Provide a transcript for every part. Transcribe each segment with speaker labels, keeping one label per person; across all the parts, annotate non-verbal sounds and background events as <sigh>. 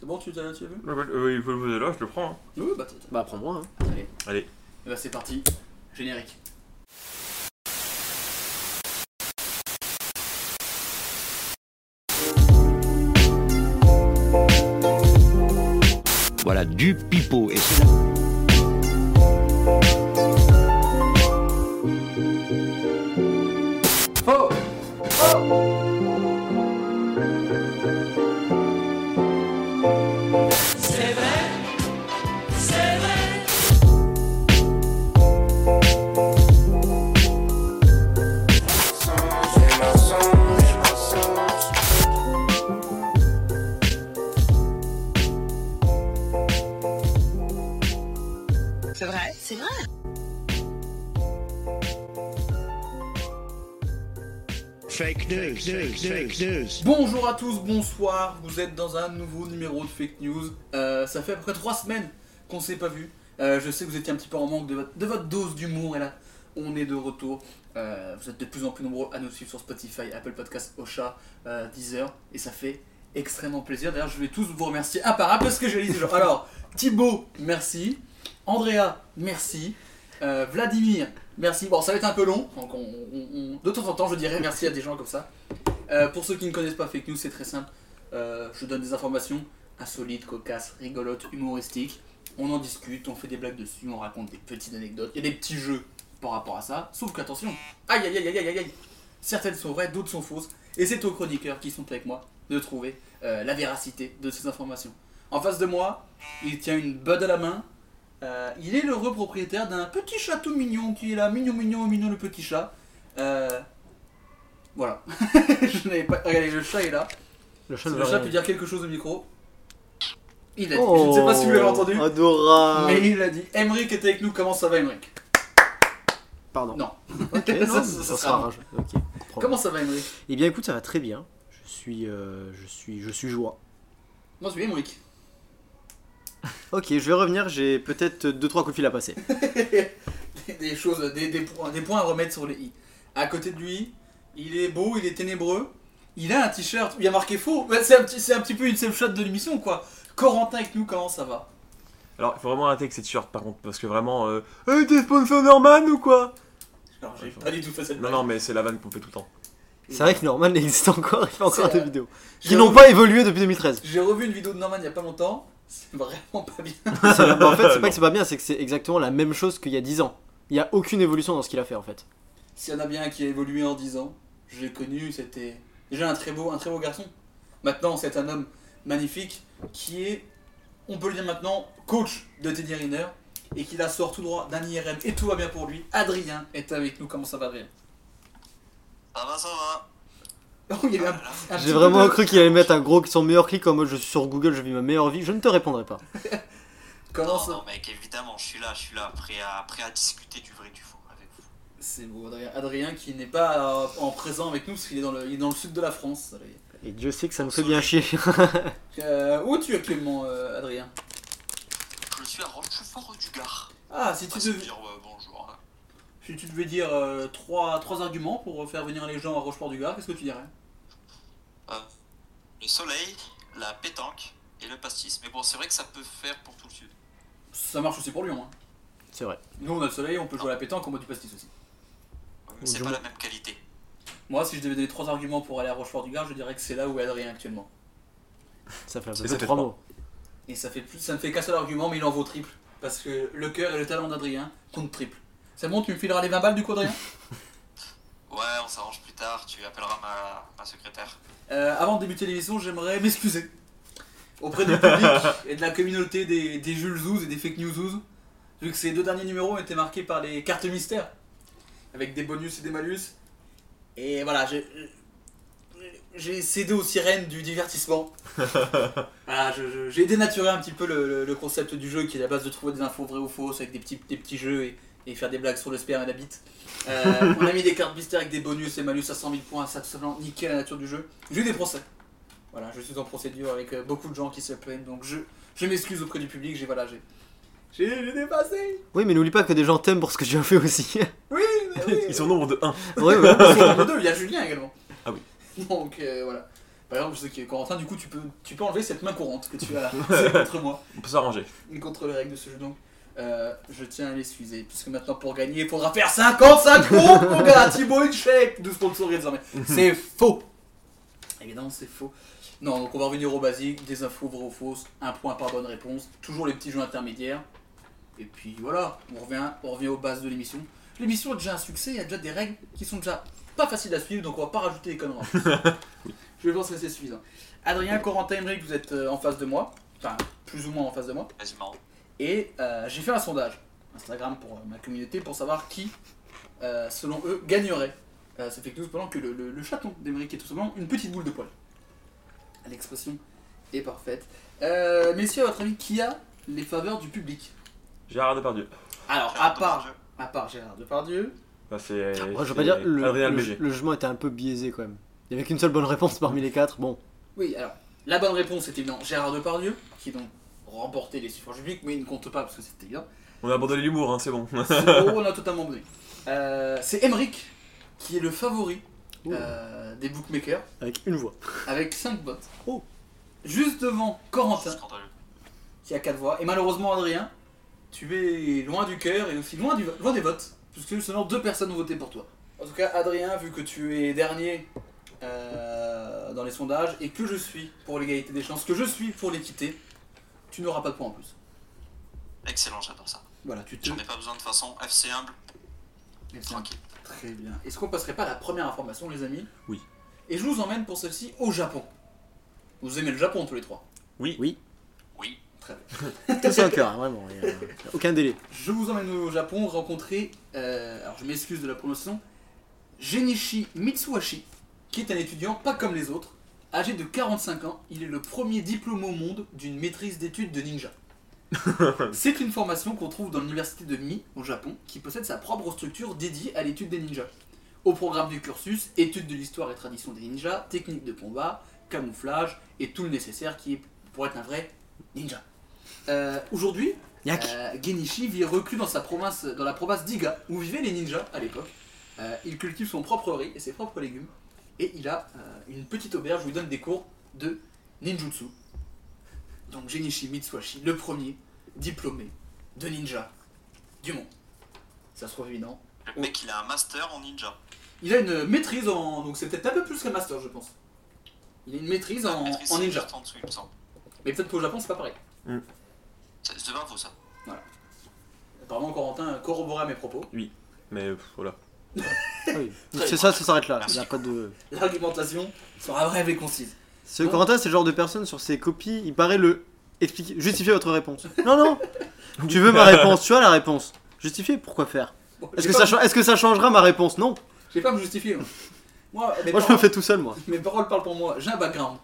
Speaker 1: C'est bon, tu l'as tu l'as vu
Speaker 2: Euh, il peut me donner là, je le prends. hein.
Speaker 1: Oui, bah t'as-
Speaker 3: Bah, prends-moi. Hein.
Speaker 1: t'as- Allez.
Speaker 2: Allez.
Speaker 1: Et bah c'est parti. Générique.
Speaker 4: Voilà, du pipeau. Et c'est
Speaker 1: Oh
Speaker 5: C'est vrai C'est vrai
Speaker 4: fake news, fake news.
Speaker 1: Bonjour à tous, bonsoir. Vous êtes dans un nouveau numéro de Fake News. Euh, ça fait à peu près trois semaines qu'on s'est pas vu. Euh, je sais que vous étiez un petit peu en manque de votre, de votre dose d'humour et là, on est de retour. Euh, vous êtes de plus en plus nombreux à nous suivre sur Spotify, Apple Podcasts, Ocha, euh, Deezer et ça fait extrêmement plaisir. D'ailleurs, je vais tous vous remercier un par un parce que je les dis. genre. Alors, Thibaut, merci. Andrea, merci. Euh, Vladimir, merci. Bon, ça va être un peu long, donc on- on- on- de temps en temps, je dirais merci à des gens comme ça. Euh, pour ceux qui ne connaissent pas Fake News, c'est très simple. Euh, je donne des informations insolites, cocasses, rigolotes, humoristiques. On en discute, on fait des blagues dessus, on raconte des petites anecdotes. Il y a des petits jeux par rapport à ça. Sauf qu'attention, aïe aïe aïe aïe aïe aïe. Certaines sont vraies, d'autres sont fausses. Et c'est aux chroniqueurs qui sont avec moi de trouver euh, la véracité de ces informations. En face de moi, il tient une bud à la main. Euh, il est le repropriétaire d'un petit chat tout mignon qui est là, mignon mignon mignon le petit chat. Euh, voilà. <laughs> Je n'avais pas. Regardez, le chat est là.
Speaker 3: Le
Speaker 1: Si
Speaker 3: chat ne
Speaker 1: le
Speaker 3: veut
Speaker 1: chat
Speaker 3: rien.
Speaker 1: peut dire quelque chose au micro. Il a dit.
Speaker 3: Oh.
Speaker 1: je ne sais pas si vous l'avez entendu,
Speaker 3: Adorable.
Speaker 1: mais il a dit. Emric était avec nous, comment ça va Emric
Speaker 3: Pardon.
Speaker 1: Non. <laughs>
Speaker 3: Ok,
Speaker 1: Ça,
Speaker 3: non,
Speaker 1: ça,
Speaker 3: ça,
Speaker 1: ça sera
Speaker 3: sera
Speaker 1: bon.
Speaker 3: rage. Ok. Prends.
Speaker 1: Comment ça va Emric
Speaker 3: Eh bien, écoute, ça va très bien. Je suis, euh, je suis, je suis joie.
Speaker 1: Moi je suis Emric. <laughs>
Speaker 3: Ok, je vais revenir. J'ai peut-être deux trois coups de fil à passer.
Speaker 1: Des- des choses, des, des points, des points à remettre sur les i. À côté de lui, il est beau, il est ténébreux. Il a un t-shirt, où il y a marqué faux. Ouais, C'est un, petit- c'est un petit peu une seule shot de l'émission quoi. Corentin avec nous, comment ça va
Speaker 2: Alors, il faut vraiment arrêter avec ces t-shirts par contre, parce que vraiment. Euh, euh, t'es sponsor Norman ou quoi
Speaker 1: Alors j'ai
Speaker 2: Ouais,
Speaker 1: pas du tout fait cette
Speaker 2: Non, non, mais c'est la vanne qu'on fait tout le temps.
Speaker 3: C'est vrai que Norman <laughs> existe encore. Il fait
Speaker 1: C'est
Speaker 3: encore des
Speaker 1: vrai.
Speaker 3: vidéos
Speaker 1: J'ai
Speaker 3: qui n'ont
Speaker 1: revu-
Speaker 3: pas évolué
Speaker 1: <laughs>
Speaker 3: depuis 2013.
Speaker 1: J'ai revu une vidéo de Norman il y a pas longtemps. <laughs> C'est vraiment pas bien.
Speaker 3: C'est- en fait, c'est
Speaker 2: Non.
Speaker 3: pas que c'est pas bien, c'est que c'est exactement la même chose qu'il y a 10 ans. Il y a aucune évolution dans ce qu'il a fait en fait.
Speaker 1: S'il y en a bien un qui a évolué en 10 ans, je l'ai connu, c'était déjà un très beau, un très beau garçon. Maintenant, c'est un homme magnifique qui est, on peut le dire maintenant, coach de Teddy Riner et qui la sort tout droit d'un IRM et tout va bien pour lui. Adrien est avec nous. Comment ça va, Adrien
Speaker 6: Ça va, ça va.
Speaker 1: <laughs> Oh, il y
Speaker 6: Ah,
Speaker 1: a eu un- un petit
Speaker 3: J'ai
Speaker 1: peu
Speaker 3: vraiment
Speaker 1: de-
Speaker 3: cru qu'il allait mettre un gros son meilleur clic en mode je suis sur Google, je vis ma meilleure vie. Je ne te répondrai pas.
Speaker 1: Comment
Speaker 6: Non,
Speaker 1: ça
Speaker 6: non, mec, évidemment, je suis là, je suis là, prêt à, prêt à discuter du vrai et du faux avec vous.
Speaker 1: C'est beau, Adrien. Adrien qui n'est pas euh, en présent avec nous parce qu'il est, dans le- il est dans le sud de la France. Adrien.
Speaker 3: Et Dieu sait que ça me fait bien chier.
Speaker 1: Euh, où es-tu actuellement, euh, Adrien
Speaker 6: Je suis à Rochefort du Gard.
Speaker 1: Ah, si
Speaker 6: Pas
Speaker 1: tu
Speaker 6: se
Speaker 1: devais.
Speaker 6: dire euh, bonjour. hein.
Speaker 1: Si tu devais dire euh, trois, trois arguments pour faire venir les gens à Rochefort-du-Gard, qu'est-ce que tu dirais
Speaker 6: Le soleil, la pétanque et le pastis. Mais bon, c'est vrai que ça peut faire pour tout le sud.
Speaker 1: Ça marche aussi pour Lyon. Hein.
Speaker 3: C'est vrai.
Speaker 1: Nous, on a le soleil, on peut jouer à la pétanque, on boit du pastis aussi.
Speaker 6: Mais c'est
Speaker 3: je
Speaker 6: pas
Speaker 3: vois.
Speaker 6: la même qualité.
Speaker 1: Moi, si je devais donner trois arguments pour aller à Rochefort-du-Gard, je dirais que c'est là où est Adrien actuellement.
Speaker 3: Ça fait à peu
Speaker 2: Et
Speaker 3: près
Speaker 2: ça
Speaker 3: trois
Speaker 2: fait
Speaker 3: mots.
Speaker 1: Et ça, fait plus, ça ne fait qu'un seul argument, mais il en vaut triple. Parce que le cœur et le talent d'Adrien comptent triple. C'est bon, tu me fileras les 20 balles du coup, Adrien
Speaker 6: Ouais, on s'arrange plus tard, tu appelleras ma, ma secrétaire.
Speaker 1: Euh, Avant de débuter l'émission, j'aimerais m'excuser auprès du public et de la communauté des, des Jules Zouz et des Fake News Zouz, vu que ces deux derniers numéros ont été marqués par les cartes mystères, avec des bonus et des malus. Et voilà, j'ai- j'ai cédé aux sirènes du divertissement. Voilà, je- je- j'ai dénaturé un petit peu le, le- le concept du jeu qui est la base de trouver des infos vraies ou fausses avec des petits, des petits jeux et, et faire des blagues sur le sperme et la bite. Euh, on a mis des cartes mystères avec des bonus et malus à 100 000 points, ça seulement niquer la nature du jeu. J'ai eu des procès. Voilà, je suis en procédure avec euh, beaucoup de gens qui se plaignent, donc je, je m'excuse auprès du public, j'ai voilà, j'ai... J'ai j'ai dépassé
Speaker 3: Oui, mais n'oublie pas que des gens t'aiment pour ce que tu as fait aussi. <laughs>
Speaker 1: Oui, mais oui
Speaker 2: Ils sont nombre de 1.
Speaker 3: ouais, ouais.
Speaker 1: Ils sont nombreux deux, il y a Julien également.
Speaker 2: Ah oui.
Speaker 1: Donc euh, voilà. Par exemple, je sais que Corentin, du coup, tu peux, tu peux enlever cette main courante que tu as <laughs> c'est contre moi
Speaker 2: On peut s'arranger.
Speaker 1: et contre les règles de ce jeu. Donc, euh, je tiens à l'excuser, puisque maintenant, pour gagner, il faudra faire 55 comptes, mon gars Thibaut Inchek de sponsorer désormais. C'est faux Évidemment, c'est faux. Non, donc on va revenir au basique des infos vraies ou fausses, un point par bonne réponse, toujours les petits jeux intermédiaires. Et puis voilà, on revient, on revient aux bases de l'émission. L'émission a déjà un succès, il y a déjà des règles qui sont déjà pas faciles à suivre, donc on va pas rajouter les conneries. en plus. Je pense que c'est suffisant. Adrien, Corentin, Emeric, vous êtes euh, en face de moi, enfin plus ou moins en face de moi,
Speaker 6: Quasiment.
Speaker 1: et euh, j'ai fait un sondage Instagram pour euh, ma communauté pour savoir qui, euh, selon eux, gagnerait euh, ce fake news pendant que le, le- le chaton d'Emeric est tout simplement une petite boule de poil. L'expression est parfaite. Euh, messieurs, à votre avis, qui a les faveurs du public
Speaker 2: Gérard Depardieu.
Speaker 1: Alors,
Speaker 6: J'ai
Speaker 1: Ah, à
Speaker 6: hâte de ce
Speaker 1: part,
Speaker 6: jeu.
Speaker 1: à part Gérard Depardieu,
Speaker 2: Enfin, c'est.
Speaker 3: Moi, je veux
Speaker 2: c'est
Speaker 3: pas dire, le,
Speaker 2: Adrien
Speaker 3: le-
Speaker 2: Léger.
Speaker 3: le jugement était un peu biaisé quand même. Il n'y avait qu'une seule bonne réponse parmi les quatre. Bon,
Speaker 1: Oui, alors, la bonne réponse était évidemment Gérard Depardieu, qui donc remporté les suffrages publics, mais il ne compte pas parce que c'était bien.
Speaker 2: On a abandonné l'humour, hein, c'est bon. <laughs>
Speaker 1: C'est- oh, on a totalement oublié. Euh, c'est Emmerich qui est le favori
Speaker 3: Ouh.
Speaker 1: euh, des bookmakers,
Speaker 3: avec une <laughs> voix.
Speaker 1: avec 5 votes.
Speaker 3: Oh.
Speaker 1: Juste devant
Speaker 6: C'est
Speaker 1: Corentin,
Speaker 6: scandaleux.
Speaker 1: qui a 4 voix, et malheureusement Adrien, tu es loin du cœur et aussi loin, du, loin des votes, puisque seulement deux personnes ont voté pour toi. En tout cas, Adrien, vu que tu es dernier euh, dans les sondages, et que je suis pour l'égalité des chances, que je suis pour l'équité, tu n'auras pas de points en plus.
Speaker 6: Excellent, j'adore ça.
Speaker 1: Voilà, tu te...
Speaker 6: J'en ai pas besoin de toute façon. FC humble, tranquille.
Speaker 1: Très bien. Est-ce qu'on passerait pas à la première information, les amis
Speaker 2: Oui.
Speaker 1: Et je vous emmène pour celle-ci au Japon. Vous aimez le Japon, tous les trois
Speaker 6: Oui.
Speaker 1: Très bien.
Speaker 3: Tout ça au cœur, hein, vraiment. il y a <laughs> Aucun délai.
Speaker 1: Je vous emmène au Japon rencontrer, euh, alors je m'excuse de la prononciation, Genichi Mitsuhashi, qui est un étudiant pas comme les autres. Âgé de 45 ans, il est le premier diplôme au monde d'une maîtrise d'études de ninja. C'est une formation qu'on trouve dans l'université de Mie, au Japon, qui possède sa propre structure dédiée à l'étude des ninjas. Au programme du cursus, études de l'histoire et tradition des ninjas, techniques de combat, camouflage et tout le nécessaire qui est pour être un vrai ninja. Euh, Aujourd'hui,
Speaker 3: Yak.
Speaker 1: euh, Genichi vit reclus dans sa province, dans la province d'Iga, où vivaient les ninjas à l'époque. Euh, il cultive son propre riz et ses propres légumes. Et il a euh, une petite auberge où il donne des cours de ninjutsu. Donc Genichi Mitsuhashi, le premier diplômé de ninja du monde. Ça se trouve évident.
Speaker 6: Le mec, il a un master en ninja.
Speaker 1: Il a une maîtrise en. Donc c'est peut-être un peu plus qu'un master, je pense. Il a une maîtrise en,
Speaker 6: Maîtrise,
Speaker 1: en
Speaker 6: c'est
Speaker 1: ninja.
Speaker 6: juste en dessous, il me semble.
Speaker 1: Mais peut-être qu'au Japon, c'est pas pareil.
Speaker 6: C'est c'est de l'info, ça.
Speaker 1: Apparemment, Corentin corrobora mes propos.
Speaker 2: Mais pff, voilà.
Speaker 3: Ah oui. Donc C'est ça, ça s'arrête là. Il n'y a pas de.
Speaker 1: L'argumentation sera brève et concise.
Speaker 3: Ce Corentin, c'est le genre de personne sur ses copies, il paraît le. Expliquez, justifiez votre réponse. Non, <laughs> non Tu veux ma réponse, tu as la réponse. Justifiez, pourquoi faire
Speaker 1: Bon,
Speaker 3: Est-ce
Speaker 1: j'ai
Speaker 3: que,
Speaker 1: pas-
Speaker 3: ça cha- est-ce que ça changera ma réponse Non
Speaker 1: J'ai pas à me justifier. Moi, <laughs> Moi, mes,
Speaker 3: Moi, je me
Speaker 1: paroles,
Speaker 3: fais tout seul, moi. <laughs>
Speaker 1: mes paroles parlent pour moi. J'ai un background.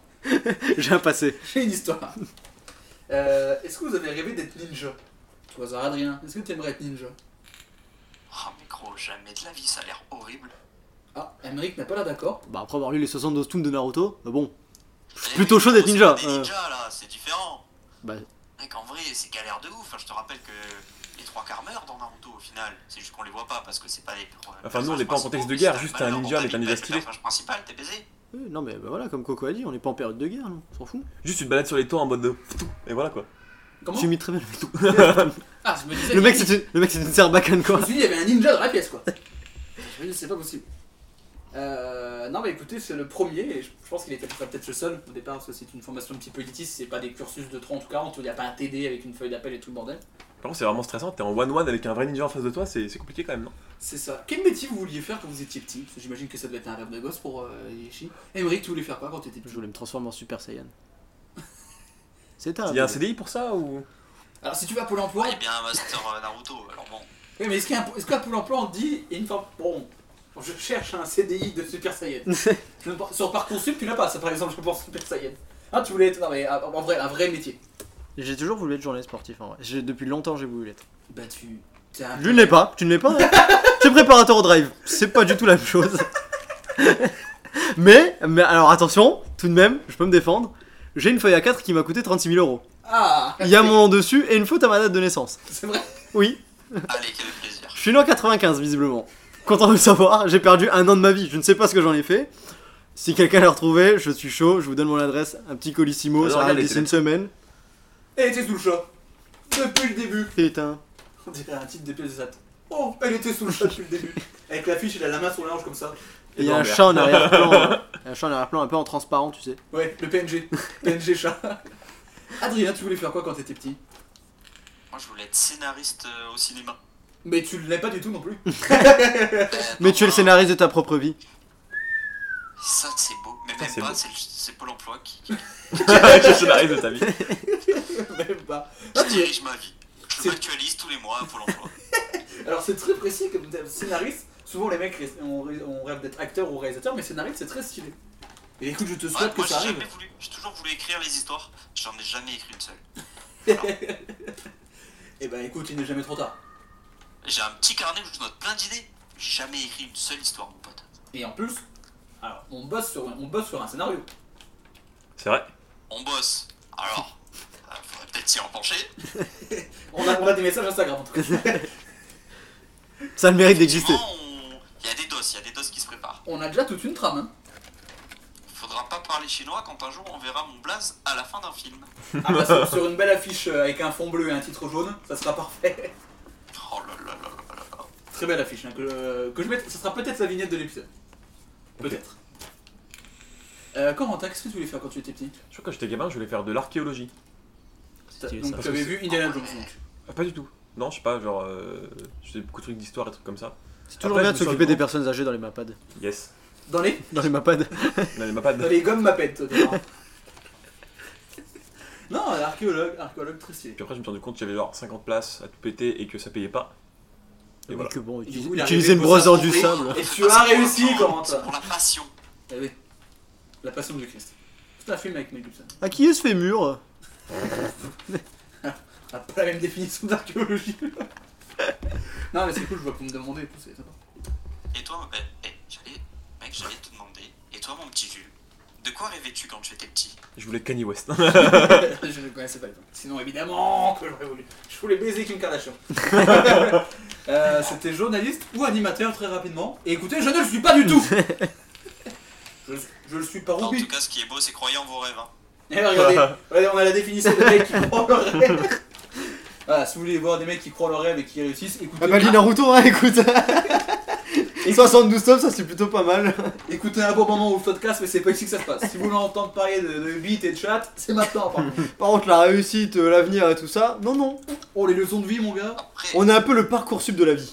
Speaker 3: J'ai un passé.
Speaker 1: J'ai une <laughs> histoire. Euh, Est-ce que vous avez rêvé d'être ninja Tout hasard, Adrien. Est-ce que tu aimerais être ninja
Speaker 6: Oh, mais gros, jamais de la vie, ça a l'air horrible.
Speaker 1: Ah, Emmerich n'a pas l'air d'accord.
Speaker 3: Bah, après avoir lu les 72 tomes de Naruto, bah bon.
Speaker 6: Je suis
Speaker 3: plutôt chaud d'être ninja,
Speaker 6: Des
Speaker 3: euh.
Speaker 6: ninjas, là, c'est différent.
Speaker 3: Bah,
Speaker 6: Mec, en vrai, c'est galère de ouf. Enfin, je te rappelle que les trois quarts meurent dans Naruto au final. C'est juste qu'on les voit pas parce que c'est pas les.
Speaker 2: Enfin, nous, on
Speaker 6: n'est
Speaker 2: est pas en contexte de guerre, juste un ninja, il est un ninja stylé.
Speaker 6: personnage principal, t'es baisé.
Speaker 3: oui, non, mais bah, voilà, comme Coco a dit, on n'est pas en période de guerre, non On s'en fout.
Speaker 2: Juste une balade sur les toits en mode de. Et voilà quoi.
Speaker 1: Comment
Speaker 3: Tu imites très bien le mec.
Speaker 1: Ah, je me disais.
Speaker 3: Le mec, c'est une, le mec, c'est une serbacane,
Speaker 1: Je
Speaker 3: quoi.
Speaker 1: me suis dit, il y avait un ninja dans la pièce, quoi. <laughs> Je me dis, c'est pas possible. Euh, non, mais écoutez, c'est le premier, et je je pense qu'il était peut-être le seul au départ, parce que c'est une formation un petit peu élitiste, c'est pas des cursus de 30 ou 40, où il n'y a pas un TD avec une feuille d'appel et tout le bordel.
Speaker 2: Par contre, c'est vraiment stressant. T'es en one-one avec un vrai ninja en face de toi, c'est c'est compliqué quand même, non
Speaker 1: C'est ça. Quel métier vous vouliez faire quand vous étiez petit Parce que j'imagine que ça devait être un rêve de gosse pour euh, Yeshi. Emery, tu voulais faire quoi quand t'étais
Speaker 3: <laughs> Je
Speaker 1: petit
Speaker 3: voulais me transformer en Super Saiyan. <laughs> C'est tard.
Speaker 2: Il y a un CDI pour ça ou <laughs>
Speaker 1: Alors, si tu vas à Pôle emploi.
Speaker 6: Il y a bien un master euh, Naruto, alors
Speaker 2: <laughs>
Speaker 6: bon.
Speaker 1: Oui, mais est-ce qu'il y a un- est-ce qu'à Pôle emploi on te dit, il y a une forme. Bon, je cherche un CDI de Super <laughs> Saiyan. Je ne pense- Sur Parcoursup, tu l'as pas, ça par exemple, je pense Super Saiyan. Hein, tu voulais être. Non, mais euh, en vrai, un vrai métier.
Speaker 3: J'ai toujours voulu être journaliste sportif, en vrai. J'ai- Depuis longtemps, j'ai voulu l'être.
Speaker 1: Bah tu. t'es un-
Speaker 3: Je ne l'ai pas, tu ne l'es pas. <laughs> hein. T'es préparateur au drive, c'est pas du tout la même <laughs> chose. mais, mais alors attention, tout de même, je peux me défendre. J'ai une feuille A4 qui m'a coûté 36 000 euros.
Speaker 1: Ah
Speaker 3: Il y a mon nom dessus et une faute à ma date de naissance.
Speaker 1: <laughs> C'est vrai
Speaker 3: Oui,
Speaker 6: Allez, quel plaisir.
Speaker 3: je suis né en 95 visiblement. Content de le savoir, j'ai perdu un an de ma vie, je ne sais pas ce que j'en ai fait. Si quelqu'un l'a retrouvé, je suis chaud, je vous donne mon adresse, un petit colissimo,
Speaker 2: Alors,
Speaker 3: ça arrive
Speaker 2: regardez,
Speaker 3: d'ici
Speaker 2: c'est
Speaker 3: une semaine.
Speaker 1: Elle était sous le chat. Depuis le début.
Speaker 3: Putain.
Speaker 1: On dirait un titre des PSAT. Oh, elle était sous le chat depuis le <laughs> début. Avec l'affiche, elle a la main sur la hanche comme ça.
Speaker 3: Et il y a un
Speaker 2: Norbert.
Speaker 3: chat
Speaker 1: <laughs>
Speaker 3: en arrière-plan. hein. Il y a un chat en arrière-plan un peu en transparent, tu sais.
Speaker 1: Ouais, le PNG. PNG chat. Adrien, tu voulais faire quoi quand t'étais petit
Speaker 6: Moi, je voulais être scénariste euh, au cinéma.
Speaker 1: Mais tu l'es pas du tout non <laughs> plus.
Speaker 6: Euh,
Speaker 3: Mais
Speaker 6: non,
Speaker 3: tu es le
Speaker 6: non,
Speaker 3: scénariste de ta propre vie.
Speaker 6: Ça, c'est beau. Mais même
Speaker 2: c'est
Speaker 6: pas,
Speaker 2: beau.
Speaker 6: c'est le- c'est Pôle emploi qui,
Speaker 2: <laughs>
Speaker 6: qui
Speaker 2: le scénariste de ta vie.
Speaker 1: Même pas.
Speaker 6: dirige ma vie.
Speaker 1: C'est-
Speaker 6: Je m'actualise tous les mois à Pôle
Speaker 2: <laughs>
Speaker 6: emploi.
Speaker 1: Alors c'est très précis comme thème. scénariste. Souvent les mecs ré- on, ré- on rêve d'être acteur ou réalisateur, mais scénariste c'est très stylé. Et écoute, je te
Speaker 6: Ouais,
Speaker 1: souhaite que
Speaker 6: moi,
Speaker 1: ça
Speaker 6: j'ai
Speaker 1: arrive.
Speaker 6: jamais voulu. J'ai toujours voulu écrire les histoires. J'en ai jamais écrit une seule.
Speaker 1: <laughs> Et bah écoute, il n'est jamais trop tard.
Speaker 6: J'ai un petit carnet où je note plein d'idées. J'ai jamais écrit une seule histoire, mon pote.
Speaker 1: Et en plus, alors on bosse sur, on bosse sur un scénario.
Speaker 2: C'est vrai.
Speaker 6: On bosse.
Speaker 1: <laughs>
Speaker 6: Alors, euh, faudrait peut-être s'y repencher.
Speaker 1: On a, on a des messages Instagram en tout cas. <laughs>
Speaker 3: Ça a le mérite d'exister.
Speaker 6: Effectivement, on- Il y a des doses, il y a des doses qui se préparent.
Speaker 1: On a déjà toute une trame. Hein.
Speaker 6: Faudra pas parler chinois quand un jour on verra mon blaze à la fin d'un film.
Speaker 1: Ah, bah, sur, sur une belle affiche euh, avec un fond bleu et un titre jaune, ça sera parfait.
Speaker 6: Oh là là là là là là.
Speaker 1: Très belle affiche. hein, que, euh, que je mette, ça sera peut-être la vignette de l'épisode. Peut-être. Euh, Corentin, qu'est-ce que tu voulais faire quand tu étais petit
Speaker 2: Je crois que quand j'étais gamin, je voulais faire de l'archéologie.
Speaker 1: T'as-
Speaker 3: stylé, ça.
Speaker 1: Donc tu avais vu Indiana Jones. donc.
Speaker 2: Ah, pas du tout. Non, je sais pas, genre. euh, je faisais beaucoup de trucs d'histoire et trucs comme ça.
Speaker 3: C'est toujours
Speaker 2: Après, je
Speaker 3: bien de
Speaker 2: me suis
Speaker 3: s'occuper
Speaker 2: rendu
Speaker 3: des personnes âgées dans les mapades.
Speaker 2: Yes.
Speaker 1: Dans les,
Speaker 3: Dans les mapades.
Speaker 2: Non, mais m'a pas
Speaker 1: dans
Speaker 2: de. <laughs>
Speaker 1: les gommes m'appellent. non, euh, archéologue, archéologue très stylé.
Speaker 2: Puis après, je me suis rendu compte qu'il y avait genre 50 places à tout péter et que ça payait pas. Et
Speaker 3: Mais
Speaker 2: voilà.
Speaker 3: que bon,
Speaker 1: Du
Speaker 3: utilise-
Speaker 1: coup, il est
Speaker 3: utiliser une
Speaker 1: arrivé
Speaker 3: brosse
Speaker 1: pour
Speaker 3: dans du
Speaker 1: s'affronter.
Speaker 3: sable.
Speaker 1: Et tu as réussi,
Speaker 6: C'est
Speaker 1: Corentin
Speaker 6: pour la passion.
Speaker 1: Eh oui. La passion du Christ. C'est un film avec Mel Gibson.
Speaker 3: À Ah, qui est ce fémur
Speaker 1: On n'a Ah, pas la même définition d'archéologie. <laughs> non, mais c'est cool, je vois qu'on me demandait et tout, c'est sympa.
Speaker 6: Et toi, euh, eh, j'allais, mec, j'allais te demander. Et toi, mon petit Jules, de quoi rêvais-tu quand tu étais petit
Speaker 2: Je voulais Kanye West. <laughs>
Speaker 1: je ne connaissais pas les gens. Sinon, évidemment, que j'aurais voulu. Je voulais baiser Kim Kardashian. Euh, C'était journaliste ou animateur très rapidement. Et écoutez, je ne le suis pas du tout Je, je le suis par
Speaker 6: En tout
Speaker 1: Ruby.
Speaker 6: cas, ce qui est beau, c'est croyez en vos rêves. Hein.
Speaker 1: Eh, regardez, regardez, on a la définition des mecs qui croient en leur rêve. Voilà, si vous voulez voir des mecs qui croient en leur rêve et qui réussissent, écoutez,
Speaker 3: Ah bah lis Naruto, hein, écoute <laughs> 72 tomes, ça c'est plutôt pas mal.
Speaker 1: écoutez un bon moment au podcast, mais c'est pas ici que ça se passe. Si vous voulez entendre parler de, de beat et de chat, c'est maintenant. par contre.
Speaker 3: Par contre, la réussite, euh, l'avenir et tout ça, non, non.
Speaker 1: Oh, les leçons de vie, mon gars <laughs>
Speaker 6: Après,
Speaker 3: On a un peu le parcours sub de la vie.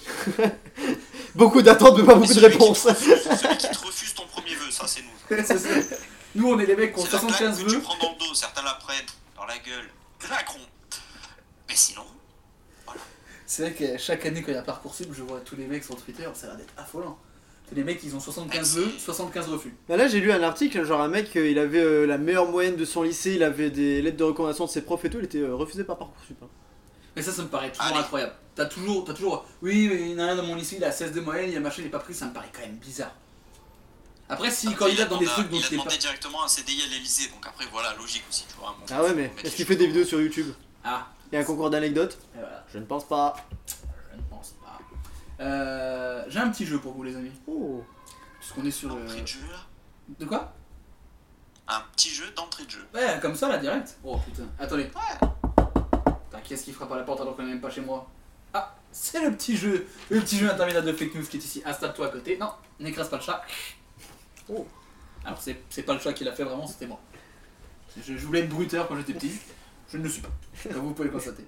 Speaker 3: <laughs> beaucoup d'attentes, mais pas beaucoup de
Speaker 1: <laughs>
Speaker 3: réponses.
Speaker 6: Celui qui te refuse ton premier vœu, ça, c'est nous.
Speaker 1: C'est ça. Nous, on est les mecs qui ont
Speaker 6: C'est la claque
Speaker 1: 75
Speaker 6: que tu
Speaker 1: vœux.
Speaker 6: prends dans le dos, certains la prennent dans la gueule. Macron. Mais sinon,
Speaker 1: C'est vrai que chaque année, quand il y a Parcoursup, je vois tous les mecs sur Twitter, ça a l'air d'être affolant. C'est les mecs, ils ont 75
Speaker 6: Ah,
Speaker 1: vœux, 75 refus.
Speaker 3: Bah là, j'ai lu un article, genre un mec, euh, il avait euh, la meilleure moyenne de son lycée, il avait des lettres de recommandation de ses profs et tout, il était euh, refusé par Parcoursup. hein.
Speaker 1: Mais ça, ça me paraît toujours
Speaker 6: Allez.
Speaker 1: incroyable. T'as toujours, t'as toujours, oui, mais il y en a un dans mon lycée, il a 16 de moyenne, il y a machin, il est pas pris, ça me paraît quand même bizarre. Après, s'il
Speaker 6: après,
Speaker 1: candidate dans des
Speaker 6: demandé-
Speaker 1: trucs dont
Speaker 6: il
Speaker 1: il
Speaker 6: a
Speaker 1: est pas.
Speaker 6: demandé directement un CDI à l'Elysée. Donc après, voilà, logique aussi, tu vois.
Speaker 3: Ah ouais, mais est-ce qu'il fait des vidéos sur YouTube
Speaker 1: Ah,
Speaker 3: Il y a un concours d'anecdotes
Speaker 1: et voilà,
Speaker 3: Je ne pense pas.
Speaker 1: je ne pense pas. Euh, J'ai un petit jeu pour vous, les amis.
Speaker 3: Oh.
Speaker 1: Puisqu'on est sur. euh,
Speaker 6: D'entrée de jeu, là.
Speaker 1: De quoi
Speaker 6: Un petit jeu d'entrée de jeu.
Speaker 1: Ouais, comme ça là, direct. Oh putain, attendez.
Speaker 6: Ouais.
Speaker 1: Putain, qui est-ce qui frappe à la porte alors qu'on est même pas chez moi Ah, c'est le petit jeu Le petit jeu interminable de fake news qui est ici. Installe-toi à côté. Non, n'écrase pas le chat. Oh Alors, c'est c'est pas le chat qui l'a fait vraiment, c'était moi. Je, je voulais être bruteur quand j'étais petit. Je ne le suis pas. Comme vous pouvez le constater.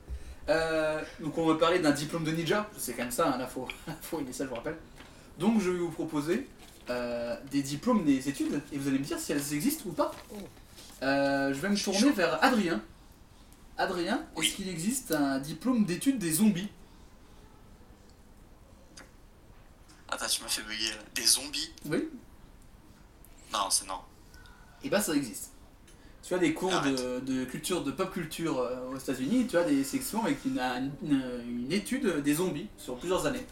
Speaker 1: Euh, donc, on va parler d'un diplôme de ninja. C'est quand même ça, hein, <laughs> l'info. L'info initiale, je vous rappelle. Donc, je vais vous proposer euh, des diplômes des études et vous allez me dire si elles existent ou pas. Euh, je vais me tourner vers Adrien. Adrien,
Speaker 6: Oui.
Speaker 1: est-ce qu'il existe un diplôme d'études des zombies
Speaker 6: Attends, tu m'as fait bugger. là. Des zombies
Speaker 1: Oui.
Speaker 6: Non, c'est non.
Speaker 1: Et bah ça existe. Tu as des cours de, de culture, de pop culture euh, aux États-Unis, tu as des sections avec une, une- une- une étude des zombies sur plusieurs années.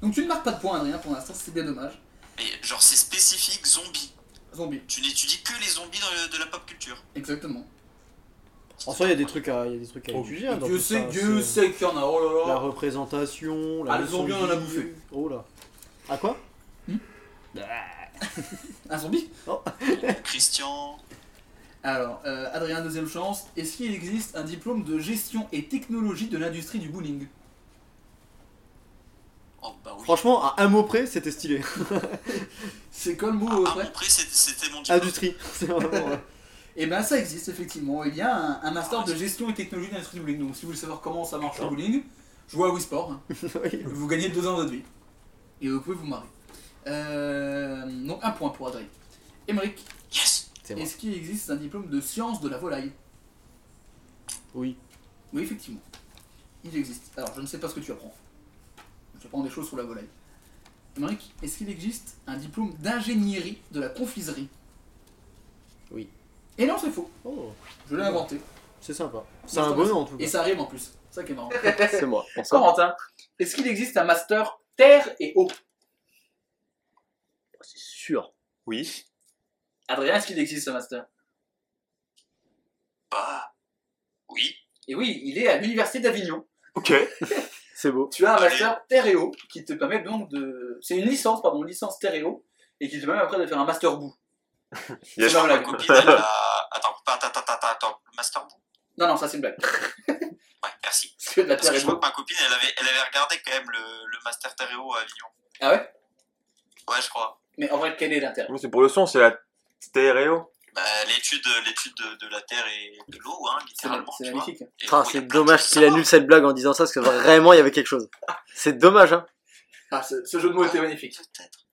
Speaker 1: Donc tu ne marques pas de points, Adrien, pour l'instant, c'est bien dommage.
Speaker 6: Mais genre, c'est spécifique zombie.
Speaker 1: Zombies,
Speaker 6: Tu n'étudies que les zombies dans le- de la pop culture.
Speaker 1: exactement.
Speaker 3: En soi, il y a des trucs à, il y a des trucs à
Speaker 2: Oh,
Speaker 3: étudier. hein, dans
Speaker 1: Dieu
Speaker 3: tout
Speaker 1: sait,
Speaker 3: ça,
Speaker 1: Dieu
Speaker 3: c'est-
Speaker 1: sait qu'il y en a, oh
Speaker 3: La
Speaker 1: là là.
Speaker 3: représentation, la
Speaker 1: Ah, le
Speaker 3: leçon Oh
Speaker 1: zombie,
Speaker 3: de
Speaker 1: on en a
Speaker 3: vie.
Speaker 1: bouffé.
Speaker 3: Oh là. À quoi
Speaker 1: Un zombie
Speaker 6: Christian,
Speaker 1: Alors, euh, Adrien, deuxième chance. Est-ce qu'il existe un diplôme de gestion et technologie de l'industrie du bowling
Speaker 6: oh bah oui.
Speaker 3: Franchement, à un mot près, c'était stylé. <laughs>
Speaker 1: C'est quoi le mot euh,
Speaker 6: Ah,
Speaker 1: près
Speaker 6: mon prix, c'est- c'était mon diplôme.
Speaker 3: Industrie. <laughs> C'est vraiment. euh,
Speaker 1: <laughs> Eh ben ça existe effectivement. Il y a un, un master de gestion et technologie de l'industrie du bowling. Donc si vous voulez savoir comment ça marche le bowling, jouez à Wii Sport.
Speaker 3: oui.
Speaker 1: Vous gagnez deux ans de votre vie. Et vous pouvez vous marrer. Euh, donc un point pour Adrien. Émeric,
Speaker 6: Yes
Speaker 2: C'est moi.
Speaker 1: est-ce qu'il existe un diplôme de sciences de la volaille
Speaker 3: Oui.
Speaker 1: Oui, effectivement. Il existe. Alors je ne sais pas ce que tu apprends. Tu apprends des choses sur la volaille. Émeric, est-ce qu'il existe un diplôme d'ingénierie de la confiserie
Speaker 3: Oui.
Speaker 1: Et non, c'est faux.
Speaker 3: Oh,
Speaker 1: Je l'ai inventé.
Speaker 3: c'est sympa. C'est un bon nom en tout
Speaker 1: Et
Speaker 3: cas.
Speaker 1: ça rime en plus. C'est ça qui est marrant.
Speaker 3: C'est moi. Bonsoir.
Speaker 1: Corentin, est-ce qu'il existe un master terre et eau
Speaker 3: C'est sûr.
Speaker 2: Oui.
Speaker 1: Adrien, est-ce qu'il existe un master
Speaker 6: Bah. Oui.
Speaker 1: Et oui, il est à l'université d'Avignon.
Speaker 2: Ok.
Speaker 3: <laughs> C'est beau.
Speaker 1: Tu as un master terre et eau qui te permet donc de. C'est une licence, pardon, une licence terre et eau, et qui te permet après de faire un master <laughs> bout. C'est
Speaker 2: Yes.
Speaker 1: dans
Speaker 6: Ma
Speaker 1: la blague.
Speaker 6: copine,
Speaker 1: <laughs>
Speaker 6: elle a. Attends, pas- attends, attends, attends, attends, Master Boo
Speaker 1: Non, non, ça c'est une blague. <laughs>
Speaker 6: Ouais, merci.
Speaker 1: Parce que de la
Speaker 6: Parce
Speaker 1: terre
Speaker 6: que
Speaker 1: et
Speaker 6: je vois
Speaker 1: eau.
Speaker 6: que ma copine, elle avait, elle avait regardé quand même le, le Master Terreo à Avignon.
Speaker 1: Ah ouais
Speaker 6: Ouais, je crois.
Speaker 1: Mais en vrai, quel est l'intérêt
Speaker 2: Oui, C'est pour le son, c'est la stéréo.
Speaker 6: Bah, l'étude, l'étude de, de la Terre et de l'eau, hein,
Speaker 1: C'est
Speaker 6: littéralement.
Speaker 1: c'est
Speaker 6: tu vois.
Speaker 1: magnifique.
Speaker 6: Et
Speaker 3: Ah,
Speaker 6: bon, il y a
Speaker 3: c'est
Speaker 6: plein de
Speaker 3: dommage
Speaker 6: trucs
Speaker 3: qu'il annule
Speaker 6: sympas.
Speaker 3: cette blague en disant ça parce que vraiment il y avait quelque chose. C'est dommage, hein.
Speaker 1: Ah, ce, ce jeu de mots était magnifique.
Speaker 6: Peut-être.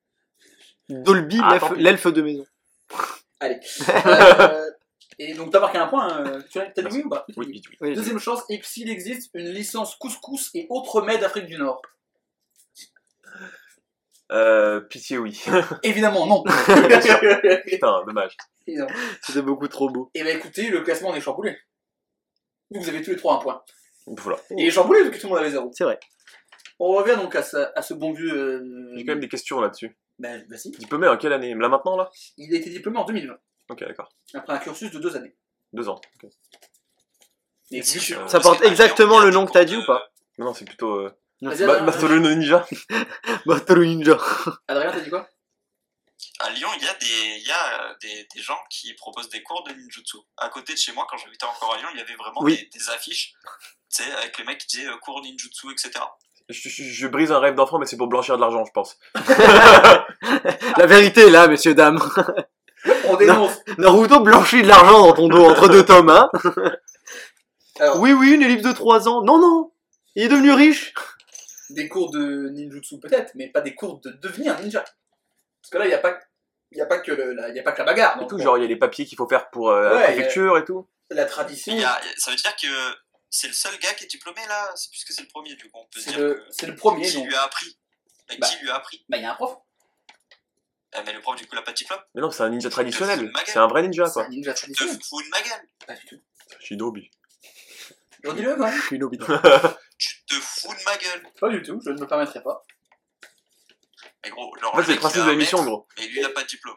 Speaker 3: Dolby,
Speaker 2: Ah,
Speaker 3: l'elfe-
Speaker 2: tant pis.
Speaker 3: l'elfe de maison.
Speaker 1: Allez. <laughs> Euh, et donc, t'as marqué un point. euh, tu as t'as dit oui ou pas
Speaker 2: Oui, oui, oui.
Speaker 3: Oui.
Speaker 1: Deuxième chance, et s'il existe une licence couscous et autres mets d'Afrique du Nord
Speaker 2: Euh, pitié, oui.
Speaker 1: Évidemment, <laughs> non.
Speaker 2: Putain, dommage.
Speaker 1: Évidemment.
Speaker 3: C'était beaucoup trop beau.
Speaker 1: Et bah écoutez, le classement est chamboulé. Vous avez tous les trois un point.
Speaker 2: Voilà.
Speaker 1: Et il est chamboulé vu que tout le monde avait zéro.
Speaker 3: Oh. C'est vrai.
Speaker 1: On revient donc à, sa- à ce bon vieux. euh,
Speaker 2: J'ai quand même des questions là-dessus.
Speaker 1: bah, bah si.
Speaker 2: Diplômé en quelle année Là maintenant, là
Speaker 1: Il a été diplômé en 2020,
Speaker 2: Ok, d'accord.
Speaker 1: après un cursus de deux années.
Speaker 2: Deux ans. ok. Euh,
Speaker 1: Mais
Speaker 6: Si, je-
Speaker 1: vas-y,
Speaker 6: parce
Speaker 3: Ça porte
Speaker 6: que Avignon,
Speaker 3: exactement
Speaker 6: il y a
Speaker 3: le
Speaker 6: des
Speaker 3: nom que t'as dit
Speaker 6: cours
Speaker 3: ou
Speaker 6: de-
Speaker 3: pas
Speaker 2: Non, non, c'est plutôt. Euh...
Speaker 1: Adrien,
Speaker 2: Ba- Bartholomew Ninja.
Speaker 3: <laughs> Battle Ninja.
Speaker 1: Adrien, t'as dit
Speaker 3: <laughs>
Speaker 1: quoi
Speaker 6: À Lyon, il y a, des, il y a euh, des, des gens qui proposent des cours de ninjutsu. À côté de chez moi, quand j'habitais encore à Lyon, il y avait vraiment
Speaker 3: Oui.
Speaker 6: des, des affiches, tu sais, avec les mecs qui disaient euh, cours ninjutsu, etc.
Speaker 2: Je, je- je brise un rêve d'enfant, mais c'est pour blanchir de l'argent, je pense.
Speaker 3: La vérité est là, messieurs, dames.
Speaker 1: On dénonce
Speaker 3: Naruto blanchit de l'argent dans ton dos entre deux tomes, <laughs> hein.
Speaker 1: Alors,
Speaker 3: Oui, oui, une ellipse de 3 ans. Non, non. Il est devenu riche.
Speaker 1: des cours de ninjutsu peut-être, mais pas des cours de devenir ninja. Parce que là, il n'y a pas. Il n'y a, pas que le- la- il y a pas que la bagarre.
Speaker 2: Et
Speaker 1: donc,
Speaker 2: tout,
Speaker 1: bon,
Speaker 2: genre, il y a les papiers qu'il faut faire pour euh,
Speaker 1: Ah, Ouais,
Speaker 2: la
Speaker 1: il y a-
Speaker 2: préfecture et tout.
Speaker 1: la tradition,
Speaker 6: Mais il y a- ça veut dire que c'est le seul gars qui est diplômé là, c'est- puisque c'est le premier, du coup, on peut se
Speaker 1: c'est
Speaker 6: dire
Speaker 1: le,
Speaker 6: que.
Speaker 1: c'est le premier.
Speaker 6: Qui
Speaker 1: Donc,
Speaker 6: lui a appris Mais
Speaker 1: Bah.
Speaker 6: Qui lui a appris
Speaker 1: bah, il y a un prof.
Speaker 6: Eh, Mais le prof, du coup, l'a pas de diplôme
Speaker 2: Mais non, c'est un ninja traditionnel.
Speaker 6: Maga.
Speaker 2: C'est un vrai ninja,
Speaker 1: C'est un
Speaker 2: quoi.
Speaker 1: ninja
Speaker 6: Te
Speaker 1: traditionnel.
Speaker 6: fous de ma gueule
Speaker 1: Pas du tout. hein.
Speaker 2: Shinobi.
Speaker 1: J'en dis le quoi
Speaker 3: Je suis une
Speaker 2: <laughs>
Speaker 3: hobbit.
Speaker 6: Tu te fous de ma gueule
Speaker 1: Pas du tout, je ne me permettrai pas.
Speaker 6: Mais gros, genre.
Speaker 2: En fait,
Speaker 6: le
Speaker 2: c'est le
Speaker 6: mec,
Speaker 2: principe
Speaker 6: il a
Speaker 2: de
Speaker 6: un
Speaker 2: l'émission,
Speaker 6: maître,
Speaker 2: gros.
Speaker 6: Mais lui, il a pas de diplôme.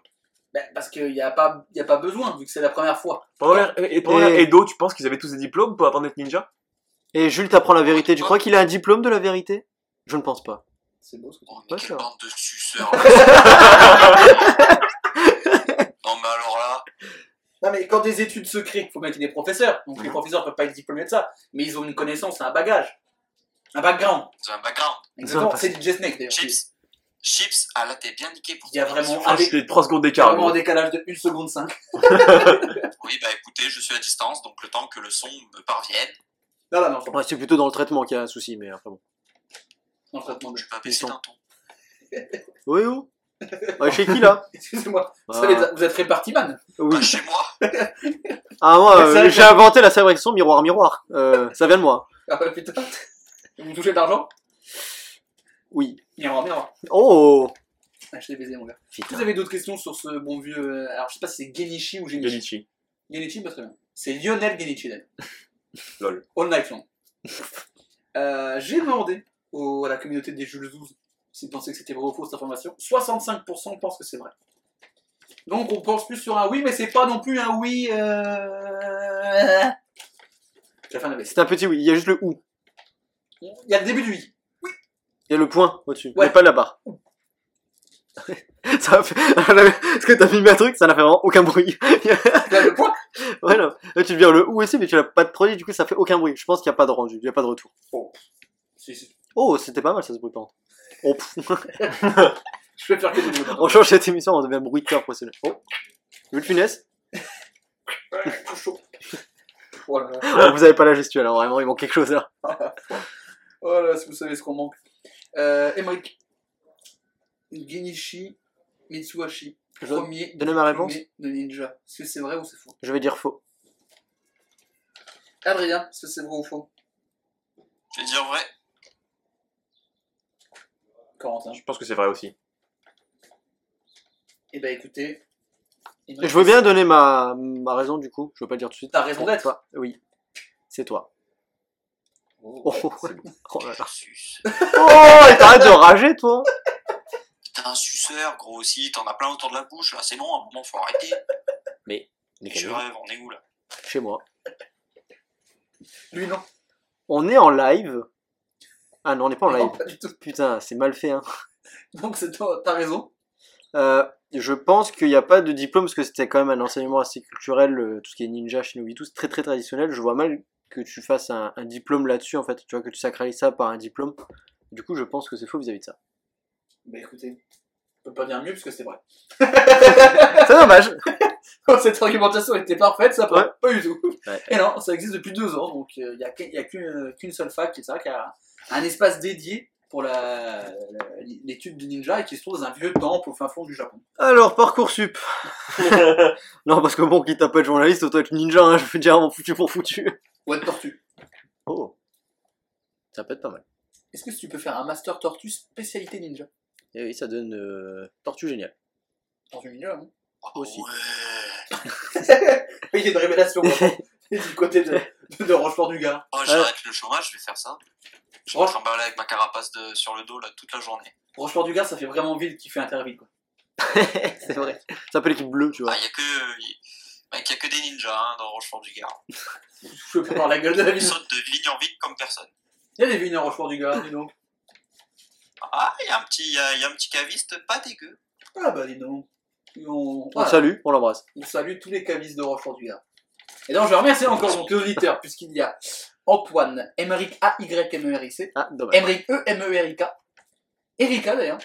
Speaker 1: Bah, parce qu'il n'y a, pas- y a pas besoin, vu que c'est la première fois.
Speaker 2: Pendant l'ère et pendant
Speaker 3: Et-
Speaker 2: l'ère Edo, tu penses qu'ils avaient tous des diplômes pour apprendre d'être ninja
Speaker 3: Et Jules t'apprend la vérité. Tu crois qu'il a un diplôme de la vérité Je ne pense pas.
Speaker 1: C'est beau ce que tu
Speaker 6: Oh, mais
Speaker 3: Ouais,
Speaker 6: quelle
Speaker 3: ça.
Speaker 6: bande de suceurs Non mais alors là,
Speaker 1: Non, mais quand des études se créent, faut mettre des professeurs. Donc les
Speaker 2: Mhm.
Speaker 1: professeurs peuvent pas être diplômés de ça. Mais ils ont une connaissance, un bagage. Un background.
Speaker 6: c'est un background.
Speaker 1: Exactement,
Speaker 3: pas-
Speaker 1: c'est DJ Snake d'ailleurs.
Speaker 6: Chips, chips, ah là t'es bien niqué pour
Speaker 1: Il y a
Speaker 6: ton
Speaker 1: vraiment
Speaker 6: émission.
Speaker 2: Ah,
Speaker 1: Avec-
Speaker 2: c'était 3 secondes d'écart,
Speaker 1: Carrément en
Speaker 2: gros.
Speaker 1: décalage de 1 seconde 5.
Speaker 6: Oui bah écoutez, je suis à distance, donc le temps que le son me parvienne,
Speaker 1: Non, non, non, je
Speaker 3: Ouais, c'est plutôt dans le traitement qu'il y a un souci, mais après bon.
Speaker 1: non, je t'attends.
Speaker 6: je vais pas
Speaker 3: Le
Speaker 6: baisser
Speaker 3: son.
Speaker 6: d'un ton.
Speaker 3: Oui, oh. Ouais, chez qui <laughs> là
Speaker 1: <laughs> Excusez-moi, vous,
Speaker 3: Ah.
Speaker 1: savez, vous êtes réparti man.
Speaker 3: Oui.
Speaker 6: Pas chez moi,
Speaker 3: Ah moi,
Speaker 1: C'est vrai
Speaker 3: euh,
Speaker 1: que-
Speaker 3: j'ai inventé la fabrication miroir miroir. Euh, ça vient de moi.
Speaker 1: Ah ouais, putain. Vous me touchez de l'argent
Speaker 3: Oui.
Speaker 1: Miroir, miroir.
Speaker 3: Oh.
Speaker 1: Ah, je t'ai baisé, mon gars.
Speaker 3: Putain.
Speaker 1: Vous avez d'autres questions sur ce bon vieux. euh, Alors, je sais pas si c'est Genichi ou Genichi.
Speaker 2: Genichi.
Speaker 1: Genichi, pas très bien. C'est Lionel Genichi, d'ailleurs.
Speaker 2: Lol.
Speaker 1: All night long. Euh, J'ai demandé au- à la communauté des Jules Zouz s'ils pensaient que c'était vrai ou faux cette information. 65% pensent que c'est vrai. Donc on pense plus sur un oui, mais c'est pas non plus un oui. Euh... La fin de la baisse.
Speaker 3: C'est un petit oui. Il y a juste le ou.
Speaker 1: Il y a le début du oui.
Speaker 3: Il y a le point au-dessus.
Speaker 1: Ouais.
Speaker 3: Mais pas la barre. <laughs> Ça a fait... <laughs> Parce que t'as filmé un truc, ça n'a fait vraiment aucun bruit. <laughs>
Speaker 1: Là, le point.
Speaker 3: voilà. Là, tu viens le ou aussi, mais tu l'as pas de produit, du coup, ça fait aucun bruit. Je pense qu'il n'y a pas de rendu, il n'y a pas de retour.
Speaker 1: Si, si.
Speaker 3: Oh, c'était pas mal, ça, ce bruit par contre. Oh, pff.
Speaker 1: Je peux faire que des mots.
Speaker 3: on change cette émission, on devient bruiteur professionnel. Oh. Vu le funès
Speaker 1: Tout chaud. Oh là là.
Speaker 3: Oh, Vous avez pas la gestuelle, alors vraiment, il manque quelque chose là.
Speaker 1: Oh là, là, si vous savez ce qu'on manque. Euh, Emmerich. Genichi Mitsuhashi.
Speaker 3: Je-
Speaker 1: Premier
Speaker 3: donnez ma réponse.
Speaker 1: diplômé de ninja. Est-ce que c'est vrai ou c'est faux
Speaker 3: Je vais dire faux.
Speaker 1: Adrien, est-ce que c'est vrai ou faux
Speaker 6: Je vais dire vrai.
Speaker 1: Corentin.
Speaker 2: Je pense que c'est vrai aussi.
Speaker 1: Eh ben écoutez. Emmerich,
Speaker 3: Je veux bien donner ma, ma raison, du coup. Je veux pas le dire tout de suite.
Speaker 1: Ta raison d'être.
Speaker 3: Toi. Oui. C'est toi.
Speaker 1: Oh.
Speaker 3: Oh, oh là là.
Speaker 6: Sus.
Speaker 3: Oh, et t'arrêtes de rager, toi
Speaker 6: T'es un suceur, gros aussi. T'en as plein autour de la bouche. là. C'est long, à un moment, faut arrêter. Je rêve, on est où là
Speaker 3: Chez moi.
Speaker 1: Lui, non.
Speaker 3: On est en live. Ah non, on n'est pas en
Speaker 1: Non,
Speaker 3: live.
Speaker 1: pas du tout.
Speaker 3: Putain, c'est mal fait, hein.
Speaker 1: Donc c'est toi, t'as raison.
Speaker 3: Euh, je pense qu'il n'y a pas de diplôme parce que c'était quand même un enseignement assez culturel, euh, tout ce qui est ninja, shinobi, tout, c'est très très traditionnel. Je vois mal que tu fasses un, un diplôme là-dessus en fait, tu vois, que tu sacralises ça par un diplôme. Du coup, je pense que c'est faux vis-à-vis de ça.
Speaker 1: Bah écoutez. Je peux pas dire mieux parce que c'est vrai.
Speaker 3: C'est dommage
Speaker 1: <laughs> Cette argumentation était parfaite, ça pas,
Speaker 3: Ouais.
Speaker 1: pas du tout.
Speaker 3: Ouais.
Speaker 1: Et non, ça existe depuis deux ans, donc il n'y a, qu'un- y a qu'une euh, qu'une seule fac, c'est ça, qui a un espace dédié pour la- la- l'étude du ninja et qui se trouve dans un vieux temple au fin fond du Japon.
Speaker 3: Alors, <laughs> Parcoursup Non, parce que bon, quitte à pas être journaliste, autant être ninja, hein, je veux dire, on foutu pour foutu.
Speaker 1: Ou être tortue.
Speaker 3: Oh Ça peut être pas mal.
Speaker 1: Est-ce que tu peux faire un master tortue spécialité ninja
Speaker 3: Et Eh oui, ça donne euh, Tortue Géniale.
Speaker 1: Tortue ninja, <laughs> non
Speaker 3: Aussi.
Speaker 6: Ah Ouais.
Speaker 1: Il y a une révélation
Speaker 3: <laughs>
Speaker 1: vraiment. Et du côté de, de, de Rochefort-du-Gard.
Speaker 6: Oh, j'arrête le chômage, je vais faire ça. Je vais
Speaker 1: Oh.
Speaker 6: me trimballer avec ma carapace de- sur le dos là toute la journée.
Speaker 1: Rochefort-du-Gard, ça fait vraiment ville qui fait interville, quoi.
Speaker 3: <laughs> c'est vrai. Ça peut l'équipe bleue, tu vois.
Speaker 6: Ah, y a que. y- Mec, y a que des ninjas hein, dans Rochefort-du-Gard.
Speaker 1: Je peux voir la gueule de la
Speaker 6: Ils
Speaker 1: ville.
Speaker 6: sautent de vigne en vigne comme personne.
Speaker 1: Il y a des vignes à Rochefort-du-Gard, dis donc.
Speaker 6: Ah, y a un petit, y a- y a un petit caviste pas dégueu.
Speaker 1: Ah bah dis donc. On,
Speaker 3: On le
Speaker 1: voilà.
Speaker 3: salue, on l'embrasse.
Speaker 1: On salue tous les cavistes de Rochefort-du-Gard. Et donc, je remercie encore donc, les auditeurs, puisqu'il y a Antoine, Emeric A-Y-M-E-R-I-C,
Speaker 3: Ah, dommage.
Speaker 1: Emeric E-M-E-R-I-K, Erika d'ailleurs,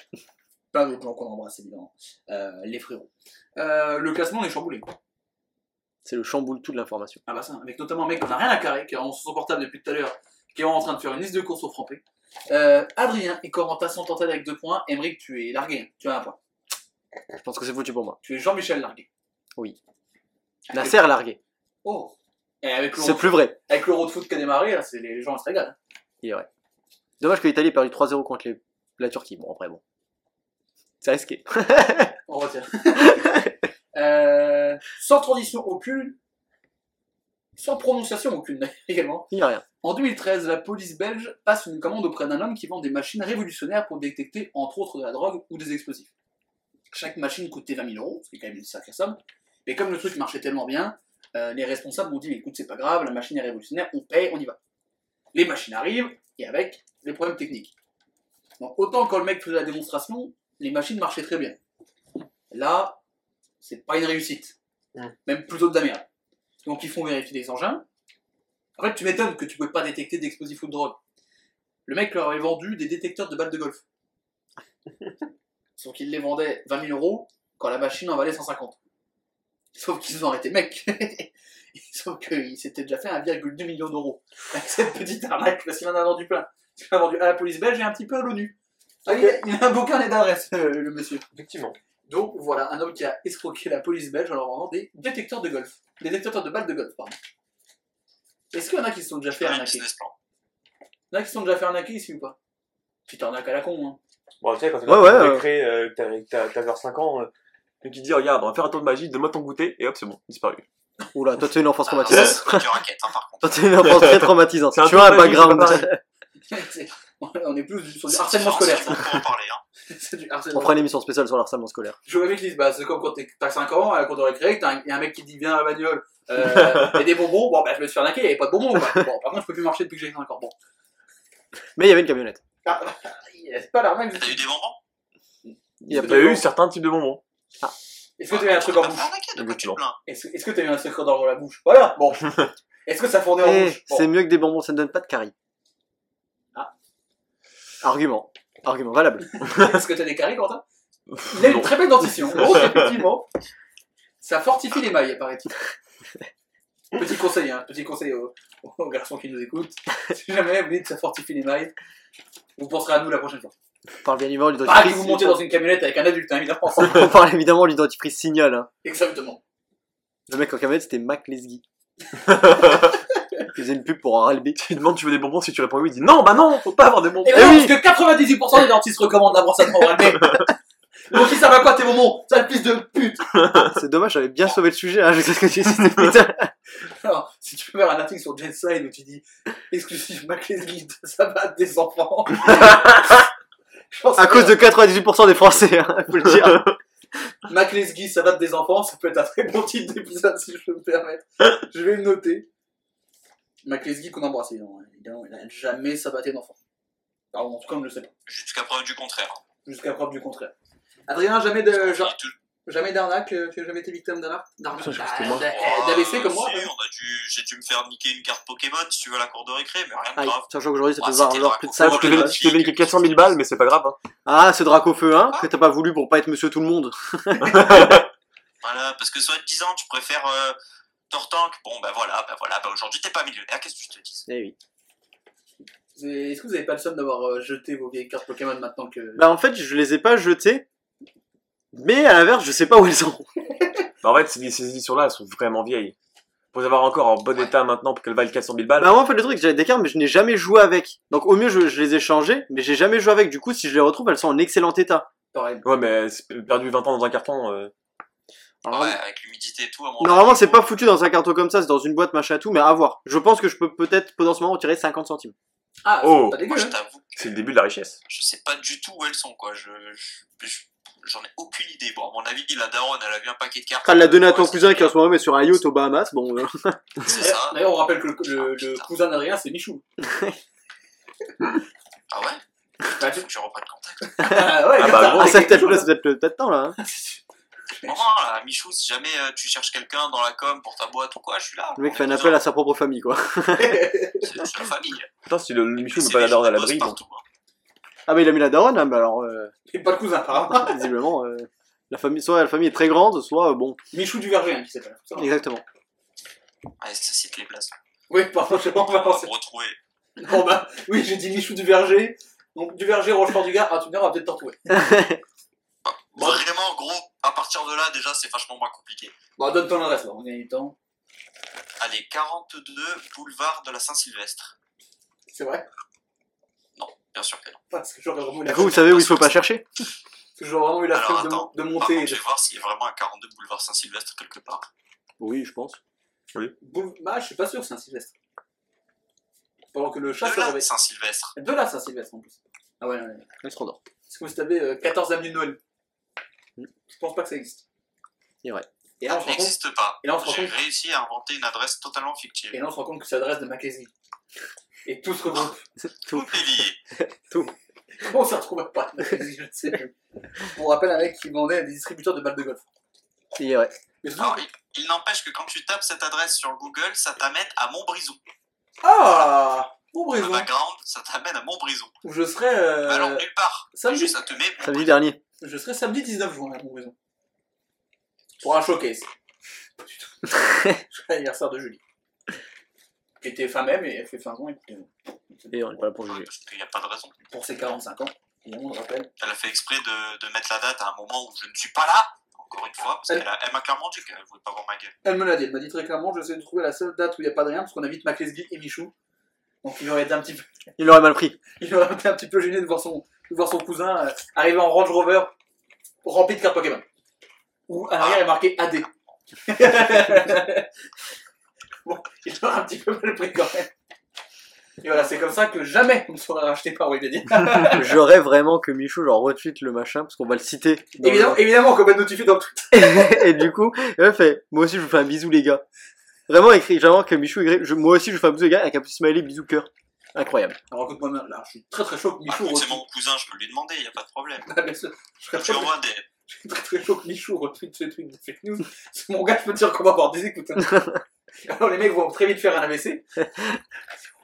Speaker 1: plein d'autres gens qu'on embrasse évidemment, Euh, les frérots. Euh, le classement est chamboulé.
Speaker 3: C'est le chamboule tout de l'information.
Speaker 1: Ah bah ça, avec notamment un mec qu'on n'a rien à carrer, qui est en son portable depuis tout à l'heure, qui est en train de faire une liste de courses au frappé. Euh, Adrien et Corentin sont en tête avec deux points. Emeric, tu es largué, hein. tu as un point.
Speaker 3: Je pense que c'est foutu pour moi.
Speaker 1: Tu es Jean-Michel largué.
Speaker 3: Nasser a largué.
Speaker 1: Oh Et avec le,
Speaker 3: C'est plus vrai.
Speaker 1: avec le road foot qui a démarré, là, c'est les gens ils se régalent. hein.
Speaker 3: Il est vrai. Dommage que l'Italie ait perdu 3-0 contre les- la Turquie. Bon, après, bon. C'est risqué.
Speaker 1: On retire. <laughs> Euh, sans transition aucune, sans prononciation aucune <laughs> d'ailleurs, également.
Speaker 3: Il n'y a rien.
Speaker 1: En 2013, la police belge passe une commande auprès d'un homme qui vend des machines révolutionnaires pour détecter entre autres de la drogue ou des explosifs. Chaque machine coûtait 20 000 euros, ce qui est quand même une sacrée somme. Et comme le truc marchait tellement bien, euh, les responsables ont dit mais écoute c'est pas grave, la machine est révolutionnaire, on paye, on y va. Les machines arrivent et avec les problèmes techniques. Donc autant quand le mec faisait la démonstration, les machines marchaient très bien. Là, c'est pas une réussite,
Speaker 2: Mm.
Speaker 1: même plutôt de la merde. Donc ils font vérifier les engins. En fait, tu m'étonnes que tu pouvais pas détecter d'explosifs ou de drogue. Le mec leur avait vendu des détecteurs de balles de <laughs> golf. Sauf qu'il les vendait 20 000 euros quand la machine en valait 150. Sauf qu'ils ont arrêté, le mec. <laughs> Sauf qu'il s'était déjà fait 1,2 million d'euros. Avec cette petite arnaque, parce qu'il en a vendu plein. Il en a vendu à la police belge et un petit peu à l'ONU. Ah oui, il a un beau carnet d'adresse, euh, le monsieur.
Speaker 2: Effectivement.
Speaker 1: Donc voilà, un homme qui a escroqué la police belge en leur vendant des détecteurs de golf. Des détecteurs de balles de golf, pardon. Est-ce qu'il y en a qui se sont déjà fait
Speaker 6: Dans les
Speaker 1: arnaquer
Speaker 6: business plans.
Speaker 1: Il y en a qui se sont déjà fait arnaquer ici ou pas Petite arnaque à la con, hein. <laughs>
Speaker 2: Bon, tu sais, quand t'es
Speaker 3: Ouais,
Speaker 2: dans
Speaker 3: ouais,
Speaker 2: le
Speaker 3: euh.
Speaker 2: décret, euh, t'as- t'as t'as vers 5 ans, euh, que tu dis, regarde, on va faire un tour de magie, donne-moi ton goûter, et hop, c'est bon, disparu.
Speaker 3: Oula, toi, tu as une enfance
Speaker 6: Ah,
Speaker 3: traumatisante.
Speaker 6: c'est du racket, hein, par contre.
Speaker 3: toi, tu as une enfance très traumatisante.
Speaker 2: C'est un
Speaker 3: Tu vois, un
Speaker 2: tournage,
Speaker 3: background.
Speaker 2: c'est pas
Speaker 1: C'est- On est plus sur du
Speaker 6: C'est
Speaker 1: harcèlement scolaire,
Speaker 6: différent, c'est
Speaker 1: ça.
Speaker 6: du bon pour en parler, hein.
Speaker 1: <laughs> C'est du
Speaker 3: On
Speaker 1: harcèlement
Speaker 3: fera une émission spéciale sur le harcèlement scolaire.
Speaker 1: Je avec Lise, bah, c'est comme quand t'es- t'as 5 ans, à la cour de récré, t'as un, y a un mec qui te dit viens à la bagnole, euh, et des bonbons, bon bah je me suis fait arnaquer, il n'y avait pas de bonbons, quoi. Bon, par contre je peux plus marcher depuis que j'ai 5 ans. Bon,
Speaker 3: Mais il y avait une camionnette.
Speaker 1: Ah, c'est pas l'arnaque,
Speaker 6: T'as eu des bonbons
Speaker 3: Il y a
Speaker 1: Est-ce
Speaker 2: Il
Speaker 1: que
Speaker 2: y a
Speaker 1: t'as
Speaker 2: eu certains types de bonbons.
Speaker 1: Est-ce que t'as eu un truc en
Speaker 6: Ah,
Speaker 1: bouche
Speaker 6: arnaqué, de quoi tu te plains
Speaker 1: Est-ce est-ce que t'as eu un secret dans la bouche Voilà, bon. Est-ce que ça fournait en
Speaker 3: Eh,
Speaker 1: bouche Bon.
Speaker 3: C'est mieux que des bonbons, ça ne donne pas de caries.
Speaker 1: Ah.
Speaker 3: Argument. Argument valable.
Speaker 1: Est-ce que t'as des carrés, Quentin Il a une
Speaker 2: Non.
Speaker 1: très belle dentition. Bon, <laughs> effectivement. Ça fortifie les mailles, paraît-il. Petit conseil, hein, petit conseil aux, aux garçons qui nous écoutent. Si jamais vous dites ça fortifie les mailles, vous penserez à nous la prochaine fois.
Speaker 3: Parle bien évidemment du
Speaker 1: Pas que
Speaker 3: dentifrice.
Speaker 1: vous montez
Speaker 3: <laughs>
Speaker 1: dans une camionnette avec un adulte, hein, évidemment.
Speaker 3: On parle évidemment du dentifrice signal. Hein.
Speaker 1: <laughs> Exactement.
Speaker 3: Le mec en camionnette, c'était Mac Lesguy. Il faisait une pub pour un ralbé.
Speaker 2: Tu lui demandes, tu veux des bonbons Si tu réponds oui, il dit non, bah non, faut pas avoir des bonbons.
Speaker 1: Et voilà, parce que 98% des dentistes recommandent la brosse à dents orale, mais... <laughs> Donc si ça va pas tes bonbons, sale fils de pute
Speaker 3: C'est dommage, j'avais bien sauvé le sujet. Hein, jusqu'à ce que tu dises,
Speaker 1: <laughs>
Speaker 3: putain.
Speaker 1: Alors, si tu peux faire un article sur Jetside où tu dis « Exclusif Mac Lesguy, <laughs> ça va des
Speaker 3: <laughs>
Speaker 1: enfants » Je pense
Speaker 3: À
Speaker 1: que-
Speaker 3: cause de 98% des Français, hein, faut le dire.
Speaker 1: Mac Lesguy, ça va des enfants, ça peut être un très bon titre d'épisode si je peux me permettre. Je vais le noter. Mac Lesguy qu'on embrasse, évidemment. Évidemment, il a jamais sabatté d'enfant. Enfin, en tout cas, on ne le sait pas.
Speaker 6: Jusqu'à preuve du contraire.
Speaker 1: Jusqu'à preuve du contraire. Adrien, jamais
Speaker 3: Euh,
Speaker 1: de,
Speaker 6: Il
Speaker 1: ja-
Speaker 6: est toujours-
Speaker 1: jamais d'arnaque, euh, tu as jamais été victime d'arnaque D'arnaque Eh,
Speaker 3: Putain, je crois que c'était moi.
Speaker 1: d'a- D'ABC comme moi
Speaker 6: Oh, euh, Si,
Speaker 3: euh.
Speaker 6: on a dû- J'ai dû me faire niquer une carte Pokémon si tu veux à la cour de récré, mais rien de
Speaker 3: Aïe,
Speaker 6: grave.
Speaker 3: sachant qu'aujourd'hui, ça
Speaker 6: Ah,
Speaker 3: peut voir
Speaker 6: c'était
Speaker 3: genre
Speaker 6: le
Speaker 3: plus de
Speaker 2: Ça,
Speaker 6: raconte.
Speaker 3: ça.
Speaker 2: je te vais- je te vais niquer 400 000 balles, mais c'est pas grave. hein.
Speaker 3: Ah, ce drac au feu, hein, que t'as pas voulu pour pas être monsieur tout le monde.
Speaker 6: Voilà, parce que soit 10 ans, tu préfères euh, Tortank. Bon, bah voilà, bah voilà, bah aujourd'hui t'es pas millionnaire, qu'est-ce que je te dis
Speaker 3: Eh oui.
Speaker 1: Vous avez- Est-ce que vous n'avez pas le seum d'avoir euh, jeté vos vieilles cartes Pokémon maintenant que...
Speaker 3: Bah, en fait, je les ai pas jetés. Mais à l'inverse, je sais pas où elles sont.
Speaker 2: Bah, en fait, ces, ces éditions-là, elles sont vraiment vieilles. Pour les avoir encore en bon état maintenant pour qu'elles valent 400 000 balles.
Speaker 3: Bah moi en fait le truc j'avais des cartes mais je n'ai jamais joué avec. Donc au mieux je, je les ai changées mais j'ai jamais joué avec. Du coup si je les retrouve elles sont en excellent état.
Speaker 1: Pareil.
Speaker 2: Ouais, mais c'est perdu 20 ans dans un carton. euh,
Speaker 3: Alors,
Speaker 6: Ouais, avec l'humidité et tout, à mon
Speaker 3: Ah Normalement c'est pas foutu dans un carton comme ça, c'est dans une boîte machin à tout mais à voir. Je pense que je peux peut-être potentiellement retirer 50 centimes.
Speaker 1: Ah, c'est
Speaker 2: Oh.
Speaker 1: pas dégueu,
Speaker 6: Moi, je
Speaker 1: hein.
Speaker 6: t'avoue,
Speaker 2: C'est le début de la richesse.
Speaker 6: je sais pas du tout où elles sont, quoi. Je. je- je- J'en ai aucune idée. Bon, à mon avis, la daronne, elle a vu un paquet de cartes.
Speaker 3: Ah,
Speaker 6: euh,
Speaker 3: Elle l'a donné à ton
Speaker 6: Ouais,
Speaker 3: cousin qui en ce moment est sur un yacht aux Bahamas. Bon euh,
Speaker 6: C'est ça.
Speaker 1: Eh, D'ailleurs, on rappelle que le, le-
Speaker 6: Ah,
Speaker 1: le
Speaker 6: putain.
Speaker 1: cousin d'Adrien, c'est Michou.
Speaker 6: Ah ouais
Speaker 1: Bah, tu-
Speaker 6: Faut que je reprenne contact.
Speaker 1: Ah, ouais,
Speaker 2: Ah,
Speaker 1: comme
Speaker 2: bah,
Speaker 1: ça,
Speaker 2: bon,
Speaker 3: ah,
Speaker 1: avec
Speaker 3: <laughs> ça peut-être
Speaker 1: quelque chose.
Speaker 3: peut peut-être peut-être temps là. hein.
Speaker 6: Maman, là, Michou, si jamais euh, tu cherches quelqu'un dans la com pour ta boîte ou quoi, je suis là.
Speaker 3: Le mec
Speaker 6: On
Speaker 3: fait un
Speaker 6: est
Speaker 3: appel à sa propre famille quoi.
Speaker 6: <laughs> tous- C'est c'est la famille. hein.
Speaker 2: Putain, si le, le Michou ne
Speaker 6: C'est
Speaker 2: veut pas la
Speaker 6: des gens
Speaker 2: daronne à
Speaker 6: qui
Speaker 2: l'abri,
Speaker 6: bossent
Speaker 2: donc.
Speaker 6: partout, hein.
Speaker 3: Ah bah il a mis la daronne hein, mais alors <laughs> euh,
Speaker 1: Et pas le cousin, apparemment.
Speaker 3: visiblement euh, la famille soit la famille est très grande soit euh, bon
Speaker 1: Michou du Verger, hein, qui s'appelle. Ça va.
Speaker 3: exactement.
Speaker 6: hein. Ouais, ça cite les places.
Speaker 1: Oui, pardon, je sais pas, on va
Speaker 6: On va
Speaker 1: penser.
Speaker 6: me retrouver.
Speaker 1: Bon, bah, oui, j'ai dit Michou du Verger. Donc, du Verger, Rochefort du Gard. Ah, tu me diras, on va peut-être t'en retrouver. Bon.
Speaker 6: Vraiment, gros, à partir de là, déjà, c'est vachement moins compliqué.
Speaker 1: Bon, Bah, donne ton adresse, là, on gagne du temps.
Speaker 6: Allez, 42 boulevard de la Saint-Sylvestre.
Speaker 1: C'est vrai
Speaker 6: Bien sûr que non.
Speaker 1: Parce que j'aurais vraiment eu la
Speaker 3: Du coup vous
Speaker 1: flemme.
Speaker 3: savez où il faut pas chercher.
Speaker 1: Parce que j'aurais vraiment eu la
Speaker 6: Alors,
Speaker 1: flemme de,
Speaker 6: attends.
Speaker 1: mon- de
Speaker 6: Par
Speaker 1: monter.
Speaker 6: contre, je vais voir s'il y a vraiment un 42 boulevard Saint-Sylvestre quelque part.
Speaker 3: Oui je pense.
Speaker 1: Boule- Bah, je suis pas sûr, c'est un Sylvestre. Pendant que le
Speaker 6: De
Speaker 1: chat se
Speaker 6: là,
Speaker 1: réveille.
Speaker 6: Saint-Sylvestre.
Speaker 1: De là, c'est un Sylvestre, en plus. Ah ouais, ouais. ouais.
Speaker 3: Elle se rendort.
Speaker 1: Parce que vous savez, euh, 14 avenue de Noël.
Speaker 3: Mm.
Speaker 1: Je pense pas que ça existe.
Speaker 3: C'est vrai.
Speaker 1: Et là, on se rend compte-
Speaker 6: N'existe pas.
Speaker 1: et là, on se rend
Speaker 6: J'ai
Speaker 1: compte-
Speaker 6: réussi à inventer une adresse totalement
Speaker 1: et
Speaker 6: fictive.
Speaker 1: là, on se rend compte que c'est l'adresse de Mackenzie. Et tout se regroupe. <laughs>
Speaker 3: Tout.
Speaker 6: Tout est lié.
Speaker 1: Comment on s'est retrouvé à Paris Je ne sais plus. On rappelle un mec qui vendait à des distributeurs de balles de golf. Ah
Speaker 3: Et ouais.
Speaker 1: Mais surtout-
Speaker 6: Alors, il, il n'empêche que quand tu tapes cette adresse sur Google, ça t'amène à Montbrison.
Speaker 1: Ah Bon
Speaker 6: Le
Speaker 1: brison
Speaker 6: background, ça t'amène à Montbrison.
Speaker 1: Où Je serai, euh,
Speaker 6: Mais bah. Alors, nulle part.
Speaker 1: samedi.
Speaker 6: Juste, ça te met
Speaker 3: Samedi dernier.
Speaker 1: je serai samedi 19 juin à Montbrison. Pour un showcase. Pas du
Speaker 3: <laughs>
Speaker 1: tout. C'est l'anniversaire de Julie. Qui était fin même et elle fait fin juin, écoutez-moi.
Speaker 3: Et on est pas là pour
Speaker 6: Ouais,
Speaker 3: juger.
Speaker 6: parce qu'il n'y a pas de raison.
Speaker 1: Pour ses 45 ans, évidemment, on le rappelle.
Speaker 6: Elle a fait exprès de, de mettre la date à un moment où je ne suis pas là, encore une fois, parce
Speaker 1: Elle-
Speaker 6: qu'elle a- elle m'a clairement dit qu'elle voulait pas voir ma gueule.
Speaker 1: Elle me l'a dit, elle m'a dit très clairement j'essaie de trouver la seule date où il n'y a pas de rien, parce qu'on a vite McLesby et Michou. Donc il aurait été un petit peu <laughs>
Speaker 3: Il aurait mal pris.
Speaker 1: Il aurait été un petit peu gêné de voir son, de voir son cousin euh, arriver en Range Rover rempli de cartes Pokémon. Où à l'arrière est marqué AD. <laughs> bon, il aurait un petit peu mal pris quand même. Et voilà, c'est comme ça que jamais on ne sera racheté par Wikipédia.
Speaker 3: J'aurais vraiment que Michou genre retweet le machin parce qu'on va le citer. dans
Speaker 1: évidemment, évidemment qu'on va être notifié dans le tweet.
Speaker 3: le- <laughs> Et du coup, elle fait moi aussi je vous fais un bisou les gars. Vraiment écrit, vraiment que Michou écrit, je- moi aussi je vous fais un bisou les gars avec un petit smiley bisou cœur. Incroyable.
Speaker 1: Raconte-moi, ma- là, je suis très très chaud que
Speaker 6: Ah,
Speaker 1: Michou.
Speaker 6: écoute, c'est
Speaker 1: retweet.
Speaker 6: mon cousin, je peux lui demander, il n'y a pas de problème.
Speaker 1: Ah, bien sûr. Je serais
Speaker 6: Tu
Speaker 1: très,
Speaker 6: envoies des.
Speaker 1: je suis très très chaud que Michou retweet ce tweet de fake news. C'est mon gars, je peux te dire qu'on va avoir des
Speaker 3: <laughs>
Speaker 1: écoutes. hein. Alors les mecs vont très vite faire un AVC. On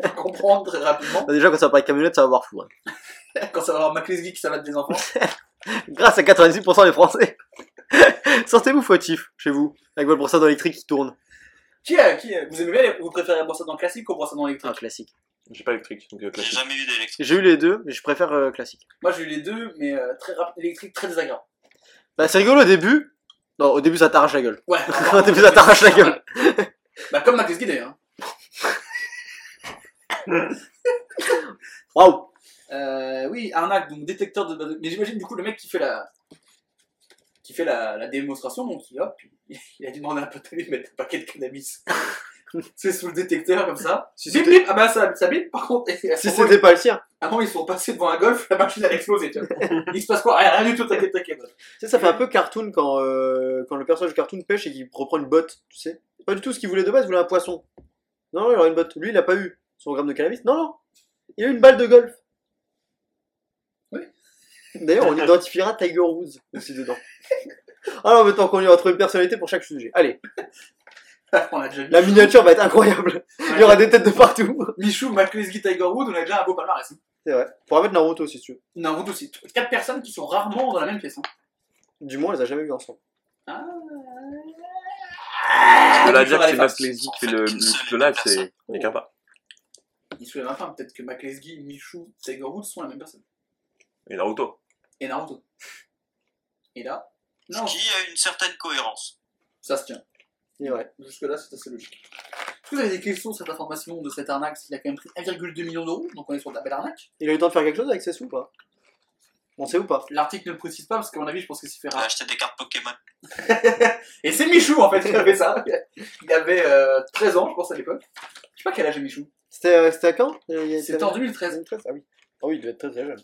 Speaker 1: va comprendre très rapidement.
Speaker 3: Bah, Déjà, quand ça va parler de camionnette, ça va voir fou. hein.
Speaker 1: Quand ça va avoir McLeesby qui s'abat des enfants.
Speaker 3: Grâce à 98% des Français. <laughs> Sortez-vous fautif chez vous, avec votre brossade électrique qui tourne.
Speaker 1: Qui, euh, qui euh, Vous aimez bien les- Vous préférez la brosse à dents classique ou brosse à dents électrique
Speaker 3: Un Ah, classique.
Speaker 2: J'ai pas électrique, donc euh,
Speaker 6: J'ai
Speaker 2: classique.
Speaker 6: jamais eu d'électrique.
Speaker 3: J'ai eu les deux, mais je préfère euh, classique.
Speaker 1: Moi j'ai eu les deux, mais euh, très rap- électrique, très désagréable.
Speaker 3: Bah, c'est rigolo au début. Non, au début, ça t'arrache la gueule. <laughs>
Speaker 1: Ouais.
Speaker 3: au début, ça t'arrache la gueule.
Speaker 1: Bah comme McLeesby d'ailleurs.
Speaker 3: Waouh!
Speaker 1: Euh, oui, arnaque, donc détecteur de. Mais j'imagine du coup le mec qui fait la. qui fait la, la démonstration, donc il, hop, il il a dû demander à un pote à lui de mettre un paquet de cannabis. <laughs> c'est sous le détecteur comme ça.
Speaker 3: Si
Speaker 1: bip
Speaker 3: c'était
Speaker 1: bip Ah bah ça, ça bip par contre. <laughs> Et à ce
Speaker 3: si
Speaker 1: moment,
Speaker 3: c'était pas le sien.
Speaker 1: ils- Avant ils sont passés devant un golf, la machine elle a explosé. tu vois. il se passe quoi rien, rien du tout, t'inquiète, t'inquiète.
Speaker 3: Tu sais, ça fait un peu cartoon quand, euh, quand le personnage de cartoon pêche et qu'il reprend une botte, tu sais. C'est Pas du tout ce qu'il voulait de base, il voulait un poisson. Non, non, il aurait une botte. Lui, il a pas eu son gramme de cannabis. Non, non. Il a eu une balle de golf.
Speaker 1: Oui.
Speaker 3: D'ailleurs, on identifiera Tiger Woods aussi dedans. Ah Alors, maintenant qu'on lui a trouvé une personnalité pour chaque sujet. Allez,
Speaker 1: on a déjà vu.
Speaker 3: la miniature va être incroyable. Il y aura des têtes de partout.
Speaker 1: Michou, McClesky, Tiger Wood, on a déjà un beau palmarès. hein.
Speaker 3: C'est vrai. Pour mettre Naruto, si tu veux.
Speaker 1: Naruto aussi. Quatre personnes qui sont rarement dans la même pièce. hein. Ah.
Speaker 3: Du moins, on les a jamais vus ensemble.
Speaker 2: De là à
Speaker 1: il
Speaker 2: dire
Speaker 1: faudra
Speaker 2: que
Speaker 1: les faire.
Speaker 2: c'est Max Lazy qui fait le le- le live, c'est c'est qu'un pas.
Speaker 1: Il soulève un frein, peut-être que McClesky, Michou, Tiger Wood sont la même personne.
Speaker 2: Et Naruto.
Speaker 1: et Naruto. Et là, non,
Speaker 6: Ce qui a une certaine cohérence.
Speaker 1: ça se tient.
Speaker 3: C'est vrai.
Speaker 1: Jusque-là, c'est assez logique. Est-ce que vous avez des questions sur cette information de cette arnaque Il a quand même pris 1,2 million d'euros, donc on est sur de la belle arnaque.
Speaker 3: Il a eu le temps de faire quelque chose avec ses sous ou pas On sait ou pas
Speaker 1: L'article ne le précise pas, parce qu'à mon avis, je pense que c'est fait
Speaker 6: Il a
Speaker 1: rare.
Speaker 6: acheté des cartes
Speaker 1: Eh
Speaker 6: Pokémon.
Speaker 1: ben, Et c'est Michou, en fait, qui avait ça. Il avait euh, 13 ans, je pense, à l'époque. Je sais pas quel âge est Michou.
Speaker 3: C'était euh, c'était à quand Il y a-
Speaker 1: C'était en 2013.
Speaker 3: 2013, Ah oui. Ah oui, il devait être très très jeune.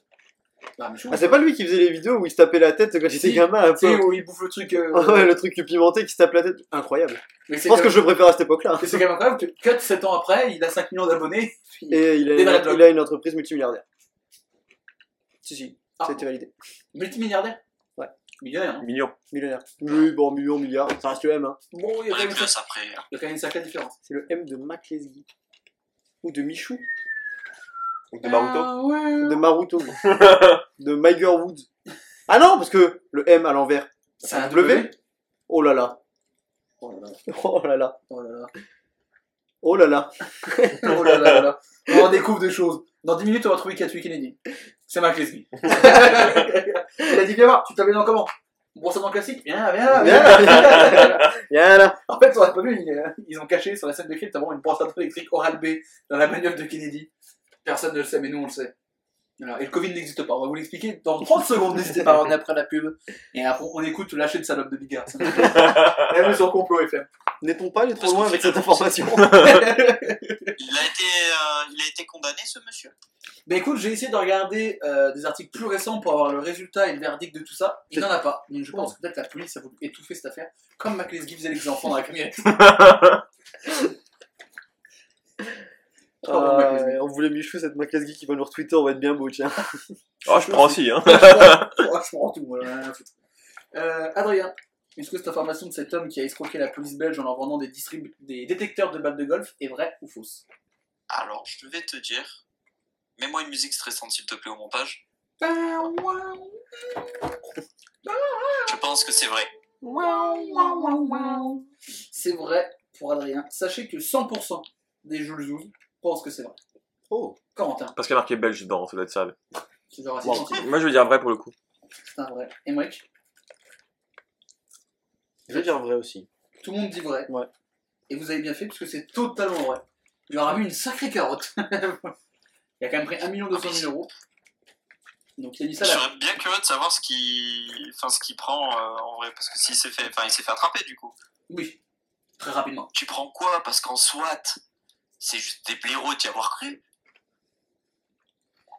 Speaker 1: Bah, Michou,
Speaker 3: Ah, c'est pas lui qui faisait les vidéos où il se tapait la tête quand il était
Speaker 1: Si.
Speaker 3: gamin un
Speaker 1: tu sais,
Speaker 3: peu.
Speaker 1: où il bouffe le truc. euh,
Speaker 3: Ah ouais, <laughs> le truc pimenté qui se tape la tête. Incroyable.
Speaker 1: Mais c'est
Speaker 3: Je pense
Speaker 1: quand
Speaker 3: que je le préfère à cette époque-là.
Speaker 1: même- c'est quand même incroyable que Cut, 7 ans après, il a 5 millions d'abonnés. puis-
Speaker 3: Et il a,
Speaker 1: Des dreadlocks.
Speaker 3: il a une entreprise multimilliardaire. Si, si,
Speaker 1: Ah,
Speaker 3: ça a été validé.
Speaker 1: multimilliardaire
Speaker 3: Ouais.
Speaker 1: Millionnaire. hein.
Speaker 2: Million.
Speaker 3: Millionnaire. Oui, bon, million, milliard, ça reste le M. Hein.
Speaker 1: Bon, il y a quand même,
Speaker 6: Avec
Speaker 1: une-
Speaker 6: le après.
Speaker 1: il y a quand même une sacrée différence.
Speaker 3: C'est le M de Mac Lesguy. Ou de Michou.
Speaker 2: Ou de Naruto.
Speaker 1: Ah, ouais.
Speaker 3: De Maruto. oui. de Miger Woods. Ah non, parce que le M à l'envers.
Speaker 1: C'est un
Speaker 3: W. Oh là là. <laughs>
Speaker 1: Oh là là.
Speaker 3: Oh là là.
Speaker 1: Oh là là.
Speaker 3: Oh là là.
Speaker 1: Oh là là là là. On en découvre des choses. Dans 10 minutes, on va trouver qui a tué Kennedy. C'est Mark Leslie. Il a dit, viens voir, tu t'appelles dans comment Bon, ça dans le classique Viens, viens, viens. <laughs>
Speaker 3: Y'a là.
Speaker 1: en fait, on l'a pas vu, il, euh, ils ont caché sur la scène de film, t'as vraiment une brosse à dents électrique oral B dans la manœuvre de Kennedy. Personne ne le sait, mais nous, on le sait. Voilà. Et le Covid n'existe pas. On va vous l'expliquer dans 30 secondes. N'hésitez pas, on est après la pub. Et après, on écoute lâcher de salope de Bigard. Ça nous plaît. Bienvenue sur Complot <laughs> FM.
Speaker 3: N'est-on pas allé trop
Speaker 6: Parce
Speaker 3: loin
Speaker 6: qu'on
Speaker 3: avec
Speaker 6: fait
Speaker 3: cette <laughs> information
Speaker 6: Il a été, euh, il a été condamné, ce monsieur.
Speaker 1: Bah écoute, j'ai essayé de regarder euh, des articles plus récents pour avoir le résultat et le verdict de tout ça. Il n'y en a pas. Donc je pense que peut-être la police a voulu étouffer cette affaire, comme McLesky faisait les enfants dans la camionnette. <laughs> Pardon, McLesby.
Speaker 3: Euh, on voulait Michou, cette Maclesguy qui va nous retweeter, on va être bien beau, tiens.
Speaker 2: Ah, je prends aussi, hein.
Speaker 3: <laughs>
Speaker 1: Oh, je prends tout, moi, rien à foutre. Euh, Adrien, est-ce que cette information de cet homme qui a escroqué la police belge en leur vendant des, distribu- des détecteurs de balles de golf est vraie ou fausse
Speaker 6: Alors, je vais te dire. Mets-moi une musique stressante, s'il te plaît, au montage. Je pense que c'est vrai.
Speaker 1: C'est vrai pour Adrien. Sachez que 100% des Jules Zouz pensent que c'est vrai.
Speaker 3: Oh.
Speaker 1: Corentin,
Speaker 2: Parce qu'il y a marqué belge dedans, ça doit être ça.
Speaker 1: c'est genre assez
Speaker 3: Wow.
Speaker 1: gentil.
Speaker 2: Moi, je veux dire vrai pour le coup.
Speaker 1: C'est un vrai. Et Mike,
Speaker 3: Je vais dire vrai aussi.
Speaker 1: tout le monde dit vrai.
Speaker 3: Ouais.
Speaker 1: Et vous avez bien fait parce que c'est totalement vrai. Il leur a mis une sacrée carotte. <laughs> il a quand même pris 1 200 000 euros. Donc il a dit ça
Speaker 6: Je
Speaker 1: là.
Speaker 6: serais bien curieux de savoir ce qu'il enfin, ce qu'il prend euh, en vrai. Parce que s'il s'est fait... Enfin, il s'est fait attraper, du coup.
Speaker 1: Oui. Très rapidement.
Speaker 6: Tu prends quoi Parce qu'en SWAT, c'est juste des blaireaux d'y avoir cru.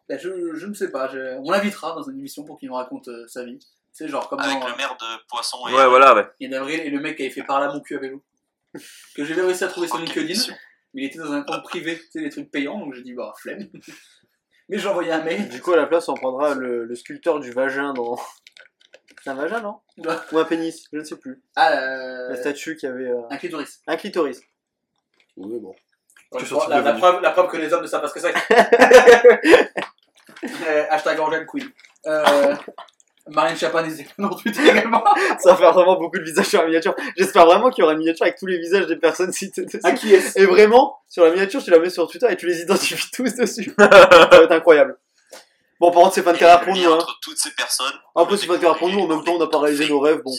Speaker 1: Bah, je, je ne sais pas. je- On l'invitera dans une émission pour qu'il nous raconte euh, sa vie. C'est genre comme
Speaker 6: Avec
Speaker 1: dans, euh,
Speaker 6: le maire de Poisson et...
Speaker 2: Ouais, voilà, ouais.
Speaker 1: Il y a d'avril et le mec qui avait fait par là mon cul avec vous. Que j'ai même réussi à trouver sur
Speaker 6: Oh, quelle
Speaker 1: LinkedIn.
Speaker 6: mission.
Speaker 1: Mais il était dans un compte privé, tu sais, les trucs payants, donc j'ai dit, bah, flemme. <laughs> Mais j'ai envoyé un mail.
Speaker 3: Du coup, à la place, on prendra le, le sculpteur du vagin dans. <laughs> C'est un vagin, non Ou un pénis, je ne sais plus.
Speaker 1: à
Speaker 3: La statue qui avait. euh,
Speaker 1: un clitoris.
Speaker 3: Un clitoris.
Speaker 5: Oui, bon.
Speaker 1: Encore une
Speaker 5: sortes
Speaker 1: fois, La,
Speaker 5: de
Speaker 1: la
Speaker 5: vie.
Speaker 1: preuve, la preuve que les hommes ne savent pas ce que <laughs> c'est. Euh, hashtag Angel Queen. Euh, Marine Chapin est également tweetée également.
Speaker 3: Ça va faire vraiment beaucoup de visages sur la miniature. J'espère vraiment qu'il y aura une miniature avec tous les visages des personnes citées dessus.
Speaker 1: À qui est-ce
Speaker 3: Et vraiment, sur la miniature, tu la mets sur Twitter et tu les identifies <laughs> tous dessus. ça va être incroyable. Bon, par contre, c'est fin de carrière <laughs> pour
Speaker 6: Et le
Speaker 3: nous.
Speaker 6: lien
Speaker 3: Hein.
Speaker 6: entre toutes ces personnes.
Speaker 3: Après, c'est fin de carrière pour nous. En même temps, on n'a pas réalisé nos rêves. Bon,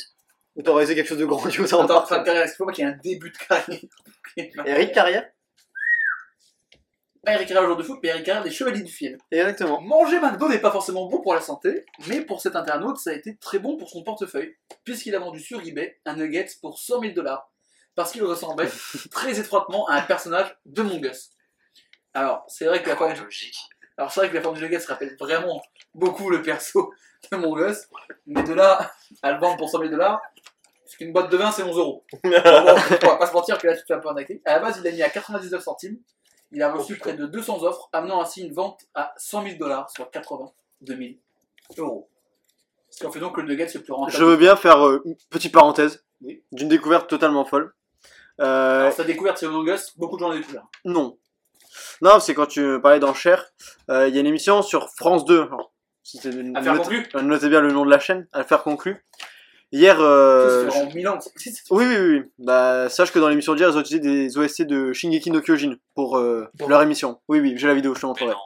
Speaker 3: on t'a réalisé quelque chose de grandiose. hein. en
Speaker 1: Attends,
Speaker 3: partant.
Speaker 1: ça t'intéresse, faut pas qu'il y ait un début de carrière. <laughs>
Speaker 3: Eric Carrière
Speaker 1: Pas Eric Carrière, joueur de foot, mais Eric Carrière, des chevaliers du film.
Speaker 3: <laughs> Exactement.
Speaker 1: Manger McDo n'est pas forcément bon pour la santé, mais pour cet internaute, ça a été très bon pour son portefeuille, puisqu'il a vendu sur eBay un nugget pour 100 000 dollars, parce qu'il <laughs> ressemblait très étroitement à un personnage de Mon Gus. Alors, c'est vrai que la forme,
Speaker 6: Ouais, logique.
Speaker 1: alors, c'est vrai que la forme du nugget se rappelle vraiment beaucoup le perso <laughs> de Mon Gus, mais de là à le vendre pour 100 000 dollars, parce qu'une boîte de vin, c'est 11 euros. Bon, on va pas se mentir que là, tu te fais un peu arnaquer. À la base, il l'a mis à 99 centimes. Il
Speaker 3: Oh,
Speaker 1: a reçu près de 200 offres, amenant ainsi une vente à 100 000 dollars, soit 82 000 euros. Ce qui en fait donc que le nugget le plus rentable.
Speaker 3: Je veux bien faire euh, une petite parenthèse
Speaker 1: Oui.
Speaker 3: d'une découverte totalement folle. Euh,
Speaker 1: Alors, sa découverte, c'est Among Us, beaucoup de gens hein. l'ont découvert.
Speaker 3: Non. Non, c'est quand tu parlais d'enchères, euh, il y a une émission sur France 2. Alors, c'était une-
Speaker 1: Affaire
Speaker 3: note-
Speaker 1: conclue
Speaker 3: euh, notez bien le nom de la chaîne, Affaire conclue. Hier. euh,
Speaker 1: Ça, C'est en <laughs> Milan. c'est- c'est-
Speaker 3: oui, oui, oui, oui. Bah, sache que dans l'émission d'hier, ils ont utilisé des OST de Shingeki no Kyojin pour euh,
Speaker 1: Bon.
Speaker 3: leur émission. Oui, oui, j'ai la vidéo, je te
Speaker 6: Mais
Speaker 3: montrerai.
Speaker 6: non.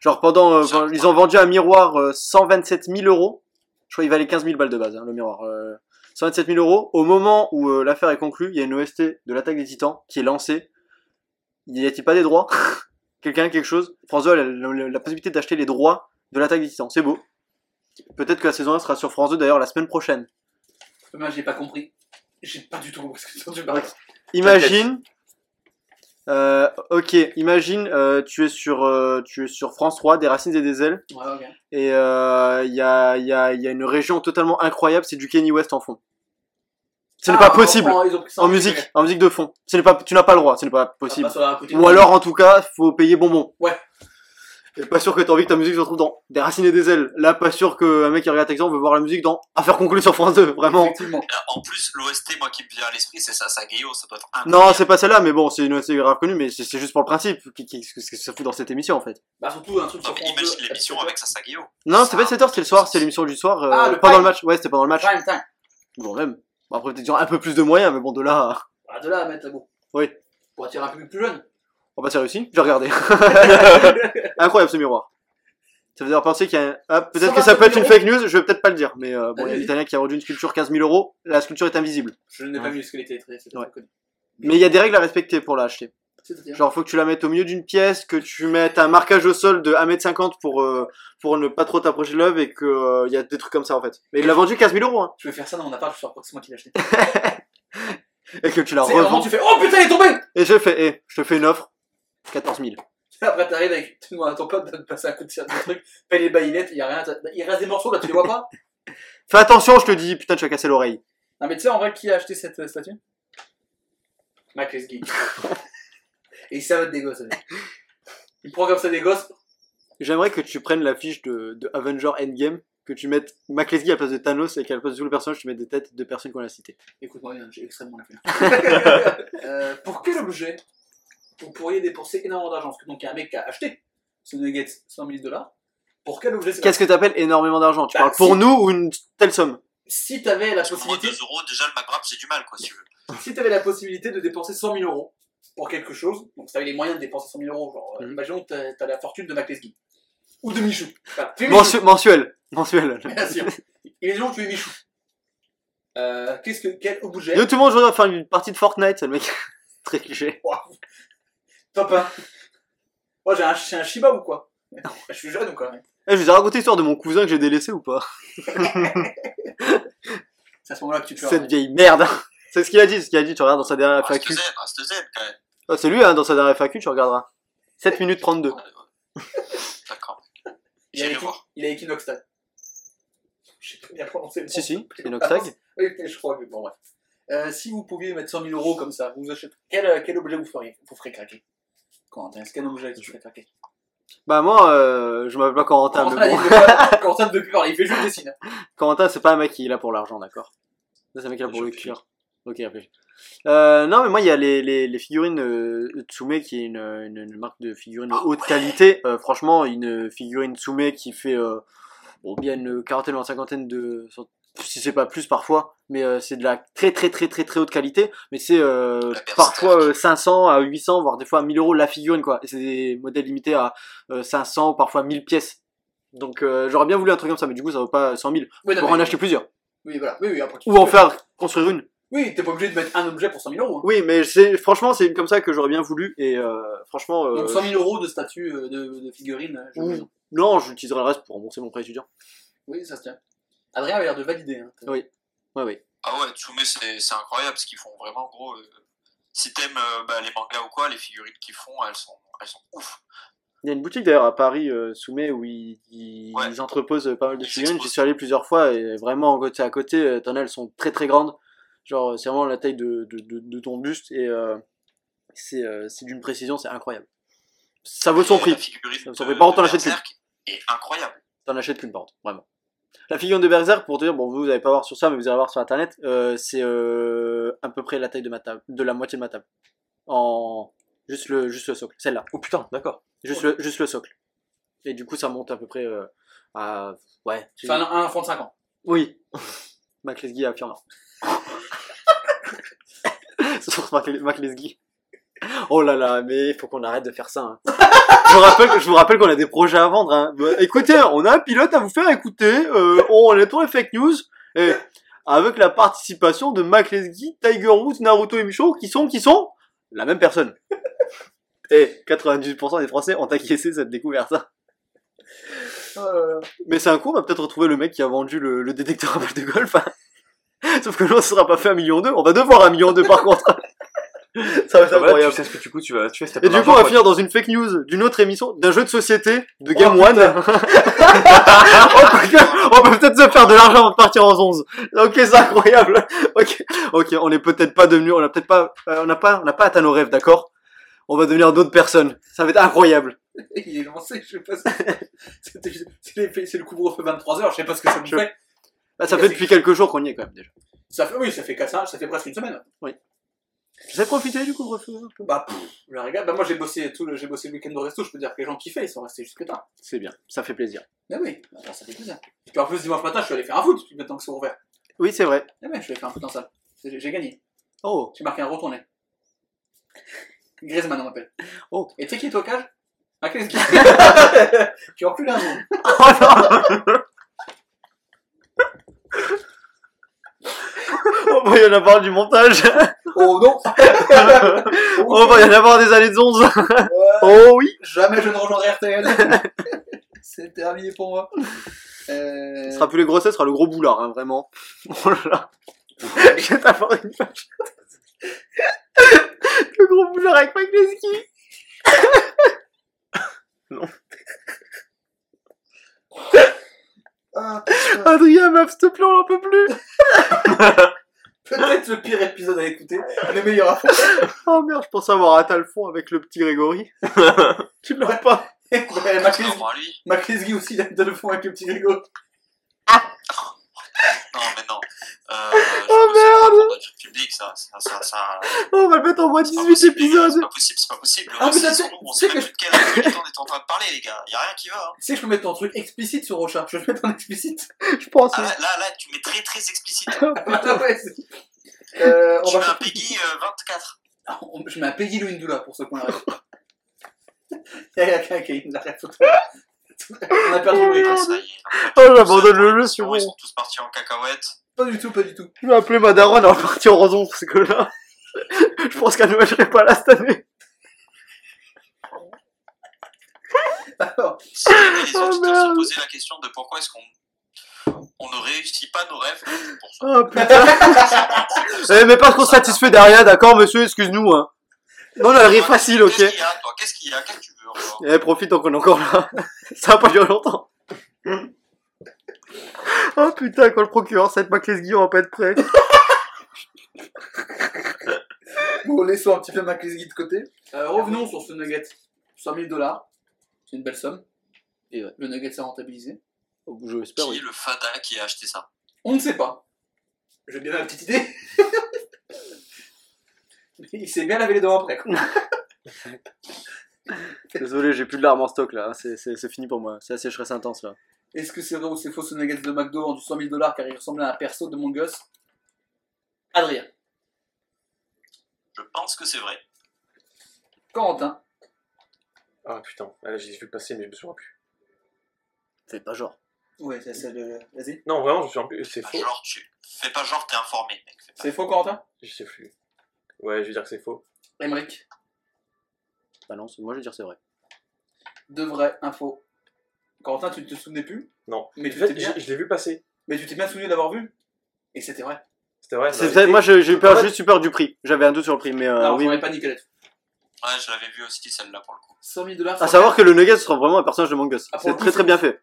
Speaker 3: Genre, pendant. euh,
Speaker 6: Ça-
Speaker 3: pendant- ils ont vendu un miroir euh, 127 000 euros. Je crois qu'il valait 15 000 balles de base, hein, le miroir. euh, 127 000 euros. Au moment où euh, l'affaire est conclue, il y a une OST de l'attaque des titans qui est lancée. Y a-t-il pas des droits <laughs> Quelqu'un, quelque chose France 2 a la, la- la possibilité d'acheter les droits de l'attaque des titans. C'est beau. Peut-être que la saison 1 sera sur France 2 d'ailleurs la semaine prochaine.
Speaker 1: Moi, j'ai pas compris. J'ai pas du tout compris ce que tu parlais.
Speaker 3: Imagine. euh, ok, imagine, euh, tu, es sur, euh, tu es sur France 3, des racines et des ailes.
Speaker 1: Ouais, ok.
Speaker 3: Et euh, il y, a, il y, a, il y a une région totalement incroyable, c'est du Kenny West en fond. Ce n'est
Speaker 1: Ah,
Speaker 3: pas possible
Speaker 1: oh, ils ont pris ça
Speaker 3: en musique, en musique de fond. Ce n'est pas, tu n'as pas le droit, ce n'est pas
Speaker 1: Ah,
Speaker 3: possible.
Speaker 1: bah, ça va coûter
Speaker 3: Ou alors, en tout cas, faut payer bonbon.
Speaker 1: Ouais.
Speaker 3: Et pas sûr que t'as envie que ta musique se retrouve dans Des Racines et des Ailes. Là, pas sûr qu'un mec qui regarde Texan veut voir la musique dans Affaire conclue sur France 2, vraiment.
Speaker 1: Effectivement.
Speaker 6: Là, Euh, En plus, l'OST, moi qui me vient à l'esprit, c'est ça, Sagayo, ça doit être un.
Speaker 3: Non, c'est pas celle-là, mais bon, c'est une OST grave connue, mais c'est c'est juste pour le principe. Qu'est-ce que qu'est-ce que ça fout dans cette émission en fait
Speaker 1: Bah, surtout un truc sur France
Speaker 6: imagine
Speaker 1: 2,
Speaker 6: l'émission
Speaker 1: etc.
Speaker 6: avec sa Sagayo.
Speaker 3: Non, c'était pas 7h, c'était le soir, c'est l'émission du soir. euh,
Speaker 1: Ah, le
Speaker 3: pendant
Speaker 1: prime.
Speaker 3: le match, ouais, c'était pendant le match.
Speaker 1: Prime time.
Speaker 3: Bon, même. Bon, Après, peut-être qu'ils ont un peu plus de moyens, mais bon, de là. <laughs> à-
Speaker 1: Ah, de là à mettre, bon.
Speaker 3: Oui.
Speaker 1: Pour attirer un public plus
Speaker 3: <laughs>
Speaker 1: jeune.
Speaker 3: Oh bah c'est réussi, j'ai regardé. <laughs> Incroyable ce miroir. Ça veut dire penser qu'il y a un... Ah, peut-être que ça peut être une fake news, je vais peut-être pas le dire, mais euh, bon, il y a
Speaker 1: Allez.
Speaker 3: l'Italien qui a vendu une sculpture 15 000 euros, la sculpture est invisible.
Speaker 1: Je n'ai pas vu ce que était très c'est
Speaker 3: Ouais.
Speaker 1: très connu.
Speaker 3: Mais il y a des règles à respecter pour la acheter.
Speaker 1: C'est-à-dire
Speaker 3: Genre, faut que tu la mettes au milieu d'une pièce, que tu mettes un marquage au sol de 1m50 pour, euh, pour ne pas trop t'approcher de l'œuvre et que euh, il y a des trucs comme ça en fait. Mais il l'a vendu 15 000 euros, hein,
Speaker 1: Je vais faire ça dans mon appart, je sors pas que c'est moi qui l'ai acheté.
Speaker 3: et que tu la
Speaker 1: C'est un moment
Speaker 3: revends.
Speaker 1: tu fais Oh putain, il est tombé <laughs>
Speaker 3: Et je fais, eh, je te fais une offre, 14 000.
Speaker 1: Et Après, t'arrives avec tu demandes à ton pote de te passer un coup de serre de truc, paye les baïlettes, y a rien, t'as- il reste des morceaux là, tu les vois
Speaker 3: <laughs>
Speaker 1: pas
Speaker 3: Fais attention, je te dis, putain, tu as cassé l'oreille.
Speaker 1: Non, mais tu sais, en vrai, qui a acheté cette euh, statue Mac
Speaker 3: <laughs>
Speaker 1: Lesguy. Et il savait des gosses, le mec. Il prend comme ça des gosses.
Speaker 3: J'aimerais que tu prennes l'affiche de, de Avenger Endgame, que tu mettes McLesky à la place de Thanos et qu'à la place de tout le personnage, tu mets des têtes de personnes qu'on a citées.
Speaker 1: Écoute-moi bien, j'ai extrêmement la flemme. Euh, pour quel objet vous pourriez dépenser énormément d'argent Parce que donc, il y a un mec qui a acheté ce nugget 100 000 dollars. Pour quel objet c'est
Speaker 3: Qu'est-ce que t'appelles énormément d'argent Tu
Speaker 1: Bah,
Speaker 3: parles pour
Speaker 1: si.
Speaker 3: nous ou une telle somme
Speaker 1: si t'avais la
Speaker 6: Pour moi,
Speaker 1: possibilité,
Speaker 6: 2 euros, déjà le McGrab, j'ai du mal, quoi, si tu veux.
Speaker 1: si t'avais la possibilité de dépenser 100 000 euros pour quelque chose, donc si t'avais les moyens de dépenser 100 000 euros, genre, euh,
Speaker 3: Mhm.
Speaker 1: imaginons que t'as- t'as la fortune de McLesky ou de Michou. Voilà, tu es Michou,
Speaker 3: Mensu- Mensuel. Mensuel.
Speaker 1: bien sûr. Imaginons que tu es Michou. Euh, qu'est-ce que quel objet
Speaker 3: Yo, tout le monde, je voudrais faire une partie de Fortnite, c'est le mec. <laughs> Très cliché.
Speaker 1: Top 1 Moi j'ai un, j'ai un Shiba ou quoi Bah, Je suis jeune ou quoi
Speaker 3: Eh, je vous ai raconté l'histoire de mon cousin que j'ai délaissé ou pas
Speaker 1: C'est à ce moment-là que tu Ah, pleures.
Speaker 3: Cette vieille merde hein. C'est ce qu'il a dit, ce qu'il a dit, tu regardes dans sa dernière
Speaker 6: Reste
Speaker 3: FAQ.
Speaker 6: Z, reste Z, quand même.
Speaker 3: Ah, c'est lui, hein, dans sa dernière FAQ, tu regarderas. 7 minutes 32.
Speaker 1: Oh.
Speaker 3: <laughs>
Speaker 6: D'accord.
Speaker 1: il,
Speaker 6: J'irai
Speaker 1: est
Speaker 6: voir.
Speaker 1: il est équinoxtag. <laughs> Je sais pas bien prononcer le
Speaker 3: Si,
Speaker 1: nom.
Speaker 3: si, Inoxtag.
Speaker 1: Oui, je crois, mais bon, bref. Euh, si vous pouviez mettre 100 000 euros comme ça, vous achetez... quel, euh, quel objet vous feriez Vous ferez craquer Corentin, est-ce qu'un objet qui te fait craquer
Speaker 3: Bah moi, euh, je m'appelle pas Corentin,
Speaker 1: Corentin,
Speaker 3: mais bon.
Speaker 1: il fait <laughs> pas- Corentin ne veut plus parler, il fait juste des signes.
Speaker 3: Corentin, c'est pas un mec qui est là pour l'argent, d'accord Ça, C'est un mec qui est là pour
Speaker 2: Je
Speaker 3: le
Speaker 2: réfléchis.
Speaker 3: cuir. Ok, réfléchis. Euh, non, mais moi, il y a les, les, les figurines euh, Tsume, qui est une, euh, une, une marque de figurines de
Speaker 2: Ah
Speaker 3: haute qualité. Euh, franchement, une figurine Tsume qui fait euh, bon, bien une quarantaine ou une cinquantaine de. cent- Si c'est pas plus parfois, mais euh, c'est de la très très très très très haute qualité. Mais c'est euh,
Speaker 6: La Berserk.
Speaker 3: parfois euh, 500 à 800, voire des fois à 1000 euros la figurine quoi. Et c'est des modèles limités à euh, 500, parfois 1000 pièces. Donc euh, j'aurais bien voulu un truc comme ça, mais du coup ça vaut pas 100 000
Speaker 1: Oui, non,
Speaker 3: pour
Speaker 1: mais-
Speaker 3: en acheter plusieurs.
Speaker 1: Oui, voilà. Oui, oui, après, tu-
Speaker 3: Ou en faire construire une.
Speaker 1: Oui, t'es pas obligé de mettre un objet pour 100 000 euros. hein.
Speaker 3: Oui, mais c'est franchement, c'est comme ça que j'aurais bien voulu. Et euh, franchement, euh,
Speaker 1: Donc 100 000 euros de statues, euh, de, de figurines. euh, je-
Speaker 3: Oui. non, j'utiliserai le reste pour rembourser mon prêt étudiant.
Speaker 1: Oui, ça se tient. Adrien avait l'air de valider. hein.
Speaker 3: Oui. Ouais, ouais.
Speaker 6: Ah ouais, Tsume, c'est c'est incroyable ce qu'ils font vraiment gros. euh, si t'aimes euh, bah, les mangas ou quoi, les figurines qu'ils font, elles sont, elles sont ouf.
Speaker 3: Il y a une boutique d'ailleurs à Paris, euh, Soumet, où ils, ils
Speaker 6: Ouais.
Speaker 3: entreposent euh, pas mal de
Speaker 6: Ils
Speaker 3: figurines. J'y
Speaker 6: exposent.
Speaker 3: suis allé plusieurs fois et vraiment, côté à côté, euh, t'en as, elles sont très très grandes. Genre, euh, c'est vraiment la taille de, de, de, de ton buste et euh, c'est euh, c'est d'une précision, c'est incroyable. Ça vaut son
Speaker 6: Et
Speaker 3: prix.
Speaker 6: La figurine
Speaker 3: Ça me fait
Speaker 6: de-
Speaker 3: pas honte, on
Speaker 6: de
Speaker 3: l'achète plus.
Speaker 6: Berserk est incroyable.
Speaker 3: T'en achètes qu'une par contre, vraiment. La figurine de Berserk, pour te dire, bon, vous, vous n'allez pas voir sur ça, mais vous allez voir sur internet, euh, c'est euh, à peu près la taille de ma table, de la moitié de ma table. En. Juste le, juste le socle, celle-là.
Speaker 2: Oh putain, d'accord.
Speaker 3: Juste, le, juste le socle. Et du coup, ça monte à peu près euh, à. Ouais. tu-
Speaker 1: Enfin, un, un franc de 50.
Speaker 3: Oui. <laughs> Mac Lesguy <laughs> affirme. C'est pour Mac, Mac Lesguy. Oh là là, mais il faut qu'on arrête de faire ça. hein. Je vous rappelle, que- je vous rappelle qu'on a des projets à vendre. hein. Bah, écoutez, on a un pilote à vous faire écouter. euh, on est pour les fake news. Et avec la participation de Mac Lesguy, Tiger Woods, Naruto et Michaud, qui sont, qui sont la même personne. Et 98% des Français ont acquiescé cette découverte. hein. Mais c'est un coup, on va peut-être retrouver le mec qui a vendu le, le détecteur à balles de golf. hein. <laughs> Sauf que nous, on ne sera pas fait un million d'eux. On va devoir un million d'eux par contre. <laughs> Ça va être
Speaker 2: Ah, bah, là,
Speaker 3: incroyable.
Speaker 2: tu sais ce que tu coûtes, tu vas tu fais
Speaker 3: Et du coup, on va finir dans une fake news d'une autre émission, d'un jeu de société, de Game One. Oh, putain, <laughs> on peut peut-être se faire de l'argent avant de partir en 11. Ok, c'est incroyable. Ok, ok, on n'est peut-être pas devenu, on n'a peut-être pas, euh, on n'a pas, on n'a pas atteint nos rêves, d'accord On va devenir d'autres personnes. Ça va être incroyable.
Speaker 1: <laughs> Il est lancé, je sais pas. ce que-
Speaker 3: <laughs>
Speaker 1: C'était- C'est les- c'est le couvre-feu 23h, je sais pas ce que ça nous
Speaker 3: Je-
Speaker 1: fait.
Speaker 3: Bah, ça fait depuis quelques jours qu'on y est quand même déjà.
Speaker 1: Ça fait, oui, ça fait, quatre- ça fait presque une semaine.
Speaker 3: Vous avez profité du couvre-feu un peu
Speaker 1: Bah, pff, je la regarde. Bah, moi, j'ai bossé, tout le, j'ai bossé le week-end de resto, je peux dire que les gens kiffaient, ils sont restés jusque tard.
Speaker 3: C'est bien, ça fait plaisir.
Speaker 1: Mais oui, bah, ça fait plaisir. Et puis en plus, dimanche matin, je suis allé faire un foot, puis maintenant que c'est ouvert.
Speaker 3: Oui, c'est vrai.
Speaker 1: Eh ouais, je suis allé faire un foot en salle. J'ai j'ai gagné.
Speaker 3: <laughs> Oh,
Speaker 1: J'ai marqué un retourné. Griezmann, on m'appelle.
Speaker 3: Oh.
Speaker 1: Et tu sais qui est au cage Ah,
Speaker 3: <laughs>
Speaker 1: qu'est-ce qui Tu en plus d'un nom.
Speaker 3: oh non On va bah, y en avoir du <laughs> montage.
Speaker 1: Oh non <laughs>
Speaker 3: On va y en avoir des années de 11.
Speaker 1: Ouais.
Speaker 3: Oh oui.
Speaker 1: Jamais je ne rejoindrai RTL. c'est terminé pour moi. Euh,
Speaker 3: Ce sera plus les grossesses, ce sera le gros boulard, hein, vraiment. <laughs> Oh là là. <laughs> Je vais t'avoir une page. <laughs> le gros boulard avec Mike Leski.
Speaker 1: ah,
Speaker 3: Adrien, meuf, s'il te plaît, on n'en peut plus.
Speaker 1: Peut-être le pire épisode à écouter, le meilleur à faire.
Speaker 3: Oh merde, je pensais avoir atteint le fond avec le petit Grégory. <laughs> tu l'as pas.
Speaker 1: Ouais,
Speaker 6: Parce que
Speaker 1: Maclesguy-
Speaker 6: moi, lui.
Speaker 1: Maclesguy aussi, il a de le fond avec le petit Grégo.
Speaker 6: Non, mais non.
Speaker 1: <laughs>
Speaker 6: Euh,
Speaker 3: Oh,
Speaker 6: merde public, ça, ça, ça, ça-
Speaker 3: Oh, on va le mettre en moins
Speaker 6: c'est pas
Speaker 3: 18
Speaker 6: possible, les gars,
Speaker 3: épisodes.
Speaker 6: C'est pas possible, c'est pas possible.
Speaker 1: Ah, mais
Speaker 6: C'est
Speaker 1: ça, c'est-
Speaker 6: son nom, on
Speaker 1: c'est
Speaker 6: sait
Speaker 1: que
Speaker 6: même plus de quel quel temps on est en train de parler, les gars. Y a rien qui va. hein.
Speaker 1: Tu sais, je peux mettre un truc explicite sur Rocha. Je vais le mettre en explicite.
Speaker 3: Je pense.
Speaker 6: Ah, là, là, là, tu mets très, très explicite.
Speaker 1: Ah ouais, c'est- euh, on
Speaker 6: Tu mets un
Speaker 1: va...
Speaker 6: Peggy euh, 24.
Speaker 1: Ah, on- Je mets un Peggy Louindula pour ce point-là. Il y a quelqu'un qui a une arrière photo. <laughs> On a perdu le
Speaker 6: Ah,
Speaker 1: bruit.
Speaker 6: ça y est.
Speaker 3: Oh, j'abandonne le jeu, c'est bon.
Speaker 6: Ils sont tous partis en cacahuète.
Speaker 1: Pas du tout, pas du tout.
Speaker 3: Je vais appeler ma daronne, on va partir en raison, parce que là, <laughs> je pense qu'à Noël, je serai pas là cette année.
Speaker 1: Alors,
Speaker 6: Si jamais les
Speaker 3: Oh,
Speaker 6: auditeurs
Speaker 3: merde.
Speaker 6: se posaient la question de pourquoi est-ce qu'on on ne réussit pas nos rêves, c'est pour ça.
Speaker 3: Oh putain. <laughs> Eh, mais pas trop satisfait derrière, d'accord, monsieur, excuse-nous, hein. Non, la rire facile, ok.
Speaker 6: Qu'est-ce qu'il y a, toi Qu'est-ce qu'il y a Qu'est-ce que tu veux encore
Speaker 3: Eh, profite tant qu'on est encore là. <laughs> Ça va pas durer longtemps. <laughs> Oh putain, quand le procureur, cette Maclesguy, on va pas être prêt.
Speaker 1: Bon, laissons un petit peu McKinsey de côté. Euh, revenons sur ce nugget. 100 000 dollars, c'est une belle somme. Et ouais, le nugget s'est rentabilisé.
Speaker 3: Je l'espère,
Speaker 6: Qui est
Speaker 3: oui.
Speaker 6: le fada qui a acheté ça
Speaker 1: On ne sait pas. J'ai bien ma petite idée. Mais <laughs> Il s'est bien lavé les dents <laughs> après. quoi.
Speaker 3: <laughs> Désolé, j'ai plus de larmes en stock là. C'est- C'est c'est fini pour moi. C'est la sécheresse intense là.
Speaker 1: Est-ce que c'est vrai ou c'est faux ce nugget de McDo vendu 100 000 dollars car il ressemblait à un perso de mon gosse Adrien.
Speaker 6: Je pense que c'est vrai.
Speaker 1: Corentin.
Speaker 2: Ah putain, Ah, là, j'ai vu passer, mais je me souviens plus.
Speaker 3: C'est pas genre.
Speaker 1: Ouais, c'est c'est le. Vas-y.
Speaker 2: Non, vraiment, je me souviens plus. C'est
Speaker 6: Pas
Speaker 2: faux.
Speaker 6: Ah, Bah, genre, tu... Fais pas genre, t'es informé, mec. Fais pas-
Speaker 1: C'est faux, Corentin
Speaker 2: Je sais plus. Ouais, je vais dire que c'est faux.
Speaker 1: Emmerich.
Speaker 3: Bah non, c'est- moi je vais dire c'est vrai.
Speaker 1: De vrai, info. Corentin, tu ne te souvenais plus
Speaker 2: Non.
Speaker 1: Mais
Speaker 2: En
Speaker 1: tu
Speaker 2: fait,
Speaker 1: t'es bien-
Speaker 2: je je l'ai vu passer.
Speaker 1: Mais tu t'es bien souvenu d'avoir vu Et c'était vrai.
Speaker 2: C'était vrai.
Speaker 3: C'est
Speaker 2: non,
Speaker 3: vrai,
Speaker 2: mais-
Speaker 3: moi j'ai j'ai eu peur,
Speaker 2: En fait-
Speaker 3: juste eu peur du prix. J'avais un doute sur le prix, mais euh,
Speaker 1: Alors,
Speaker 3: oui.
Speaker 1: j'aurais pas niqué là-dessus.
Speaker 6: Ouais, je l'avais vu aussi, celle-là, pour le coup.
Speaker 1: 100 000 dollars.
Speaker 3: À savoir que le Nugget sera vraiment un personnage de Among Us.
Speaker 1: Ah, pour
Speaker 3: c'est
Speaker 1: le coup,
Speaker 3: très très
Speaker 1: c'est-
Speaker 3: bien fait.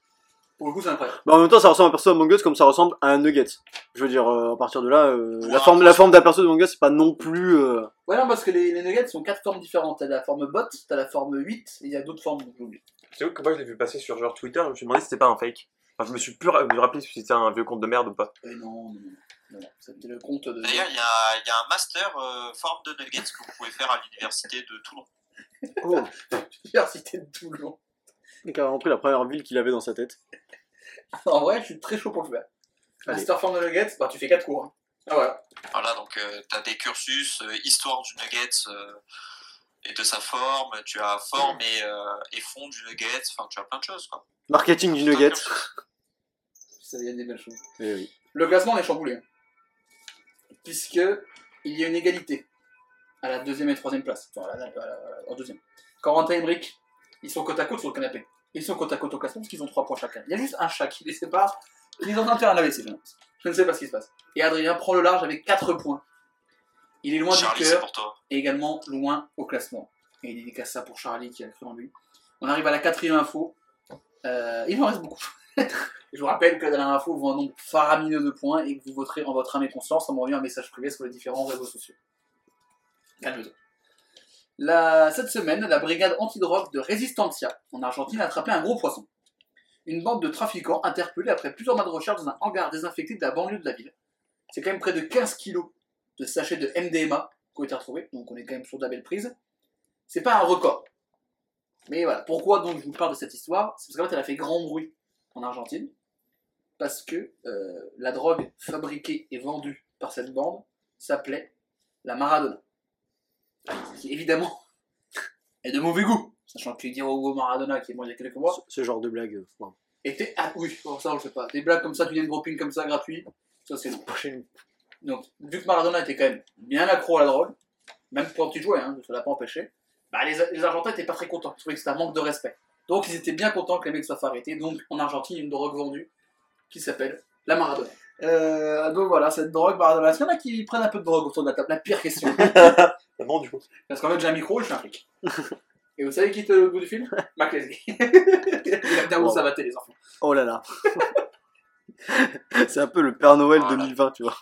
Speaker 1: Pour le coup, c'est incroyable.
Speaker 3: Mais en même temps, ça ressemble à un perso de Among Us comme ça ressemble à un Nugget. Je veux dire, euh, à partir de là, euh,
Speaker 6: Ouais.
Speaker 3: la forme, la forme d'un perso de Among Us, c'est pas non plus. euh,
Speaker 1: Ouais, non, parce que les, les nuggets sont quatre formes différentes. T'as la forme bot, t'as la forme 8, et il y a d'autres formes, donc j'ai oublié.
Speaker 2: Je t'avoue que moi, je l'ai vu passer sur genre Twitter, je me suis demandé si c'était pas un fake. Enfin, je me suis plus ra- me rappelé si c'était un vieux compte de merde ou pas.
Speaker 1: Et Euh, non, non, non. non, non. C'était le compte de. <laughs>
Speaker 6: D'ailleurs, il y a, il y a un master euh, forme de nuggets que vous pouvez faire à l'université de Toulon.
Speaker 1: l'université de Toulon.
Speaker 3: Et qui a rentré la première ville qu'il avait dans sa tête.
Speaker 1: En vrai, je suis très chaud pour le faire.
Speaker 3: Allez.
Speaker 1: Master forme de nuggets, bah tu fais quatre cours. hein. Ah voilà.
Speaker 6: Voilà, donc euh, tu as des cursus, euh, histoire du nugget euh, et de sa forme, tu as forme et, euh, et fond du nugget, enfin tu as plein de choses quoi.
Speaker 3: Marketing du
Speaker 6: Plein de
Speaker 3: Nugget.
Speaker 6: cursus.
Speaker 1: Ça, Il y a des belles choses.
Speaker 3: Eh oui.
Speaker 1: Le classement est chamboulé. hein. Puisque il y a une égalité à la deuxième et troisième place. Enfin, à la- à la- à la- en deuxième. Corentin et Emmerich, ils sont côte à côte sur le canapé. Ils sont côte à côte au classement parce qu'ils ont trois points chacun. Il y a juste un chat qui les sépare. Ils sont en train de faire un AVC, je pense. Je ne sais pas ce qui se passe. Et Adrien prend le large avec quatre points. Il est loin
Speaker 6: Charlie,
Speaker 1: du
Speaker 6: c'est
Speaker 1: cœur.
Speaker 6: pour toi.
Speaker 1: et également loin au classement. Et il dédicace ça pour Charlie qui a cru en lui. On arrive à la quatrième info. Euh, il en reste beaucoup. <laughs> Je vous rappelle que la dernière info vaut un nombre faramineux de points et que vous voterez en votre âme et conscience en m'envoyant un message privé sur les différents réseaux sociaux. Calme-toi. La- Cette semaine, la brigade antidrogue de Resistencia en Argentine a attrapé un gros poisson. Une bande de trafiquants interpellés après plusieurs mois de recherche dans un hangar désinfecté de la banlieue de la ville. C'est quand même près de 15 kilos de sachets de MDMA qui ont été retrouvés, donc on est quand même sur de la belle prise. C'est pas un record. Mais voilà, pourquoi donc je vous parle de cette histoire C'est parce qu'en fait elle a fait grand bruit en Argentine, parce que euh, la drogue fabriquée et vendue par cette bande s'appelait la Maradona. Qui évidemment <laughs> est de mauvais goût, sachant que Diego Maradona, qui est mort il y a quelques mois,
Speaker 3: Ce- Ce genre de blague. euh, bon.
Speaker 1: était... Ah oui, bon, ça on le fait pas. Des blagues comme ça, du name dropping comme ça, gratuit, ça c'est non. Donc, vu que Maradona était quand même bien accro à la drogue, même quand il jouait, hein, ça l'a pas empêché, bah, les, les Argentins étaient pas très contents. Ils trouvaient que c'était un manque de respect. Donc, ils étaient bien contents que les mecs soient arrêtés. Donc, en Argentine, il y a une drogue vendue qui s'appelle la Maradona. Euh, donc voilà, cette drogue Maradona. Est-ce qu'il y en a qui prennent un peu de drogue autour de la table La pire question.
Speaker 2: Ah Non, du coup.
Speaker 1: Parce qu'en fait, j'ai un micro et je suis un flic. Et vous savez qui était le bout du film <laughs> McLesley. il a bien où
Speaker 3: Wow.
Speaker 1: ça battait les enfants.
Speaker 3: Oh là là. c'est un peu le Père Noël
Speaker 6: Voilà.
Speaker 3: 2020, tu vois.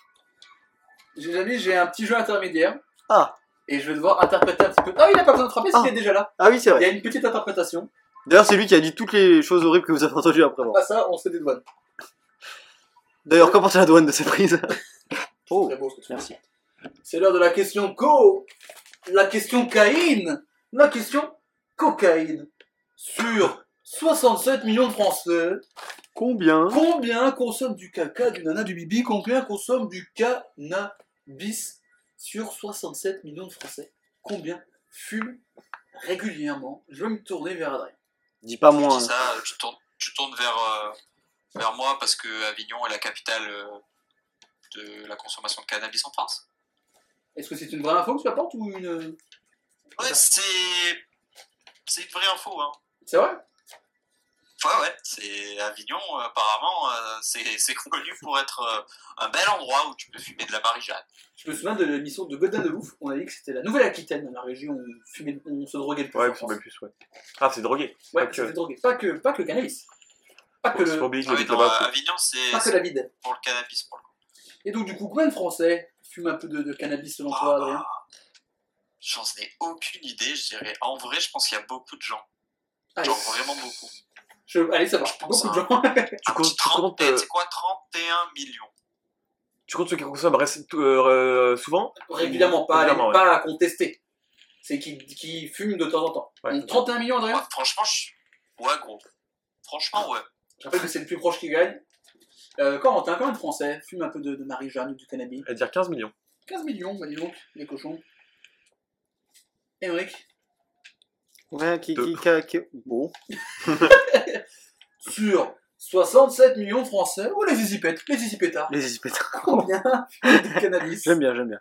Speaker 1: Les amis, j'ai un petit jeu intermédiaire.
Speaker 3: Ah.
Speaker 1: Et je vais devoir interpréter un petit peu. Ah, il a pas besoin de frapper, s'il
Speaker 3: Ah.
Speaker 1: est déjà là.
Speaker 3: Ah oui, c'est
Speaker 1: Il y
Speaker 3: vrai.
Speaker 1: a une petite interprétation.
Speaker 3: D'ailleurs, c'est lui qui a dit toutes les choses horribles que vous avez entendues après moi.
Speaker 1: Pas ça, on se dédouane.
Speaker 3: D'ailleurs, qu'en pense la douane de ces prises Oh,
Speaker 1: Très beau ce que tu
Speaker 3: merci.
Speaker 1: fais. C'est l'heure de la question co, la question caïne, la question cocaïne. Sur 67 millions de Français,
Speaker 3: Combien
Speaker 1: combien consomment du caca, du nana, du bibi Combien consomment du cannabis Sur 67 millions de Français, combien fument régulièrement Je vais me tourner vers Adrien.
Speaker 3: Dis pas
Speaker 6: Tu
Speaker 3: moins.
Speaker 6: dis ça, euh, tu tournes, tu tournes vers, euh, vers moi parce que Avignon est la capitale euh, de la consommation de cannabis en France.
Speaker 1: Est-ce que c'est une vraie info que tu apportes ou une...
Speaker 6: Ouais, c'est c'est une vraie info. Hein.
Speaker 1: C'est vrai
Speaker 6: Ouais, ouais, c'est Avignon, euh, apparemment, euh, c'est c'est connu pour être euh, un bel endroit où tu peux fumer de la marie-jeanne.
Speaker 1: Je me souviens de l'émission de Godin de Ouf, on a dit que c'était la Nouvelle-Aquitaine, la région où on, fumait- où on se droguait le plus.
Speaker 2: Ouais,
Speaker 1: en
Speaker 2: puis
Speaker 1: France.
Speaker 2: c'est plus, ouais. Ah, c'est drogué. C'est
Speaker 1: Ouais,
Speaker 2: pas que-
Speaker 1: c'était drogué. Pas que, pas que le cannabis. Pas que,
Speaker 2: C'est
Speaker 1: le,
Speaker 2: pas obligé
Speaker 6: Ah
Speaker 2: que
Speaker 6: oui,
Speaker 2: les
Speaker 6: non,
Speaker 2: tabacs,
Speaker 6: euh, Avignon, c'est
Speaker 1: pas que la bide.
Speaker 6: c'est pour le cannabis. Pour le coup. Ah,
Speaker 1: Et donc, du coup, combien de Français fument un peu de, de cannabis selon toi, Adrien
Speaker 6: J'en ai aucune idée, je dirais. En vrai, je pense qu'il y a beaucoup de gens.
Speaker 1: Allez,
Speaker 6: bah, Genre vraiment beaucoup.
Speaker 1: je... Allez ça marche.
Speaker 6: Je pense,
Speaker 1: Beaucoup de gens. <laughs>
Speaker 2: comptes-
Speaker 6: Un
Speaker 2: tu
Speaker 6: petit
Speaker 2: comptes,
Speaker 6: 30
Speaker 2: euh,
Speaker 6: c'est quoi 31 millions.
Speaker 2: Tu comptes ceux qui consomment rest- tout- euh, euh, souvent
Speaker 1: Régulièrement, pas,
Speaker 2: Régulièrement, ouais.
Speaker 1: pas à contester. C'est qui, qui fume de temps en temps.
Speaker 2: Ouais.
Speaker 1: Donc 31 millions,
Speaker 6: Ouais,
Speaker 1: Adrien
Speaker 2: Hein
Speaker 6: franchement, je... ouais, gros. Franchement, ouais.
Speaker 1: Je rappelle que c'est le plus proche qui gagne. Euh, Corentin, quand même français, fume un peu de, de Marie-Jeanne ou du cannabis.
Speaker 2: À dire 15 millions.
Speaker 1: 15 millions, bah dis donc, les cochons. Émeric,
Speaker 3: Ouais, qui,
Speaker 2: Deux.
Speaker 3: qui, qui, qui- Bon.
Speaker 1: sur 67 millions de français, ou les zizipettes, les zizipétards,
Speaker 3: Les hésipétards.
Speaker 1: combien fument du cannabis
Speaker 3: J'aime bien, j'aime bien.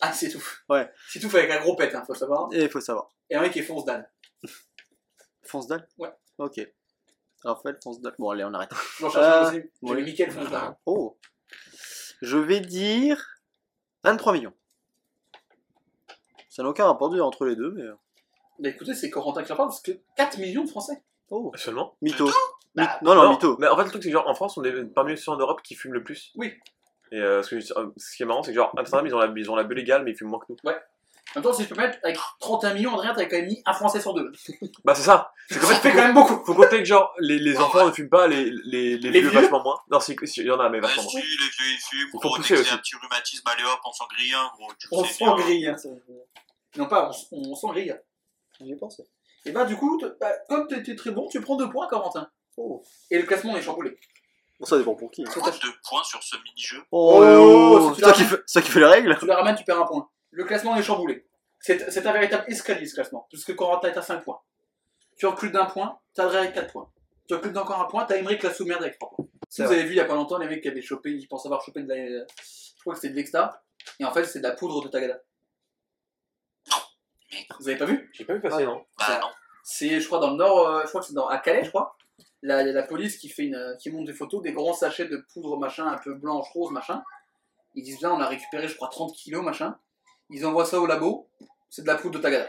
Speaker 1: Ah, c'est tout.
Speaker 3: Ouais.
Speaker 1: C'est tout avec un gros pet, hein, faut le savoir.
Speaker 3: Et il faut savoir.
Speaker 1: Émeric et fonce Dan.
Speaker 3: Fonce dalle
Speaker 1: Ouais.
Speaker 3: Ok. Raphaël, fonce dalle. Bon, allez, on arrête.
Speaker 1: Non,
Speaker 3: Euh,
Speaker 1: cherche possible. J'ai
Speaker 3: oui.
Speaker 1: mis Mickaël fonce dalle.
Speaker 3: Oh. Je vais dire 23 millions. Ça n'a aucun rapport du- entre les deux, mais. euh,
Speaker 1: Bah écoutez, c'est Corentin qui en parle, parce que 4 millions de français.
Speaker 3: Oh.
Speaker 2: Seulement
Speaker 3: Mytho.
Speaker 1: Bah,
Speaker 3: Myth- Non, non, mytho.
Speaker 2: Mais en fait, le truc, c'est que genre en France, on est parmi ceux en Europe qui fument le plus.
Speaker 1: Oui.
Speaker 2: Et euh, ce, que je- euh, ce qui est marrant, c'est que genre Amsterdam, ils ont, la, ils ont la bulle légale, mais ils fument moins que nous.
Speaker 1: En même temps, si je peux mettre, avec 31 millions, Adrien, t'avais quand même mis un français sur deux.
Speaker 2: Bah, c'est ça C'est qu'en
Speaker 1: Ça fait
Speaker 2: faut-
Speaker 1: quand même beaucoup
Speaker 2: Faut compter que genre les, les
Speaker 6: Ouais,
Speaker 2: enfants
Speaker 6: ouais.
Speaker 2: ne fument pas, les, Ah les, les,
Speaker 1: Les
Speaker 2: vieux Ah,
Speaker 1: vieux
Speaker 2: vachement moins. Non, c'est il y en a, mais
Speaker 6: Bah,
Speaker 2: vachement moins.
Speaker 6: si, les vieux, ils fument.
Speaker 2: Faut
Speaker 6: Gros, dès
Speaker 2: pousser
Speaker 6: que c'est
Speaker 2: aussi.
Speaker 6: un petit rhumatisme, allez hop, on s'en grille un, gros. Tu
Speaker 1: On
Speaker 6: sais
Speaker 1: s'en
Speaker 6: bien.
Speaker 1: grille. hein, ça- Non, pas, on s- on, s'en grille.
Speaker 3: J'y ai pensé.
Speaker 1: Et bah, du coup, t- bah, comme t'étais très bon, tu prends deux points, Corentin.
Speaker 3: Oh.
Speaker 1: Et le classement est chamboulé.
Speaker 3: Bon, ça dépend pour qui. hein.
Speaker 6: Pourquoi deux points sur ce mini-jeu
Speaker 3: Oh,
Speaker 1: Oh, si tu
Speaker 3: ça,
Speaker 1: l'as-
Speaker 3: qui fait, ça qui fait les règles
Speaker 1: Tu la ramènes, tu perds un point. Le classement est chamboulé. C'est c'est un véritable escalier, ce classement. Puisque Corentin est à 5 points. Tu recules d'un point, t'as Adrien avec 4 points. Tu recules d'encore un point, t'as Emmerich la sous-merde avec 3 points. Si
Speaker 3: C'est
Speaker 1: vous
Speaker 3: vrai.
Speaker 1: avez vu il y a pas longtemps, les mecs qui avaient chopé, ils pensent avoir chopé de la. Je crois que c'était de l'extra. Et en fait, c'est de la poudre de Tagada. Vous avez pas vu
Speaker 2: J'ai pas vu passer, non
Speaker 1: Ça-
Speaker 6: Bah, non.
Speaker 1: C'est, je crois, dans le nord, euh, je crois que c'est dans, à Calais, je crois. La, la police qui, fait une, euh, qui monte des photos, des grands sachets de poudre, machin, un peu blanche, rose, machin. Ils disent là, on a récupéré, je crois, 30 kilos, machin. Ils envoient ça au labo, c'est de la poudre de Tagada.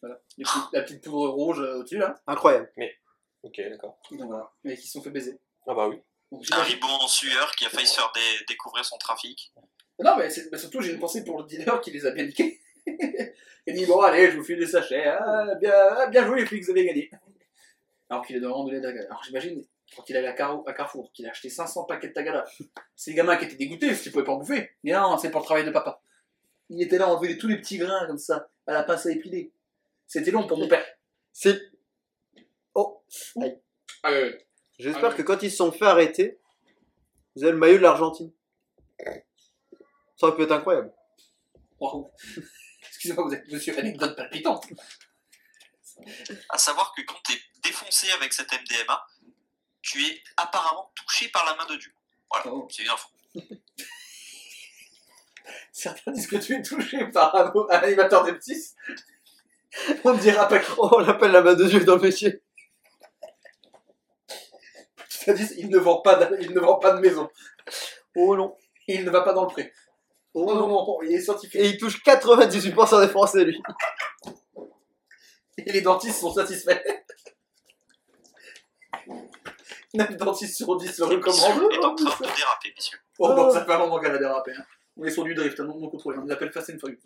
Speaker 1: Voilà. Les petites- la petite poudre rouge euh, au-dessus, là.
Speaker 3: Incroyable.
Speaker 2: Ok, d'accord.
Speaker 1: Et donc voilà, les mecs, ils se sont fait baiser.
Speaker 2: Ah bah oui.
Speaker 1: Donc,
Speaker 6: Un
Speaker 1: j'imagine-
Speaker 6: ribot en sueur qui a failli se faire dé- découvrir son trafic.
Speaker 1: non, mais, c'est- mais surtout, j'ai une pensée pour le dealer qui les a bien niqués. <laughs> Il dit, bon, allez, je vous file des sachets. Ah, bien, ah, bien joué, les flics, vous avez gagné. Alors qu'il est dans le rang de la Tagada. Alors j'imagine, quand il allait à, Caro- à Carrefour, qu'il a acheté 500 paquets de Tagada, c'est les gamins qui étaient dégoûtés parce qu'ils pouvaient pas en bouffer. Mais non, c'est pour le travail de papa. Il était là à enlever tous les petits grains comme ça, à la pince à épiler. C'était long pour mon père.
Speaker 3: C'est. Oh.
Speaker 1: Ah, ouais, ouais.
Speaker 3: J'espère que quand ils se sont fait arrêter, vous avez le maillot de l'Argentine. Ça aurait pu être incroyable.
Speaker 1: Waouh. Excusez-moi, vous êtes monsieur anecdote palpitante.
Speaker 6: À savoir que quand t'es défoncé avec cette MDMA, tu es apparemment touché par la main de Dieu. Voilà,
Speaker 1: Oh.
Speaker 6: c'est une info.
Speaker 1: Certains disent que tu es touché par un, un animateur de petits. On ne dira pas qui.
Speaker 3: Oh, on l'appelle la main de Dieu dans le métier.
Speaker 1: Ils disent, il ne vend pas, d'a- il ne vend pas de maison.
Speaker 3: Oh non.
Speaker 1: Il ne va pas dans le pré. Oh non, non, non, il est scientifique.
Speaker 3: Et il touche 98% des Français, lui.
Speaker 1: Et les dentistes sont satisfaits. <laughs> 9 dentistes sur 10 le recommandent.
Speaker 6: Et donc, on peut déraper, messieurs.
Speaker 1: Oh non, ça fait un moment qu'elle a dérapé. hein. On est sur du drift, hein, non, non contrôlé. On l'appelle Fast and Furious.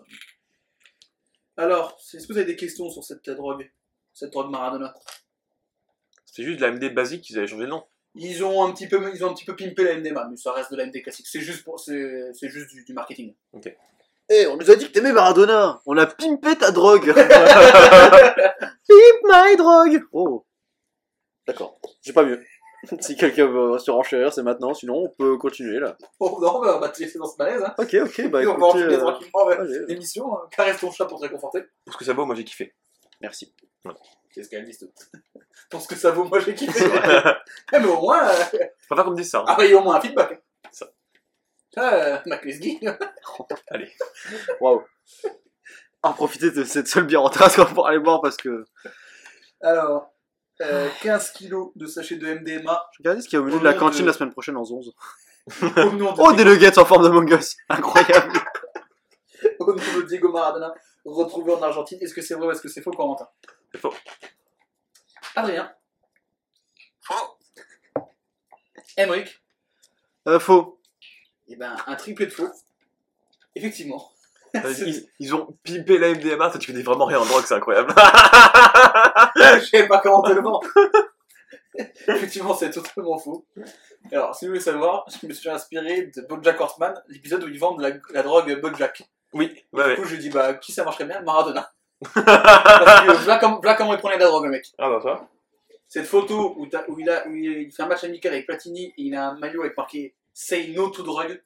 Speaker 1: Alors, est-ce que vous avez des questions sur cette euh, drogue Cette drogue Maradona
Speaker 2: C'était juste de la MD basique, ils avaient changé de nom.
Speaker 1: Ils ont un petit peu, ils ont un petit peu pimpé la MDMA, mais ça reste de la MD classique. C'est juste, pour, c'est, c'est juste du, du marketing.
Speaker 3: Eh, on nous a dit que t'aimais Maradona. On a pimpé ta drogue. <laughs> Pimp my drogue. Oh. D'accord. J'ai pas mieux. <laughs> si quelqu'un veut se renchérir, c'est maintenant. Sinon, on peut continuer là.
Speaker 1: Oh non, bah, on va te laisser dans ce malaise. Hein.
Speaker 3: Ok, ok. Bah
Speaker 1: Et on va
Speaker 3: écoutez,
Speaker 1: enchaîner
Speaker 3: euh,
Speaker 1: tranquillement avec
Speaker 3: allez, euh,
Speaker 1: l'émission. hein. Caresse ton chat pour te réconforter.
Speaker 2: Pour ce que ça vaut, moi j'ai kiffé.
Speaker 3: merci.
Speaker 1: Qu'est-ce qu'elle <laughs> dit cette Parce que ça vaut, moi j'ai kiffé.
Speaker 2: <laughs>
Speaker 1: Eh, mais au moins, euh,
Speaker 2: Je préfère qu'on me dise ça. hein.
Speaker 1: ah bah, il y a au moins un feedback.
Speaker 2: Ça.
Speaker 1: Ça, euh, Maclus Guy.
Speaker 3: Waouh. En profiter Ah, de cette seule bière en terrasse pour aller boire parce que.
Speaker 1: Alors, euh, 15 kilos de sachets de
Speaker 2: <laughs>
Speaker 1: MDMA
Speaker 3: Je regardais ce qu'il y a au menu
Speaker 1: Au
Speaker 3: de la
Speaker 1: nom
Speaker 3: cantine
Speaker 1: de-
Speaker 3: la semaine prochaine en 11.
Speaker 1: au nom de,
Speaker 3: Oh, des nuggets en forme de mongus. <laughs> Incroyable.
Speaker 1: au nom de Diego Maradona, retrouvé en Argentine. Est-ce que c'est vrai ou est-ce que c'est faux, Corentin
Speaker 2: C'est faux.
Speaker 1: Adrien,
Speaker 6: Faux
Speaker 1: Emmerich,
Speaker 3: Euh, faux.
Speaker 1: Et ben, un triplé de faux. Effectivement.
Speaker 2: Ah, Ils, ils ont pimpé la MDMA, toi tu connais vraiment rien en drogue, c'est <laughs> incroyable.
Speaker 1: <laughs> Je sais pas comment te le vendre. <laughs> Effectivement, c'est totalement faux. Alors, si vous voulez savoir, je me suis inspiré de Bojack Horseman, l'épisode où ils vendent la, la drogue Bojack.
Speaker 2: oui, ouais,
Speaker 1: Du
Speaker 2: ouais.
Speaker 1: coup, je dis, bah, qui ça marcherait bien Maradona. Parce que, euh, voilà, comme, voilà comment il prenait la drogue, le mec.
Speaker 2: Ah bah ça.
Speaker 1: Cette photo où, t'as- où il, a, où il fait un match amical avec Platini et il a un maillot avec marqué Say no to drug,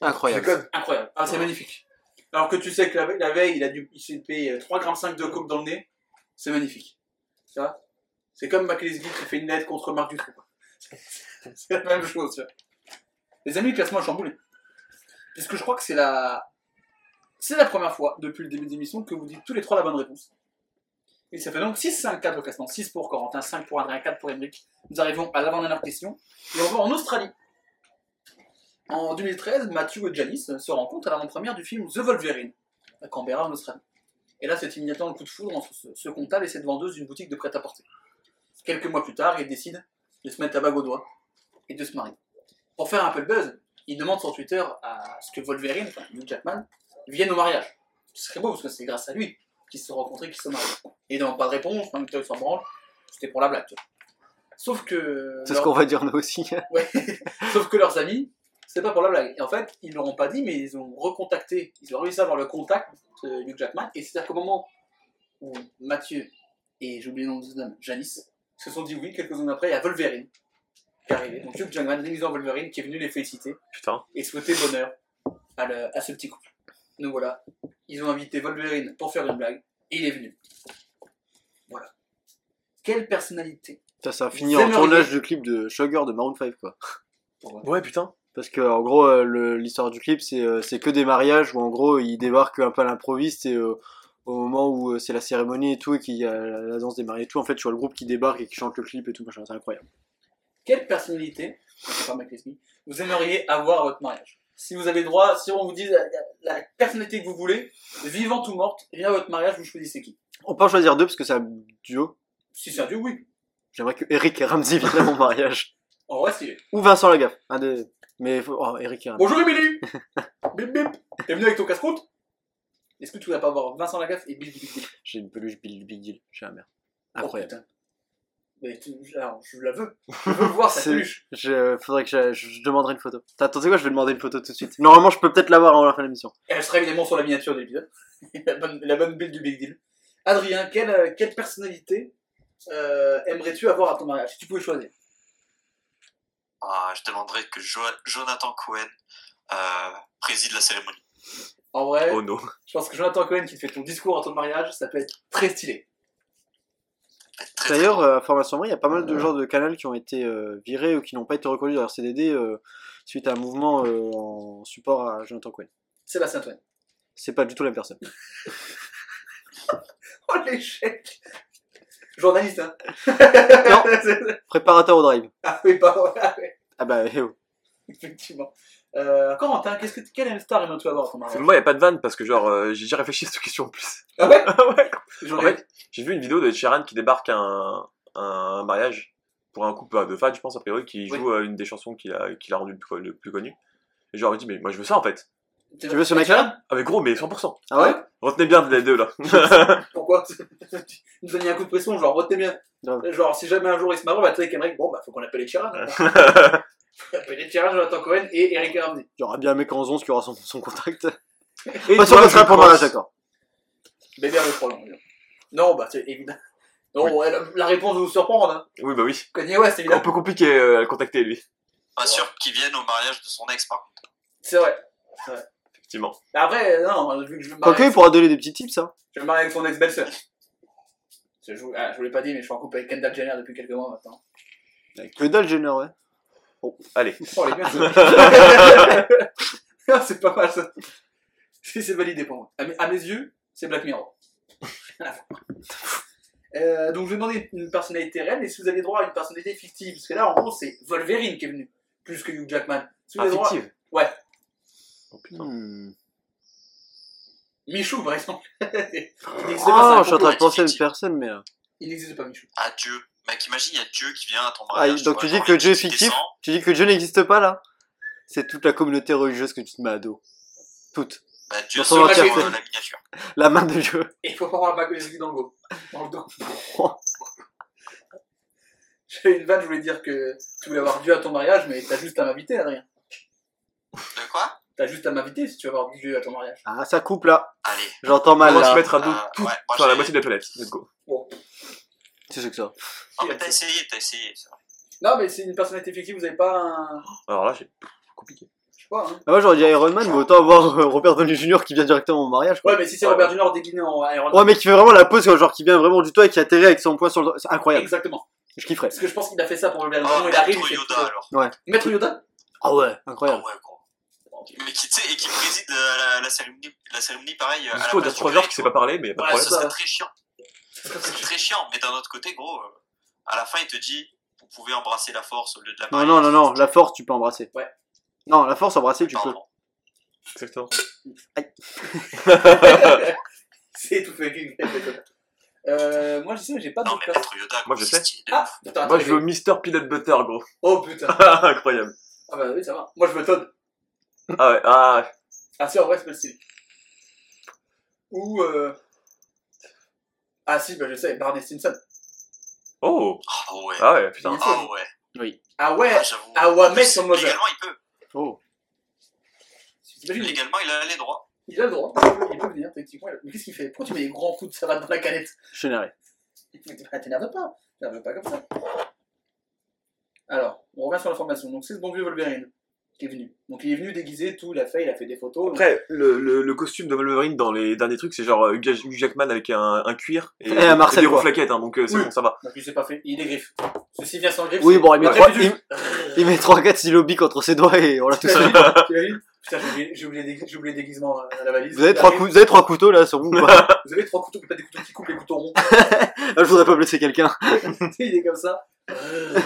Speaker 3: Incroyable.
Speaker 1: incroyable. Ah, c'est magnifique. Alors que tu sais que la, ve- la veille, il a dû il s'est payé 3,5 grammes de coke dans le nez. C'est magnifique. Ça, c'est comme McLeesby qui fait une lettre contre Marc Dutroux. quoi. <laughs> c'est la même chose, tu vois. Les amis, le classement est chamboulé. Puisque je crois que c'est la... C'est la première fois depuis le début de l'émission que vous dites tous les trois la bonne réponse. Et ça fait donc 6-5-4 au classement. 6 pour Corentin, 5 pour Adrien, 4 pour Emeric. Nous arrivons à l'avant-dernière question. Et on va en Australie. En 2013, Matthew et Janice se rencontrent à l'avant-première du film The Wolverine, à Canberra, en Australie. Et là, c'est immédiatement le coup de foudre entre ce, ce comptable et cette vendeuse d'une boutique de prêt-à-porter. Quelques mois plus tard, ils décident de se mettre la bague au doigt et de se marier. Pour faire un peu de buzz, ils demandent sur Twitter à ce que Wolverine, enfin Hugh Jackman, vienne au mariage. Ce serait beau parce que c'est grâce à lui qu'ils se sont rencontrés, qu'ils se marient. Et donc, pas de réponse, même s'en branle, c'était pour la blague. tu vois. Sauf que.
Speaker 3: C'est ce
Speaker 1: leur-
Speaker 3: qu'on va dire nous aussi.
Speaker 1: Ouais. <laughs> Sauf que leurs amis, c'est pas pour la blague. Et en fait, ils l'auront pas dit, mais ils ont recontacté. Ils ont réussi à avoir le contact de Hugh Jackman. Et c'est-à-dire qu'au moment où Mathieu et j'ai oublié le nom de son homme, Janice, se sont dit oui, quelques secondes après, il y a Wolverine qui est arrivé. Donc Hugh Jackman, déguisé en Wolverine, qui est venu les féliciter
Speaker 2: Putain.
Speaker 1: et souhaiter bonheur à, le- à ce petit couple. Donc voilà, ils ont invité Wolverine pour faire une blague et il est venu. Voilà. Quelle personnalité
Speaker 3: Ça, ça a fini
Speaker 1: Vous
Speaker 3: en
Speaker 1: aimeriez-
Speaker 3: tournage de clip de Sugar de Maroon 5, quoi.
Speaker 2: Ouais, putain.
Speaker 3: Parce que, en gros, euh, le- l'histoire du clip, c'est euh, c'est que des mariages où, en gros, ils débarquent un peu à l'improviste et euh, au moment où euh, c'est la cérémonie et tout, et qu'il y a la, la danse des mariés et tout, en fait, tu vois le groupe qui débarque et qui chante le clip et tout, machin, c'est incroyable.
Speaker 1: Quelle personnalité, je sais pas Mike Lesby, vous aimeriez avoir à votre mariage Si vous avez droit, si on vous dit la, la- la personnalité que vous voulez, vivante ou morte, et bien à votre mariage, vous choisissez qui
Speaker 3: On peut en choisir deux parce que c'est un duo.
Speaker 1: Si c'est un dieu, oui.
Speaker 3: J'aimerais que Eric et Ramsey viennent à mon mariage.
Speaker 1: En vrai, c'est...
Speaker 3: <laughs> Ou Vincent Lagaffe, un des. Mais faut- oh, Eric et Ramsey.
Speaker 1: Bonjour Émilie
Speaker 3: <laughs>
Speaker 1: Bip bip T'es venu avec ton casse-croûte Est-ce que tu voudrais pas avoir Vincent Lagaffe et Bill Bip Bip
Speaker 3: J'ai une peluche Bill Big Deal chez ma mère.
Speaker 1: Oh,
Speaker 3: Incroyable.
Speaker 1: putain. Mais tu- alors, je la veux. Je veux voir sa
Speaker 3: C'est-
Speaker 1: peluche.
Speaker 3: je, faudrait que je, je- je demanderai une photo. Attends, tu sais quoi, je vais demander une photo tout de suite. Normalement, je peux peut-être l'avoir avant la fin de l'émission.
Speaker 1: Elle sera évidemment sur la miniature de l'épisode. <laughs> la, bonne, la bonne build du Big Deal. Adrien, quelle, euh, quelle personnalité euh, aimerais-tu avoir à ton mariage Si tu pouvais choisir.
Speaker 6: Ah, je demanderais que Jo- Jonathan Cohen euh, préside la cérémonie.
Speaker 1: En vrai,
Speaker 2: Oh non.
Speaker 1: je pense que Jonathan Cohen qui te fait ton discours à ton mariage, ça peut être très stylé.
Speaker 6: Très, très
Speaker 3: D'ailleurs, euh, formation vraie, il y a pas mal de genres de canaux qui ont été euh, virés ou qui n'ont pas été reconnus dans leur CDD euh, suite à un mouvement euh, en support à Jonathan Cohen.
Speaker 1: Sébastien Antoine.
Speaker 3: C'est pas du tout la même personne.
Speaker 1: <laughs> Oh l'échec Journaliste, hein
Speaker 3: <laughs> Non. Préparateur au drive.
Speaker 1: <laughs> Ah oui, pas voilà, ouais.
Speaker 3: Ah bah, eh oh.
Speaker 1: <laughs> Effectivement. Euh, Corentin, qu'est-ce que, quelle star aimerais-tu avoir à ton mariage
Speaker 2: Moi, y a pas de vanne parce que genre, euh, j'ai j'ai réfléchi à cette question en plus.
Speaker 1: Ah
Speaker 3: <laughs>
Speaker 1: ouais
Speaker 2: Ah ouais.
Speaker 1: J'en
Speaker 2: En
Speaker 1: ai-
Speaker 2: fait, j'ai vu une vidéo de Sharon qui débarque à un, un mariage pour un couple euh, de fans, je pense, a priori, qui
Speaker 1: Oui.
Speaker 2: joue euh, une des chansons qu'il a, qu'il a rendu le plus, le plus connu. Et genre, il dit, mais moi je veux ça en fait.
Speaker 3: Tu veux ce mec-là
Speaker 2: Ah, mais gros, mais 100%.
Speaker 3: Ah ouais
Speaker 2: Retenez bien les deux là.
Speaker 1: Pourquoi <laughs> Il nous a mis un coup de pression, genre retenez bien.
Speaker 3: Grave.
Speaker 1: Genre, si jamais un jour il se marie, bah, tu sais, avec Emmerich, bon, bah, faut qu'on appelle les Chiran. faut appeler les Chiran, Jonathan Cohen et Eric Ramsey.
Speaker 3: Il y aura bien un mec en 11 qui aura son, son contact.
Speaker 2: Et
Speaker 3: Pas
Speaker 2: toi,
Speaker 3: sûr que
Speaker 2: je
Speaker 3: ce sera pour le
Speaker 2: pense-
Speaker 3: mariage, d'accord.
Speaker 1: Bébé avec trois langues. Non, bah, c'est évident. Non, ouais, la, la réponse va vous surprendre. Hein.
Speaker 2: Oui, bah oui.
Speaker 1: Kanye West,
Speaker 2: Un
Speaker 1: évidemment.
Speaker 2: peu compliqué euh, à le contacter lui,
Speaker 6: Pas sûr qu'il vienne au mariage de son ex, par contre.
Speaker 1: C'est vrai.
Speaker 2: effectivement.
Speaker 1: Mais après, euh, non, vu que je veux me marier,
Speaker 3: Quoique, il pourra donner des petits tips, hein.
Speaker 1: je veux me marier avec son ex-belle-sœur. Je, vous- ah, je vous l'ai pas dit, mais je suis en couple avec Kendall Jenner depuis quelques mois maintenant.
Speaker 3: Que dalle, Jenner, ouais.
Speaker 2: Allez.
Speaker 1: Oh, les <laughs>
Speaker 3: <laughs>
Speaker 1: gars, c'est- Ah, c'est pas mal ça. Si c'est validé pour moi. À mes, à mes yeux, c'est Black Mirror. <laughs> Rien à voir. Euh, donc je vais demander une personnalité réelle et si vous avez droit à une personnalité fictive, parce que là en gros c'est Wolverine qui est venu, plus que Hugh Jackman. Si vous
Speaker 3: Ah,
Speaker 1: avez droit,
Speaker 2: Affective.
Speaker 1: Ouais.
Speaker 2: Oh putain.
Speaker 3: Hmm.
Speaker 1: Michou par exemple. <laughs> Il n'existe
Speaker 3: Ah,
Speaker 1: pas,
Speaker 3: je suis
Speaker 1: c'est un
Speaker 3: en train de
Speaker 1: complot.
Speaker 3: penser à une personne, mais. euh,
Speaker 1: Il n'existe pas Michou.
Speaker 6: Ah, Dieu. Mec, imagine, il y a Dieu qui vient à ton
Speaker 3: Ah,
Speaker 6: mariage.
Speaker 3: donc
Speaker 6: vois,
Speaker 3: tu dis
Speaker 6: genre,
Speaker 3: que Dieu est
Speaker 6: il
Speaker 3: fictif
Speaker 6: descend.
Speaker 3: Tu dis que Dieu n'existe pas là c'est toute la communauté religieuse que tu te mets à dos. Toute.
Speaker 6: Bah, Dieu
Speaker 3: Dans
Speaker 6: seul
Speaker 3: son
Speaker 6: voit,
Speaker 1: entièreté.
Speaker 6: euh, la miniature.
Speaker 3: La main de Dieu.
Speaker 1: Et faut pas avoir la bague dans le dos. Dans
Speaker 3: <laughs>
Speaker 1: le dos. J'avais une vanne, je voulais dire que tu voulais avoir Dieu à ton mariage, mais t'as juste à m'inviter, Adrien.
Speaker 6: De quoi
Speaker 1: T'as juste à m'inviter si tu veux avoir Dieu à ton mariage.
Speaker 3: Ah, ça coupe là.
Speaker 6: Allez.
Speaker 3: J'entends mal
Speaker 2: On va se
Speaker 3: là.
Speaker 2: mettre à dos
Speaker 6: Euh,
Speaker 2: tout,
Speaker 6: ouais, moi,
Speaker 2: enfin, la
Speaker 6: j'ai-
Speaker 2: moitié de la planète. Let's go.
Speaker 3: C'est ce que ça.
Speaker 6: Non, mais t'as essayé, t'as essayé. ça.
Speaker 1: Non, mais c'est une personnalité fictive, vous avez pas un.
Speaker 2: Alors là, j'ai compliqué.
Speaker 1: Je sais pas, hein.
Speaker 3: Ah, moi j'aurais dit Iron Man, mais autant avoir euh, Robert Downey Jr. qui vient directement au mariage. Quoi.
Speaker 1: Ouais, mais si c'est Robert Junior déguiné en Iron Man.
Speaker 3: Ouais, mais qui fait vraiment la pose, quoi, genre qui vient vraiment du toit et qui atterrit avec son poing sur le. C'est incroyable.
Speaker 1: Exactement.
Speaker 3: Je kifferais.
Speaker 1: Parce que je pense qu'il a fait ça pour Robert
Speaker 6: Oh,
Speaker 1: Junior, il arrive.
Speaker 6: Maître
Speaker 1: il fait-
Speaker 6: Yoda, alors.
Speaker 1: Maître Yoda <laughs>
Speaker 3: Ah ouais,
Speaker 6: Ah
Speaker 3: incroyable.
Speaker 6: ouais, gros. Mais qui, tu sais, et qui préside euh, la, la cérémonie, la cérémonie, pareil. euh, à la
Speaker 2: Disco, dire
Speaker 6: place
Speaker 2: 3
Speaker 6: du
Speaker 2: heures
Speaker 6: mec,
Speaker 2: qui sait
Speaker 6: quoi.
Speaker 2: pas parler, mais y a pas de
Speaker 1: Ouais,
Speaker 6: Ouais,
Speaker 2: problème.
Speaker 6: ce
Speaker 1: ça,
Speaker 6: serait très chiant. Ce serait très chiant, mais d'un autre côté, gros, euh, à la fin, il te dit vous pouvez embrasser la force au lieu de la
Speaker 3: Non,
Speaker 6: marier.
Speaker 3: non, non, non, la force tu peux embrasser.
Speaker 1: Ouais.
Speaker 3: Non, la force embrasser tu peux.
Speaker 6: Pardon.
Speaker 2: Exactement.
Speaker 1: C'est tout fait. Euh, moi, je sais, mais j'ai pas
Speaker 6: Non,
Speaker 1: de
Speaker 6: mais Maître Yoda,
Speaker 2: Moi, je sais.
Speaker 1: Ah, putain,
Speaker 2: Moi,
Speaker 1: attends,
Speaker 2: je veux Mister Peanut Butter, gros. <laughs>
Speaker 1: Oh putain.
Speaker 2: Incroyable.
Speaker 1: Ah bah oui, ça va. Moi, je veux Todd.
Speaker 2: Ah ouais, ah.
Speaker 1: Ah si, en vrai, c'est pas le style. Ou... Euh... Ah si, bah je sais, Barney Stinson.
Speaker 2: Oh.
Speaker 6: Ah ouais.
Speaker 2: Ah ouais, putain.
Speaker 1: Il
Speaker 6: Ah
Speaker 1: faut.
Speaker 6: ouais.
Speaker 1: Ah ouais
Speaker 6: Ah, j'avoue.
Speaker 1: Ah ouais, mec, son mother.
Speaker 6: Légalement, il peut.
Speaker 3: Oh.
Speaker 1: T'imagines,
Speaker 6: Légalement, il a les droits.
Speaker 1: Il a le droit. Il peut venir, techniquement. Mais qu'est-ce qu'il fait Pourquoi tu mets des grands coups de savate dans la canette
Speaker 3: Je suis énervé.
Speaker 1: Ah, T'énerve pas. T'énerve pas comme ça. Alors, on revient sur l'information. Donc c'est ce bon vieux Wolverine qui est venu. Donc il est venu déguisé, tout, il a fait, il a fait des photos.
Speaker 2: Après, le, le, le costume de Wolverine dans les derniers trucs, c'est genre euh, Hugh Jack- Hugh Jackman avec un, un cuir et,
Speaker 3: Et un Marcel,
Speaker 2: et des
Speaker 3: quoi.
Speaker 2: rouflaquettes, hein, donc euh, c'est
Speaker 1: Oui.
Speaker 2: bon, ça va.
Speaker 1: Donc il s'est pas fait. Il est griffe. Ceci vient sans griffe.
Speaker 3: Oui, bon, il met
Speaker 1: Ouais.
Speaker 3: 3
Speaker 1: J'ai
Speaker 3: il,
Speaker 1: vu
Speaker 3: il met 4 syllabiques entre ses doigts et on l'a <laughs> tous.
Speaker 1: Putain, j'ai oublié- j'ai oublié, des- j'ai oublié le déguisement à la valise.
Speaker 3: Vous avez trois
Speaker 1: J'arrive.
Speaker 3: cou- vous avez trois couteaux là, c'est bon ou <laughs> pas
Speaker 1: Vous avez trois couteaux, peut-être des couteaux qui coupent les couteaux ronds.
Speaker 3: Ah, Je voudrais pas blesser quelqu'un.
Speaker 1: <laughs> il est comme ça. Euh,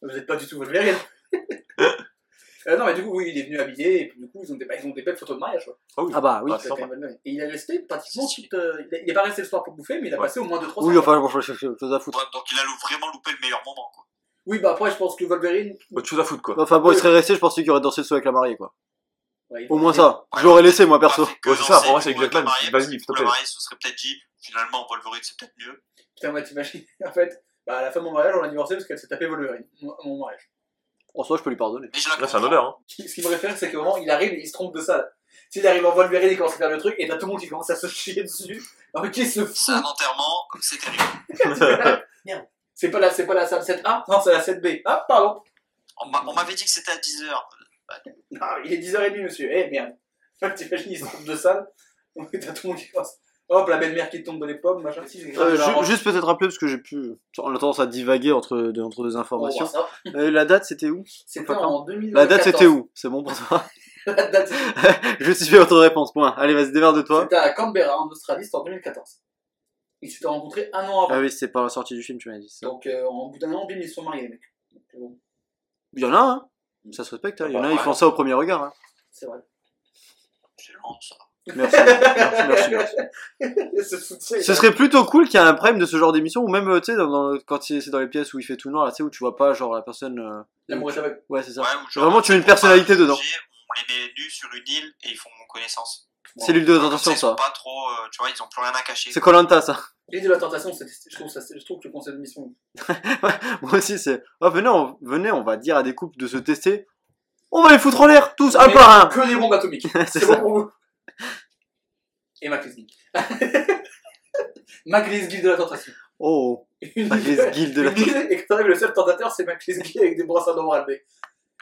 Speaker 1: vous êtes pas du tout Wolverine. <laughs> euh, non, mais du coup, oui, il est venu habillé, et puis du coup, ils ont des, bah, ils ont des belles photos de mariage. Quoi.
Speaker 3: Ah bah oui.
Speaker 2: Ah,
Speaker 1: Ça,
Speaker 2: sympa.
Speaker 1: quand même Wolverine. et il est resté pratiquement toute. euh, il, est, il est pas resté le soir pour bouffer, mais il a
Speaker 2: Ouais.
Speaker 1: passé au moins 2-3
Speaker 3: Oui, enfin, bon, je je- je- je- chose à foutre.
Speaker 6: Bref, donc il a lou- vraiment loupé le meilleur moment. Quoi.
Speaker 1: Oui, bah après, je pense que Wolverine.
Speaker 2: Autre chose à foutre, quoi.
Speaker 3: Enfin bon, il serait resté, je pensais qu'il aurait dansé le saut avec la mariée quoi.
Speaker 1: ouais, il-
Speaker 3: Au moins ça. Je l'aurais laissé moi perso.
Speaker 6: Pas fait que
Speaker 2: Ouais, c'est ça,
Speaker 6: danser
Speaker 2: pour moi, c'est
Speaker 6: pour
Speaker 2: Hugh
Speaker 6: le
Speaker 2: Jackman.
Speaker 6: marié, parce que
Speaker 2: Vas-y, s'il te
Speaker 6: pour le
Speaker 2: plaît.
Speaker 6: marié, se serait peut-être dit finalement, Wolverine, c'est peut-être mieux.
Speaker 1: Putain, ouais, t'imagines. <laughs> En fait, bah, à la fin de mon mariage, on a divorcé parce qu'elle s'est tapée Wolverine. Mon, mon mariage.
Speaker 3: En soi, je peux lui pardonner.
Speaker 6: Mais je la
Speaker 2: Là, c'est un
Speaker 6: comprends.
Speaker 2: honneur, hein.
Speaker 1: Qui- Ce qui me réfère, c'est qu'au moment, il arrive et il se trompe de ça. là. Tu sais, il arrive en Wolverine, il commence à faire le truc, et t'as tout le monde qui commence à se chier dessus. Non, mais qui se
Speaker 6: C'est
Speaker 1: fout
Speaker 6: un enterrement, c'est terrible.
Speaker 3: <laughs>
Speaker 1: C'est pas la, c'est pas la salle 7A, non, c'est la 7B. Ah, pardon.
Speaker 6: On m'a- on m'avait dit que c'était à 10h.
Speaker 1: Non, Ah, il est 10h30, monsieur. Eh, merde. <laughs> T'imagines, il se trompe de salle. <laughs> Donc, t'as tout le monde qui passe. Hop, la belle-mère qui tombe dans les pommes, machin. Si, c'est grave,
Speaker 3: Euh,
Speaker 1: la
Speaker 3: ju-
Speaker 1: robe.
Speaker 3: juste peut-être rappeler parce que j'ai pu. On a tendance à divaguer entre deux, entre deux
Speaker 1: Bon,
Speaker 3: informations.
Speaker 1: ça,
Speaker 3: Euh, la date c'était où
Speaker 1: C'était
Speaker 3: Pas
Speaker 1: en 2014.
Speaker 3: La date c'était où C'est bon pour toi
Speaker 1: <laughs>
Speaker 3: <laughs>
Speaker 1: La date c'était où
Speaker 3: Je suis votre réponse, point. Allez, vas-y, dévers de toi.
Speaker 1: C'était à Canberra, en Australie, c'était en 2014. Ils s'étaient rencontrés un an avant.
Speaker 3: Ah oui, c'est par la sortie du film, tu m'as dit ça.
Speaker 1: Donc, euh, en bout d'un an, bim, ils se sont mariés, les mecs. Donc, euh, bon,
Speaker 3: Il y en a un, hein. ça se respecte. hein. Il y en a un, ils font ça au premier regard. <laughs> hein.
Speaker 1: c'est vrai.
Speaker 6: C'est lent, ça.
Speaker 3: Merci, merci, merci, merci.
Speaker 1: Ce soutien.
Speaker 3: Ce serait plutôt cool qu'il y ait un prime de ce genre d'émission, ou même, euh, tu sais, dans, dans- quand il- c'est dans les pièces où il fait tout noir, là, tu sais, où tu vois pas, genre, la personne... euh,
Speaker 1: L'amour est aveugle.
Speaker 3: Ouais, c'est ça.
Speaker 6: Ouais, ou genre,
Speaker 3: Vraiment, tu as une
Speaker 6: on part
Speaker 3: personnalité
Speaker 6: à
Speaker 3: dedans.
Speaker 6: l'étranger, On les met nus sur une île et ils font connaissance.
Speaker 3: C'est l'île de la
Speaker 6: Comme
Speaker 3: tentation,
Speaker 6: ils sont
Speaker 3: ça.
Speaker 6: pas trop, euh, tu vois, ils ont plus rien à cacher.
Speaker 3: C'est Colanta, ça.
Speaker 1: L'idée de la tentation, c'est- je trouve, ça, je trouve que le concept de mission.
Speaker 3: Moi aussi, c'est... Oh, venez, on... venez, on va dire à des couples de se tester. On va les foutre en l'air, tous, un
Speaker 1: Mais
Speaker 3: par un
Speaker 1: Que des bombes
Speaker 3: <laughs>
Speaker 1: atomiques. C'est
Speaker 3: C'est ça.
Speaker 1: bon pour vous. Et Mac Lesguy. <laughs> Mac Lesguy de la tentation.
Speaker 3: Oh,
Speaker 1: Une
Speaker 3: Mac
Speaker 1: <laughs>
Speaker 3: Lesguy de la
Speaker 1: une- Et quand t'arrives, le seul tentateur, c'est Mac Lesguy avec des brossades en oral B.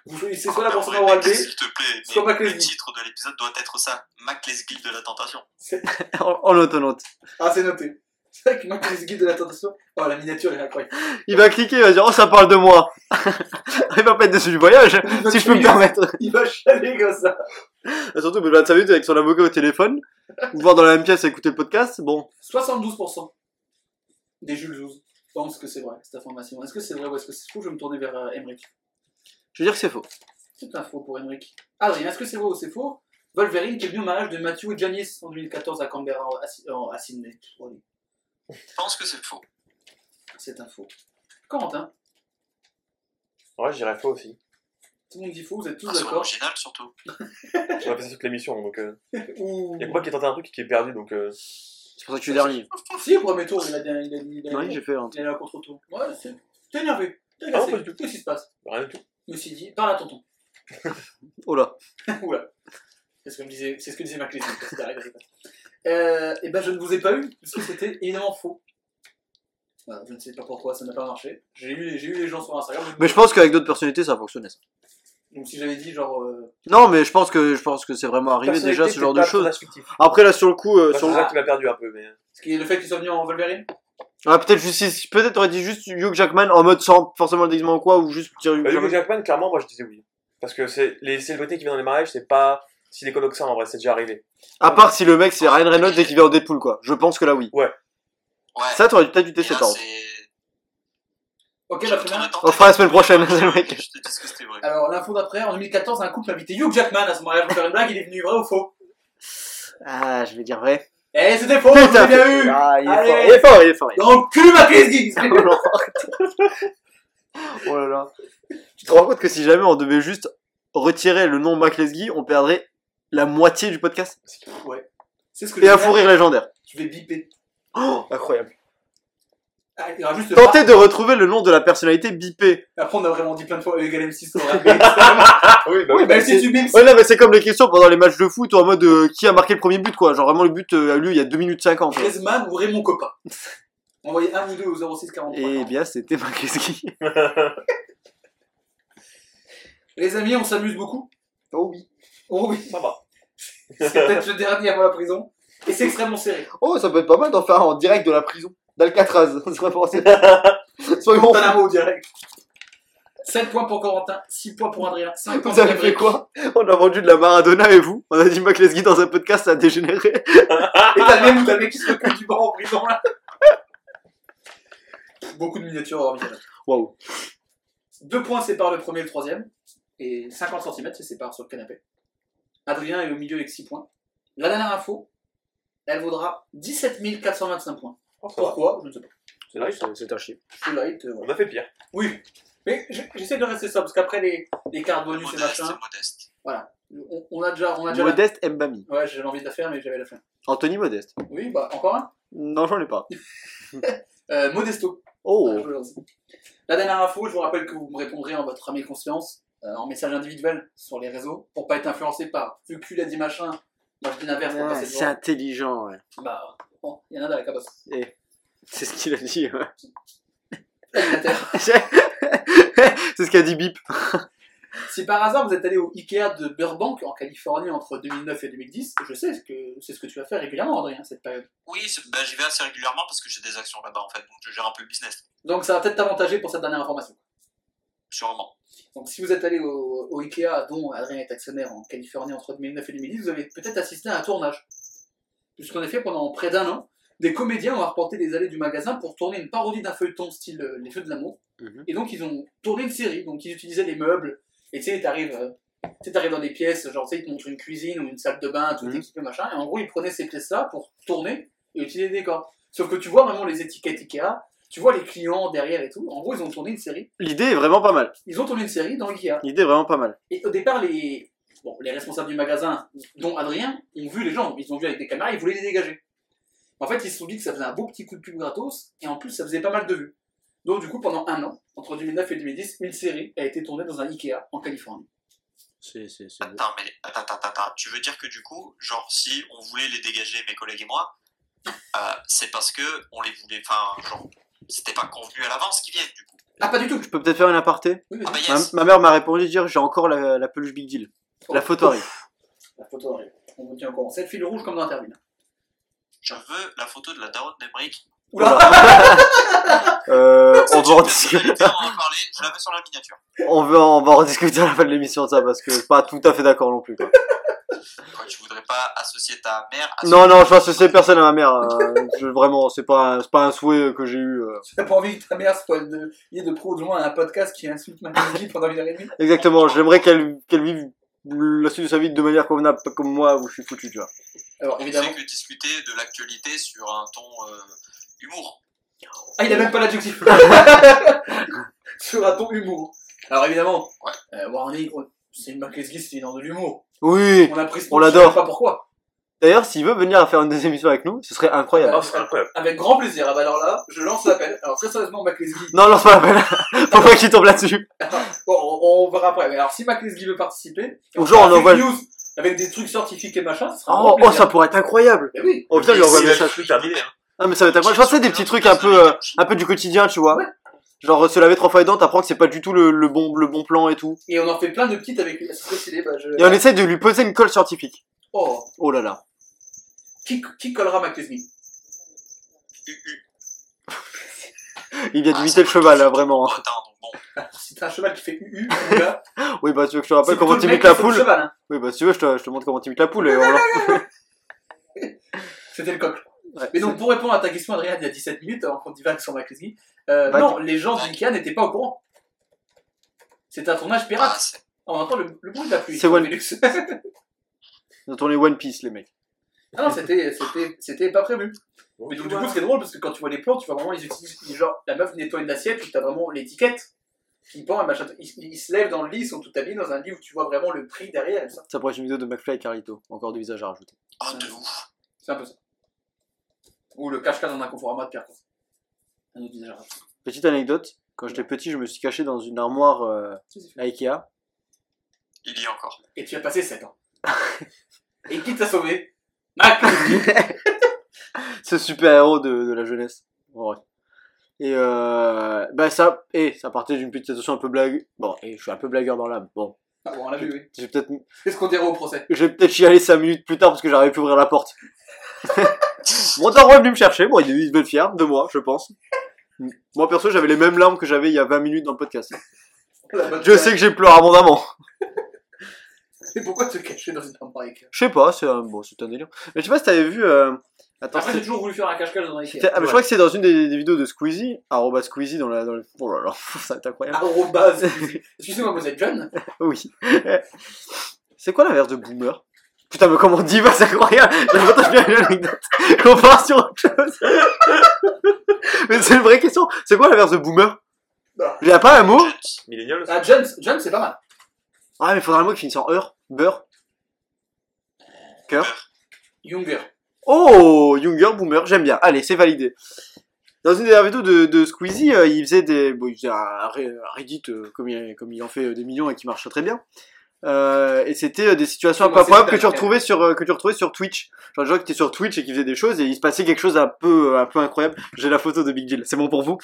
Speaker 1: Vous- C'est soit la brossade en oral B,
Speaker 6: <laughs> S'il te plaît,
Speaker 1: soit
Speaker 6: mais
Speaker 1: Mac
Speaker 6: le
Speaker 1: Lesguy.
Speaker 6: titre de l'épisode doit être ça. Mac Lesguy de la tentation.
Speaker 1: c'est-
Speaker 3: en, en autonote.
Speaker 1: Ah, c'est noté. C'est vrai que Mac Lesguy de la tentation. Oh, la miniature est incroyable.
Speaker 3: Il va cliquer, il va dire, oh, ça parle de moi. <laughs> il va pas être déçu du voyage, si je peux me permettre.
Speaker 1: Il va chialer comme ça.
Speaker 3: Ah, Surtout, mais 25 minutes avec son avocat au téléphone, ou voir dans la même pièce à écouter le podcast, bon,
Speaker 1: 72% des Jules Jouze pensent que c'est vrai, cette information. Est-ce que c'est vrai ou est-ce que c'est faux Je vais me tourner vers euh, Emmerich.
Speaker 3: je veux dire que c'est faux.
Speaker 1: C'est un faux pour Henrik. Adrien, est-ce que c'est vrai ou c'est faux Wolverine qui est venu au mariage de Matthew et Janice en 2014 à Canberra, en- à, Sy- en- à Sydney. Oh, oui,
Speaker 6: Je pense que c'est faux.
Speaker 1: c'est un faux. Corentin,
Speaker 2: Ouais, j'irais faux aussi.
Speaker 1: Tout le monde dit faux, vous êtes
Speaker 2: Ah,
Speaker 1: tous
Speaker 6: version
Speaker 1: d'accord.
Speaker 6: originale surtout.
Speaker 2: On a passé toute l'émission, donc euh,
Speaker 1: Ouh.
Speaker 2: y a que moi qui ai tenté un truc et qui est perdu, donc euh,
Speaker 3: C'est pour ça que tu es dernier.
Speaker 1: Si, au premier tour, il a bien. Il a, il a,
Speaker 3: Oui, j'ai fait un.
Speaker 1: il a la contre-tour. Ouais, c'est- t'es énervé. T'es
Speaker 2: Ah non,
Speaker 1: agacé.
Speaker 2: pas du tout.
Speaker 1: Qu'est-ce qui se passe
Speaker 2: rien du tout.
Speaker 1: Je me suis dit, parle à tonton.
Speaker 3: Oh là.
Speaker 1: Oula. C'est ce que me disait, c'est ce que disait ma clé. euh, et ben, je ne vous ai pas eu, parce que c'était évidemment faux. Voilà, je ne sais pas pourquoi, ça n'a pas marché. J'ai eu, les- j'ai eu les gens sur Instagram.
Speaker 3: Mais je pense qu'avec d'autres personnalités, ça fonctionnait. ça.
Speaker 1: Donc si j'avais dit genre. euh,
Speaker 3: Non, mais je pense que je pense que c'est vraiment arrivé déjà ce genre de choses. Après là, sur le coup, euh,
Speaker 2: C'est
Speaker 3: sur le-
Speaker 2: ça qui m'a perdu un peu, mais. euh.
Speaker 1: ce qui est le fait qu'ils soient venus en Wolverine
Speaker 3: Ah, peut-être juste si- peut-être t'aurais dit juste Hugh Jackman en mode sans forcément le déguisement ou quoi ou juste dire Hugh
Speaker 2: Bah, Hugh
Speaker 3: Jackman.
Speaker 2: Jackman, clairement, moi je disais oui. Parce que c'est les célébrités qui viennent dans les mariages, c'est pas si déconnant que ça en vrai, c'est déjà arrivé.
Speaker 3: À part si le mec c'est Ryan Reynolds et qu'il vient en Deadpool quoi. Je pense que là oui.
Speaker 6: Ouais.
Speaker 3: Ça t'aurais peut-être dû
Speaker 6: Et
Speaker 3: tester
Speaker 6: là,
Speaker 3: par contre.
Speaker 6: c'est-
Speaker 1: Ok, bah,
Speaker 6: je
Speaker 1: la
Speaker 6: me
Speaker 1: première.
Speaker 6: tournais tant
Speaker 3: On fera la semaine prochaine, le mec.
Speaker 6: Je te dis ce que c'était vrai.
Speaker 1: Alors l'info d'après, en 2014, un couple a invité Hugh Jackman à ce mariage pour faire une blague, il est venu vrai ou faux
Speaker 3: Ah, je vais dire vrai.
Speaker 1: Eh, c'était faux,
Speaker 3: Putain.
Speaker 1: j'ai bien eu
Speaker 3: Ah, il est
Speaker 1: Allez.
Speaker 3: fort, il est fort, il est fort. il est
Speaker 1: Dans le cul, ma Chris Giggs
Speaker 3: fort. oh là là. Tu te rends compte que si jamais on devait juste retirer le nom Mac Lesguy, on perdrait la moitié du podcast
Speaker 1: Ouais. C'est ce que
Speaker 3: et
Speaker 1: je
Speaker 3: un
Speaker 1: vais
Speaker 3: fou
Speaker 1: faire.
Speaker 3: rire légendaire.
Speaker 1: Je vais biper.
Speaker 3: Incroyable.
Speaker 1: Ah, il y aura juste le
Speaker 3: Tentez de retrouver le nom de la personnalité bipée.
Speaker 1: Après, on a vraiment dit plein de fois E égale M6 sur
Speaker 3: <laughs>
Speaker 1: la
Speaker 2: oui,
Speaker 1: Oui, même si tu bimes,
Speaker 3: bah Ouais, non, mais c'est comme les questions pendant les matchs de foot ou en mode euh, qui a marqué le premier but, quoi. Genre vraiment le but euh, a eu lieu il y a 2 minutes 50. quoi.
Speaker 1: Griezmann ou Raymond Coppa. Envoyez un ou deux au 06 43.
Speaker 3: Et bien, c'était Mac Lesguy.
Speaker 1: Les amis, on s'amuse beaucoup.
Speaker 3: <laughs> Oh oui.
Speaker 1: Oh oui,
Speaker 2: Ça va.
Speaker 1: c'est peut-être le dernier avant la prison. Et c'est extrêmement serré.
Speaker 3: Oh, ça peut être pas mal d'en faire un en direct de la prison. D'Alcatraz, <laughs> c'est pas pensé. Soyons
Speaker 1: Guantanamo direct. 7 points pour Corentin, 6 points pour Adrien, 5 points
Speaker 3: Vous
Speaker 1: pour
Speaker 3: avez fait
Speaker 1: Gabriel.
Speaker 3: quoi On a vendu de la Maradona et vous On a dit Mac Lesguy dans un podcast, ça a dégénéré.
Speaker 1: Et t'as même, t'as le mec qui se recule du banc en prison là. Beaucoup de miniatures hors vision.
Speaker 3: Waouh.
Speaker 1: Deux points séparent le premier et le troisième. Et 50 cm se séparent sur le canapé. Adrien est au milieu avec 6 points. La dernière info, elle vaudra 17 425 points. Pourquoi Je ne sais pas.
Speaker 2: C'est nice.
Speaker 3: C'est un chier.
Speaker 1: C'est light, euh,
Speaker 2: On
Speaker 1: voilà.
Speaker 2: a fait pire.
Speaker 1: Oui. Mais j- j'essaie de rester sobre, parce qu'après les, les cartes
Speaker 6: C'est
Speaker 1: bonus et
Speaker 6: modeste, c'est
Speaker 1: machin,
Speaker 6: modeste.
Speaker 1: on, on a déjà. On a déjà la-
Speaker 3: Modeste Mbami.
Speaker 1: Ouais, j'avais envie de la faire, mais j'avais la fin.
Speaker 3: Anthony Modeste.
Speaker 1: Oui, bah encore un.
Speaker 3: Non, j'en ai pas.
Speaker 1: Euh, Modesto.
Speaker 3: Oh.
Speaker 1: Voilà, je le lance. La dernière info, je vous rappelle que vous me répondrez en votre âme et conscience, euh, en message individuel sur les réseaux, pour pas être influencé par vu qu'il a dit machin, moi je dis l'inverse pour
Speaker 3: Ah,
Speaker 1: passer
Speaker 3: c'est
Speaker 1: devant.
Speaker 3: intelligent, ouais. Eh,
Speaker 1: Bah, bon, il y en a dans la cabosse.
Speaker 3: C'est ce qu'il a dit, ouais. <laughs>
Speaker 1: Animateur.
Speaker 3: c'est ce qu'a dit Bip.
Speaker 1: si par hasard vous êtes allé au Ikea de Burbank en Californie entre 2009 et 2010, je sais que c'est ce que tu vas faire régulièrement, Adrien, cette période.
Speaker 6: Oui, c'est- bah, j'y vais assez régulièrement parce que j'ai des actions là-bas en fait, donc je gère un peu le business,
Speaker 1: Donc ça va peut-être t'avantager pour cette dernière information.
Speaker 6: sûrement.
Speaker 1: Donc si vous êtes allé au, au Ikea, dont Adrien est actionnaire en Californie entre 2009 et 2010, vous avez peut-être assisté à un tournage. Puisqu'en effet, pendant près d'un an, des comédiens ont arpenté les allées du magasin pour tourner une parodie d'un feuilleton style euh, Les Feux de l'amour.
Speaker 3: Mhm.
Speaker 1: Et donc ils ont tourné une série, donc ils utilisaient les meubles, et tu sais, t'arrives... euh, tu sais, t'arrives dans des pièces, genre, tu sais, ils te montrent une cuisine ou une salle de bain, tout
Speaker 3: Mhm.
Speaker 1: équipé, machin. Et en gros, ils prenaient ces pièces-là pour tourner et utiliser des décors. Sauf que tu vois vraiment les étiquettes Ikea, tu vois les clients derrière et tout. En gros, ils ont tourné une série.
Speaker 3: L'idée est vraiment pas mal.
Speaker 1: Ils ont tourné une série dans l'Ikea.
Speaker 3: L'idée est vraiment pas mal.
Speaker 1: Et au départ, les, bon, les responsables du magasin, dont Adrien, ont vu les gens. Ils ont vu avec des caméras, ils voulaient les dégager. En fait, ils se sont dit que ça faisait un beau petit coup de pub gratos, et en plus, ça faisait pas mal de vues. Donc, du coup, pendant un an, entre 2009 et 2010, une série a été tournée dans un Ikea en Californie.
Speaker 3: C'est, c'est, c'est...
Speaker 6: Attends, mais attends, attends, attends, attends. Tu veux dire que du coup, genre, si on voulait les dégager, mes collègues et moi, euh, c'est parce que on les voulait, enfin, genre, c'était pas convenu à l'avance qu'ils viennent du coup.
Speaker 1: Ah, pas du tout
Speaker 3: Je peux peut-être faire une aparté
Speaker 1: Oui,
Speaker 6: Ah bah
Speaker 1: vas-y.
Speaker 3: ma,
Speaker 6: yes,
Speaker 3: ma mère m'a répondu dire j'ai encore la, la peluche Big Deal. Ah, La photo arrive.
Speaker 1: La photo arrive. On vous tient au courant. C'est le fil rouge comme dans
Speaker 3: <laughs>
Speaker 1: Interville.
Speaker 6: je veux la photo de la daronne d'Emeric.
Speaker 3: Euh, on, va en
Speaker 6: Je
Speaker 3: discuter,
Speaker 6: vais en parler, je l'avais sur la miniature.
Speaker 3: on, veut en- on va en discuter à la fin de l'émission de ça parce que je suis pas tout à fait d'accord non plus. quoi.
Speaker 6: Quoi, tu voudrais pas associer ta mère à
Speaker 3: Non, non, je n'associe personne à ma mère. euh, je- vraiment, c'est pas, un- c'est pas un souhait que j'ai eu. euh.
Speaker 1: Tu n'as pas envie que ta mère soit de, liée de pro ou de loin à un podcast qui insulte ma vie pendant une heure et demie
Speaker 3: Exactement, j'aimerais qu'elle qu'elle vive la suite de sa vie de manière convenable, pas comme moi où je suis foutu, tu vois.
Speaker 1: Alors,
Speaker 6: On ne
Speaker 1: évidemment.
Speaker 6: fait que discuter de l'actualité sur un ton euh, humour.
Speaker 1: <laughs> Ah, il a même pas l'adjectif. Sur un ton humour. Alors évidemment,
Speaker 6: Ouais.
Speaker 1: euh, Warning, on- c'est une Marquez c'est une heure de l'humour.
Speaker 3: Oui
Speaker 1: On a pris ce nom,
Speaker 3: On
Speaker 1: je
Speaker 3: l'adore.
Speaker 1: sais Pas pourquoi.
Speaker 3: D'ailleurs, s'il veut venir faire une deuxième émission avec nous, ce serait incroyable.
Speaker 2: Ah, c'est incroyable.
Speaker 1: Avec grand plaisir. Ah bah alors là, je lance l'appel. Alors très sérieusement, McLesguy,
Speaker 3: Non, lance pas l'appel. Faut pas qu'il tombe là-dessus.
Speaker 1: Bon, on, on verra après. Mais alors, si McLesguy veut participer,
Speaker 3: Ou genre, on
Speaker 1: fera
Speaker 3: envoie
Speaker 1: fake news avec des trucs scientifiques et machin, ce sera un
Speaker 3: Oh,
Speaker 1: grand
Speaker 3: oh,
Speaker 1: plaisir.
Speaker 3: ça pourrait être incroyable.
Speaker 1: Mais oui.
Speaker 3: Oh, putain, je lui envoie
Speaker 2: Et
Speaker 3: le
Speaker 2: c'est
Speaker 3: message.
Speaker 2: le truc terminé, hein.
Speaker 3: Ah, mais ça va être incroyable. Je pense que c'est des petits trucs un peu, euh, un peu du quotidien, tu vois.
Speaker 1: Ouais.
Speaker 3: Genre, se laver trois fois les dents, t'apprends que c'est pas du tout le, le bon, le bon plan et tout.
Speaker 1: Et on en fait plein de petites avec lui. Ça serait stylé, bah, je-
Speaker 3: Et on essaie de lui poser une colle scientifique.
Speaker 1: Oh,
Speaker 3: Oh là là.
Speaker 1: qui, qui collera McLesguy
Speaker 6: U- U-
Speaker 3: Il vient
Speaker 6: Ah,
Speaker 3: d'imiter le
Speaker 6: ça-
Speaker 3: cheval, là, vraiment. hein.
Speaker 6: Attends, donc bon.
Speaker 1: Alors, si t'as un cheval qui fait UU, ou
Speaker 3: <laughs>
Speaker 1: là,
Speaker 3: Oui, bah, tu veux que je te
Speaker 1: c'est
Speaker 3: rappelle
Speaker 1: plutôt
Speaker 3: comment
Speaker 1: le mec
Speaker 3: t'imites
Speaker 1: qui
Speaker 3: la
Speaker 1: fait le
Speaker 3: poule
Speaker 1: cheval, hein.
Speaker 3: Oui, bah, si tu veux, je te, je te montre comment t'imites la poule. Et on l'a-
Speaker 1: C'était le coq.
Speaker 3: Ouais.
Speaker 1: Mais donc, pour répondre à ta question, Adrien, il y a 17 minutes, avant qu'on divague sur McLesguy, euh,
Speaker 3: Bah,
Speaker 1: non, les gens d'Inca n'étaient pas au courant. C'était un tournage
Speaker 6: Ah,
Speaker 1: pirate.
Speaker 6: c'est-
Speaker 1: On entend le, le bruit de la pluie.
Speaker 3: C'est One-
Speaker 1: Ah
Speaker 3: Ils ont tourné One Piece, les mecs.
Speaker 1: Ah non, c'était- c'était c'était pas prévu. Mais donc, du coup, c'est drôle parce que quand tu vois les plans, tu vois vraiment, ils utilisent, ils- genre, la meuf nettoie une assiette, où t'as vraiment l'étiquette qui pend, et machin. Ils, ils se lèvent dans le lit, ils sont tout habillés dans un lit où tu vois vraiment le prix derrière, et ça.
Speaker 3: Ça pourrait être une vidéo de McFly et Carlito. Encore du visage à rajouter.
Speaker 6: Oh, de ouf.
Speaker 1: C'est un peu ça. Ou le cache-cache dans un conforama de Pierre, quoi. Un autre visage.
Speaker 3: Petite anecdote. Quand j'étais petit, je me suis caché dans une armoire euh, à Ikea.
Speaker 6: Il y est encore.
Speaker 1: Et tu as passé 7 ans. et qui t'a sauvé Mac
Speaker 3: ce super héros de, de la jeunesse. En vrai. Et euh, bah ça, et ça partait d'une petite situation un peu blague. Bon, et je suis un peu blagueur dans l'âme. Bon,
Speaker 1: Ah bon, on l'a vu, oui.
Speaker 3: j'ai peut-être,
Speaker 1: Qu'est-ce qu'on dirait au procès
Speaker 3: je vais peut-être chialer 5 minutes plus tard parce que j'arrivais plus à ouvrir la porte. <laughs> Mon daron est venu me chercher. Bon, il est- il devait être fier de moi, je pense. Moi perso, j'avais les mêmes larmes que j'avais il y a 20 minutes dans le podcast.
Speaker 1: La bonne
Speaker 3: Je sais que j'ai pleuré abondamment.
Speaker 1: Mais pourquoi te cacher dans une armoire avec
Speaker 3: Je sais pas, c'est un, bon, c'est un délire. Mais je sais pas si t'avais vu. euh, Attends,
Speaker 1: Après, j'ai toujours voulu faire un cache-cache dans un
Speaker 3: c'est-
Speaker 1: Ikea.
Speaker 3: ah, mais je crois que c'est dans une des, des vidéos de Squeezie, arroba Squeezie dans la, dans le, oh là <laughs> là, ça va être incroyable.
Speaker 1: Arrobase. Excusez-moi, vous êtes jeune
Speaker 3: Oui. <laughs> C'est quoi l'inverse de boomer Putain, mais comment on dit bah, c'est incroyable <laughs> J'attends, je viens à l'anecdote. On part sur autre chose. <laughs> mais c'est une vraie question. C'est quoi l'inverse de boomer Il n'y a pas un mot
Speaker 6: Jets.
Speaker 2: Millennials.
Speaker 1: Ah, John, John c'est pas mal.
Speaker 3: Ah, mais il faudra un mot qui finisse en heure. Beurre.
Speaker 1: Younger.
Speaker 3: Oh Younger, boomer, j'aime bien. Allez, c'est validé. Dans une dernière vidéo de, de Squeezie, euh, il faisait des, bon, il faisait un, Re- un Reddit euh, comme, il, comme il en fait euh, des millions et qui marche très bien. Euh, et c'était euh, des situations un peu
Speaker 1: Comment c'est
Speaker 3: improbables que tu
Speaker 1: super,
Speaker 3: retrouvais sur euh, que tu retrouvais sur Twitch. Genre des gens qui étaient sur Twitch et qui faisaient des choses et il se passait quelque chose un peu euh, un peu incroyable. J'ai la photo de Big Deal. C'est bon
Speaker 1: <laughs>
Speaker 3: pour vous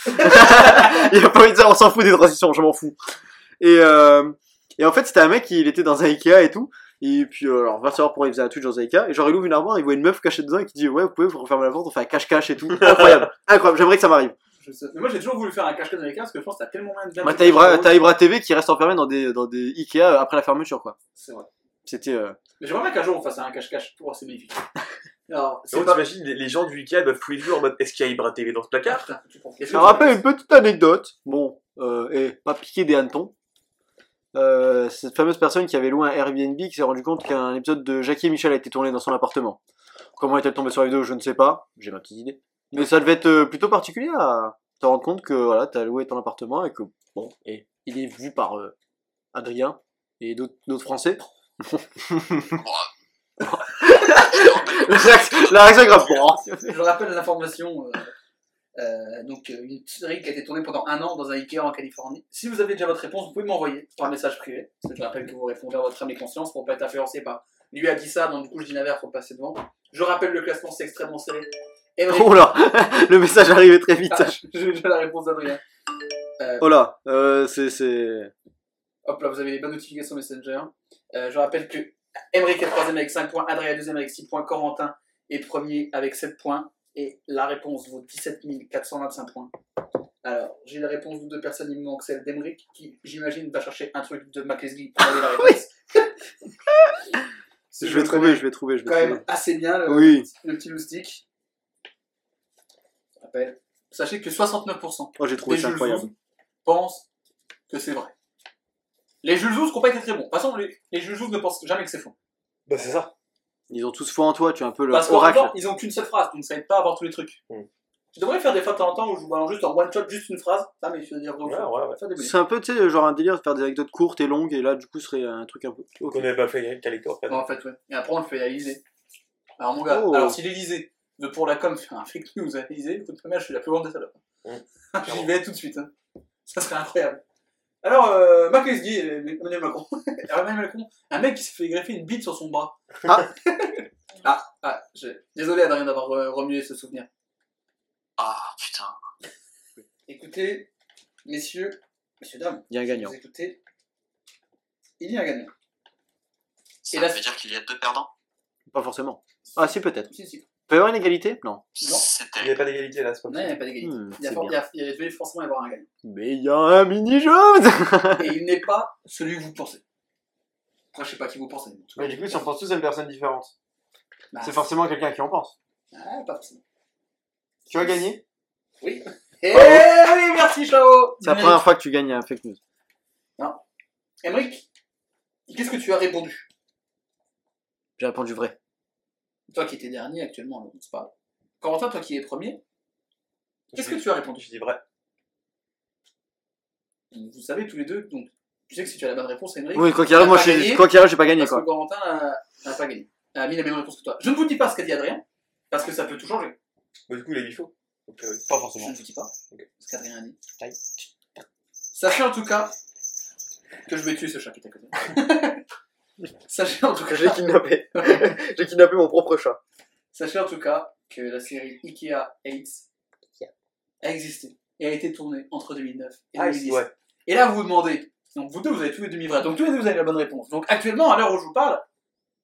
Speaker 3: Il a pas envie de dire on s'en fout des transitions, je m'en fous. Et euh, et en fait c'était un mec il était dans un Ikea et tout. Et puis, euh, alors, on va savoir pourquoi il faisait un Twitch dans un Ikea. Et genre, il ouvre une armoire, il voit une meuf cachée dedans et qui dit Ouais, vous pouvez vous refermer la porte, on fait un cache-cache et tout. Incroyable, incroyable, j'aimerais que ça m'arrive.
Speaker 1: Je sais- Mais moi j'ai toujours voulu faire un cache-cache dans les cases parce que je pense que t'as tellement moyen de
Speaker 3: Bah, t'as Ibra, t'as Ibra TV qui reste enfermé dans des, dans des Ikea après la fermeture, quoi.
Speaker 1: C'est vrai.
Speaker 3: C'était. euh,
Speaker 1: Mais j'aimerais bien qu'un jour on fasse un cache-cache. Oh, c'est magnifique. Alors, c'est
Speaker 2: Donc
Speaker 1: pas.
Speaker 2: t'imagines, les, les gens du Ikea doivent tous les jours en mode est-ce qu'il y a Ibra TV dans ce
Speaker 1: Ah,
Speaker 2: placard
Speaker 1: putain, tu comprends. Est-ce que
Speaker 3: Je me
Speaker 1: tu-
Speaker 3: rappelle une petite anecdote. Bon, euh, et pas piquer des hannetons. Euh, cette fameuse personne qui avait loué un Airbnb qui s'est rendu compte qu'un épisode de Jackie et Michel a été tourné dans son appartement. Comment est-elle tombée sur la vidéo Je ne sais pas. J'ai ma petite idée. Mais ça devait être euh, plutôt particulier à te rendre compte que voilà, t'as loué ton appartement et que bon, et il est vu par euh, Adrien et d'autres d'autres Français. <laughs>
Speaker 6: Bon, euh,
Speaker 3: la réaction la réaction est grave. Bon.
Speaker 1: Je rappelle l'information. euh, euh, donc, euh, une série qui a été tournée pendant un an dans un Ikea en Californie. Si vous avez déjà votre réponse, vous pouvez m'envoyer par message privé. Parce que je rappelle que vous répondez à votre âme et conscience pour pas être influencé par lui a dit ça, donc du coup je dis l'inverse pour passer devant. Je rappelle le classement, c'est extrêmement serré. Emery-
Speaker 3: Oh là, le message arrivait très vite.
Speaker 1: Ah, <laughs> J'ai déjà la réponse d'Adrien.
Speaker 3: Oh là, euh, c'est c'est.
Speaker 1: Hop là, vous avez les bonnes notifications Messenger. Euh, je rappelle que Emeric est troisième avec 5 points, Adrien est deuxième avec 6 points, Corentin est premier avec 7 points. Et la réponse vaut 17 425 points. Alors, j'ai la réponse de deux personnes, il me manque celle d'Emeric, qui, j'imagine, va chercher un truc de McLesley pour aller la réponse.
Speaker 3: Je vais trouver, je vais trouver, je vais
Speaker 1: Quand
Speaker 3: trouver.
Speaker 1: même assez bien le,
Speaker 3: Oui.
Speaker 1: le petit loustic. Je rappelle. Sachez que 69%
Speaker 3: Oh, j'ai trouvé
Speaker 1: Les
Speaker 3: ça
Speaker 1: Jules
Speaker 3: incroyable.
Speaker 1: Zouz pensent que c'est vrai. Les Jules Zouz qui n'ont pas été très bons. De toute façon, les, les Jules Zouz ne pensent jamais que c'est faux.
Speaker 2: Bah c'est ça.
Speaker 3: Ils ont tous foi en toi, tu es un peu leur
Speaker 1: Parce qu'en même
Speaker 3: oracle. Hmm.
Speaker 1: temps, ils n'ont qu'une seule phrase, donc ça aide pas à avoir tous les trucs.
Speaker 2: Mm.
Speaker 1: Je devrais faire des fois de temps en temps où je balance juste en one shot, juste une phrase. Ça, mais je veux dire,
Speaker 2: Ouais, ouais, ouais.
Speaker 1: faire des bonus.
Speaker 3: C'est un peu, tu sais, genre un délire de faire des anecdotes courtes et longues, et là, du coup, ce serait un truc un peu.
Speaker 2: On
Speaker 3: Ok.
Speaker 2: n'avait pas fait Calico en fait.
Speaker 1: Bon, en fait, ouais. Et après, on le fait à l'Elysée. Alors, mon gars,
Speaker 3: Oh.
Speaker 1: alors si l'Elysée veut pour la com faire un fake news à l'Elysée, écoute, ma mère, je suis la plus grande des salopes.
Speaker 2: Mm.
Speaker 1: J'y vais tout de suite. hein. Ça serait incroyable. Alors, euh, Mackesguy, euh, Emmanuel Macron. Alors, Emmanuel Macron, un mec qui s'est fait greffer une bite sur son bras.
Speaker 3: Ah.
Speaker 1: ah, ah, je- désolé, Adrien, d'avoir euh, remué ce souvenir.
Speaker 6: Ah putain.
Speaker 1: Écoutez, messieurs, messieurs, dames,
Speaker 3: Il y a un gagnant.
Speaker 1: vous écoutez, il y a un gagnant.
Speaker 6: Ça
Speaker 1: Et la-
Speaker 6: veut dire qu'il y a deux perdants.
Speaker 3: Pas forcément. Ah, si, peut-être.
Speaker 1: Si, si.
Speaker 3: Peut y avoir une égalité Non.
Speaker 1: Non.
Speaker 2: Il
Speaker 6: C'était.
Speaker 2: n'y avait pas d'égalité là, c'est pas
Speaker 1: Non, il n'y a
Speaker 2: possible.
Speaker 1: pas d'égalité.
Speaker 3: Hmm,
Speaker 1: il, y a
Speaker 3: c'est
Speaker 1: for-
Speaker 3: bien.
Speaker 1: il y a- il y a- il devait forcément y avoir un gagnant.
Speaker 3: Mais il y a un mini-jeu <laughs>
Speaker 1: et il n'est pas celui que vous pensez. Moi, je sais pas qui vous pensez. mais en tout cas.
Speaker 3: Mais du coup, si on pense tous à une personne différente,
Speaker 1: Bah,
Speaker 3: c'est forcément quelqu'un qui en pense.
Speaker 1: Ah, pas forcément.
Speaker 3: Tu as gagné
Speaker 1: Eh oui, merci, Chao
Speaker 3: C'est la première fois que tu gagnes un fake news.
Speaker 1: Emric, qu'est-ce que tu as répondu
Speaker 3: J'ai répondu vrai.
Speaker 1: Toi qui étais dernier actuellement, c'est pas. Corentin, toi qui es premier, qu'est-ce que tu as répondu
Speaker 2: Je dis vrai.
Speaker 1: Vous savez tous les deux, donc tu sais que si tu as la bonne réponse, Emric.
Speaker 3: Oui, quoi qu'il arrive, moi,
Speaker 1: T'as
Speaker 3: je
Speaker 1: pas
Speaker 3: suis-
Speaker 1: gagné
Speaker 3: quoi qu'il arrive, j'ai pas gagné,
Speaker 1: Parce que <laughs>
Speaker 3: quoi.
Speaker 1: Corentin a- n'a pas gagné. Ah, A mis la même réponse que toi. Je ne vous dis pas ce qu'a dit Adrien, parce que ça peut tout changer.
Speaker 2: Bah, du coup, il a dit faux. Donc, euh, Pas
Speaker 1: Je
Speaker 2: forcément.
Speaker 1: ne vous dis pas ce qu'Adrien a dit.
Speaker 2: Aïe.
Speaker 1: Sachez en tout cas que je vais tuer ce chat qui est à côté.
Speaker 2: <laughs>
Speaker 1: Sachez en tout cas.
Speaker 3: kidnappé. j'ai kidnappé mon propre chat.
Speaker 1: Sachez en tout cas que la série Ikea Hates a existé et a été tournée entre 2009 et
Speaker 2: Ah,
Speaker 1: 2010.
Speaker 2: ouais.
Speaker 1: Et là, vous vous demandez, donc vous deux, vous avez tous les demi-vrais, donc tous les deux, vous avez la bonne réponse. Donc actuellement, à l'heure où je vous parle,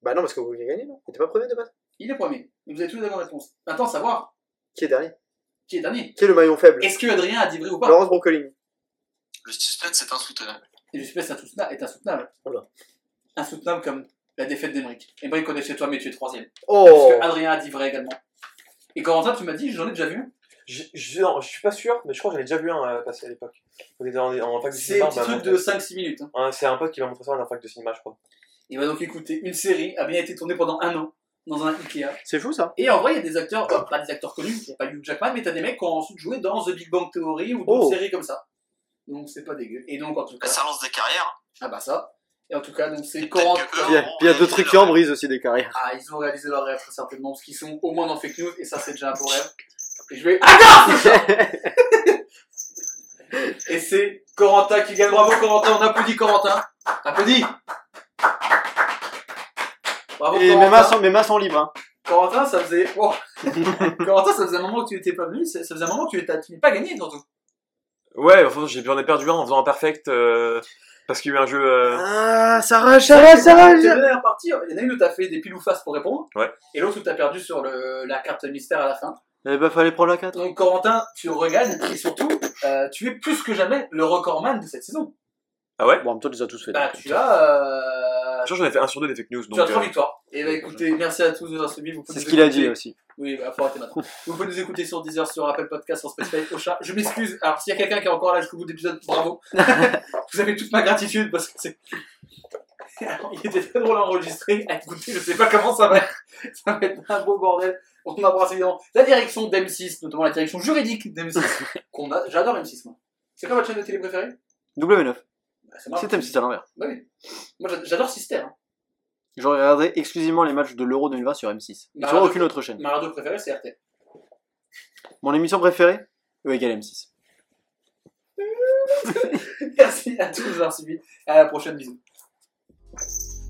Speaker 5: Bah non, parce que vous avez gagné, non T'es pas premier de base
Speaker 1: il est premier. Donc vous avez tous les deux la bonne réponse. Maintenant, savoir
Speaker 5: Qui est dernier
Speaker 1: qui est dernier.
Speaker 5: Qui est le maillon faible
Speaker 1: Est-ce que Adrien a dit vrai ou pas
Speaker 5: Laurence Brocolini.
Speaker 6: Le suspense c'est insoutenable.
Speaker 1: Et le suspense insoutenable est insoutenable.
Speaker 5: Oula.
Speaker 1: Insoutenable comme la défaite d'Emeric. Emeric, on est chez toi, mais tu es troisième.
Speaker 5: Oh
Speaker 1: Parce que ah. Adrien a dit vrai également. Et Corentin, tu m'as dit, j'en ai déjà vu un.
Speaker 2: Je, je, non, je suis pas sûr, mais je crois que j'en ai déjà vu un euh, passer à l'époque. On était en, en fac de
Speaker 1: C'est un
Speaker 2: cinéma. bah,
Speaker 1: petit
Speaker 2: on m'a
Speaker 1: truc
Speaker 2: montré-
Speaker 1: de 5-6 minutes. hein.
Speaker 2: Hein, c'est un pote qui m'a montré ça en fac de cinéma, je crois.
Speaker 1: Et bah donc écoutez, une série a bien été tournée pendant un an dans un Ikea.
Speaker 3: C'est fou, ça.
Speaker 1: Et en vrai, il y a des acteurs, euh, pas des acteurs connus, il n'y a pas Hugh Jackman, mais t'as des mecs qui ont ensuite joué dans The Big Bang Theory ou d'autres
Speaker 3: Oh.
Speaker 1: séries comme ça. Donc c'est pas dégueu. Et donc en tout
Speaker 6: Bah,
Speaker 1: cas,
Speaker 6: Ça lance des carrières.
Speaker 1: ah bah ça. Et en tout cas, donc c'est
Speaker 6: Peut-être
Speaker 1: Corentin.
Speaker 6: que eux
Speaker 3: Puis il y a-
Speaker 6: auront
Speaker 3: puis il y a deux
Speaker 6: réalisé
Speaker 3: trucs
Speaker 6: leur
Speaker 3: qui en
Speaker 6: rêve.
Speaker 3: brisent aussi des carrières.
Speaker 1: Ah, ils ont réalisé leur rêve très certainement, parce qu'ils sont au moins dans Fake News, et ça c'est déjà un beau rêve. Et je vais. Ah non c'est ça Et c'est Corentin qui gagne. Bravo Corentin, on applaudit Corentin. Applaudit Bravo
Speaker 3: <laughs> Et mes
Speaker 1: Corentin.
Speaker 3: mains sont, mes mains sont libres, hein.
Speaker 1: Corentin, ça faisait. Oh. <laughs> Corentin, ça faisait un moment que tu n'étais pas venu, ça ça faisait un moment que tu n'étais- tu n'es pas gagné surtout.
Speaker 2: Ouais, enfin, j'ai- j'en ai perdu un en faisant un perfect euh, parce qu'il y a eu un jeu. euh,
Speaker 3: Ah, ça rage, ça
Speaker 1: T'es
Speaker 3: rage, ça
Speaker 1: la
Speaker 3: rage
Speaker 1: dernière partie, il y en a une où t'as fait des piles ou face pour répondre,
Speaker 2: Ouais.
Speaker 1: et l'autre où t'as perdu sur le, la carte mystère à la fin.
Speaker 3: Eh ben, fallait prendre la 4.
Speaker 1: Donc Corentin, tu regagnes, et surtout, euh, tu es plus que jamais le recordman de cette saison.
Speaker 2: Ah ouais
Speaker 3: Bon, en même temps, tu les as tous fait.
Speaker 1: Bah, tu as. euh,
Speaker 2: Je crois que j'en ai fait un sur deux des fake news.
Speaker 1: Tu as
Speaker 2: Donc,
Speaker 1: trois
Speaker 2: euh,
Speaker 1: victoires. Et bah écoutez, merci à tous de nous avoir suivis. Vous pouvez
Speaker 3: C'est ce
Speaker 1: nous
Speaker 3: qu'il a
Speaker 1: écouter-
Speaker 3: dit aussi.
Speaker 1: Oui, bah, faut arrêter maintenant. Vous pouvez nous écouter sur Deezer, sur Apple Podcast, sur Spotify, Ocha. Je m'excuse. Alors, s'il y a quelqu'un qui est encore là jusqu'au bout de l'épisode, bravo. Vous avez toute ma gratitude parce que c'est. <laughs> Alors, il était très drôle à enregistrer. À écouter, je sais pas comment ça va être. <laughs> Ça va être un beau bordel. On embrasse évidemment la direction d'M6, notamment la direction juridique d'M6. qu'on a. J'adore M6, moi. C'est quoi votre chaîne de télé préférée
Speaker 3: W9.
Speaker 1: Bah, C'est marrant.
Speaker 3: C'est M6 à l'envers.
Speaker 1: Bah oui. Moi, j'a- j'adore Sister. hein.
Speaker 3: Je regarderai exclusivement les matchs de l'Euro 2020 sur M6. Et
Speaker 1: Bah,
Speaker 3: sur
Speaker 1: alors,
Speaker 3: aucune autre chaîne.
Speaker 1: Ma radio préférée, c'est RT.
Speaker 3: Mon émission préférée E égale M6.
Speaker 1: <laughs> Merci à tous d'avoir suivi. À la prochaine, bisous.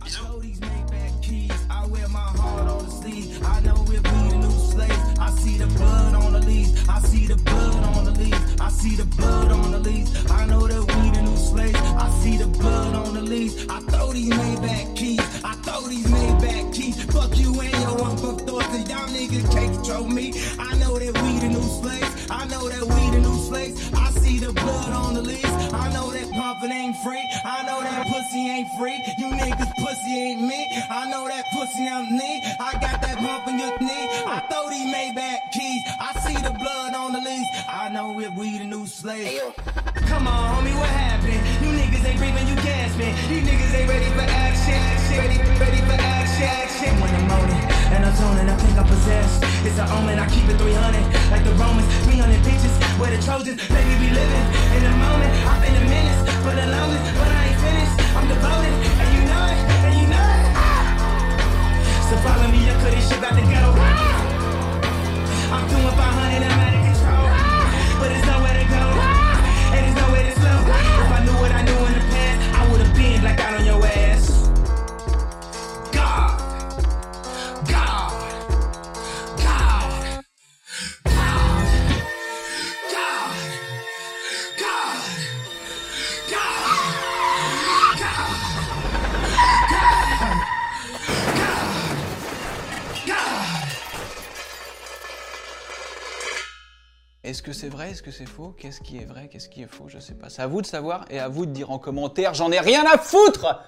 Speaker 6: Bisous.
Speaker 7: know these Maybach keys. I wear my heart on the sleeve. I know it be a new slave. I see the blood on the leaves. I see the blood on the leaves. I see the blood on the leaves. I know that we the new slaves. I see the blood on the leaves. I throw these Maybach keys. I throw these Maybach keys. Fuck you and your uncle thoughts. And y'all niggas can't control me. I know that we the new slaves. I know that we the new slaves. I see the blood on the leaves. I know that pumping ain't free. I know that pussy ain't free. You niggas pussy ain't me. I know that pussy I'm me. I got that pump in your knee. I throw these Maybach keys. I see the blood on the leaves. I know if we the new slaves. Come on, homie, what happened? You niggas ain't breathing, you gasping. You niggas ain't ready for action. action, Ready, ready for action, action. When I'm moaning and I'm zoning, I think I'm possessed. It's an omen, I keep it 300. Like the Romans, we the Trojans. Baby, we living in the moment. I've been a menace for the longest, but I ain't finished. I'm devoted, and you know it, and you know it. Ah! So follow me up 'cause this shit about to go. Ah! I'm doing 500, I'm out of control. But there's nowhere to go, and there's nowhere to slow. If I knew what I knew in the past, I would've been blacked out on your ass. God, God. God, God, God, God, God, God, God.
Speaker 8: Est-ce que c'est vrai Est-ce que c'est faux Qu'est-ce qui est vrai Qu'est-ce qui est faux Je sais pas. C'est à vous de savoir et à vous de dire en commentaire. J'en ai rien à foutre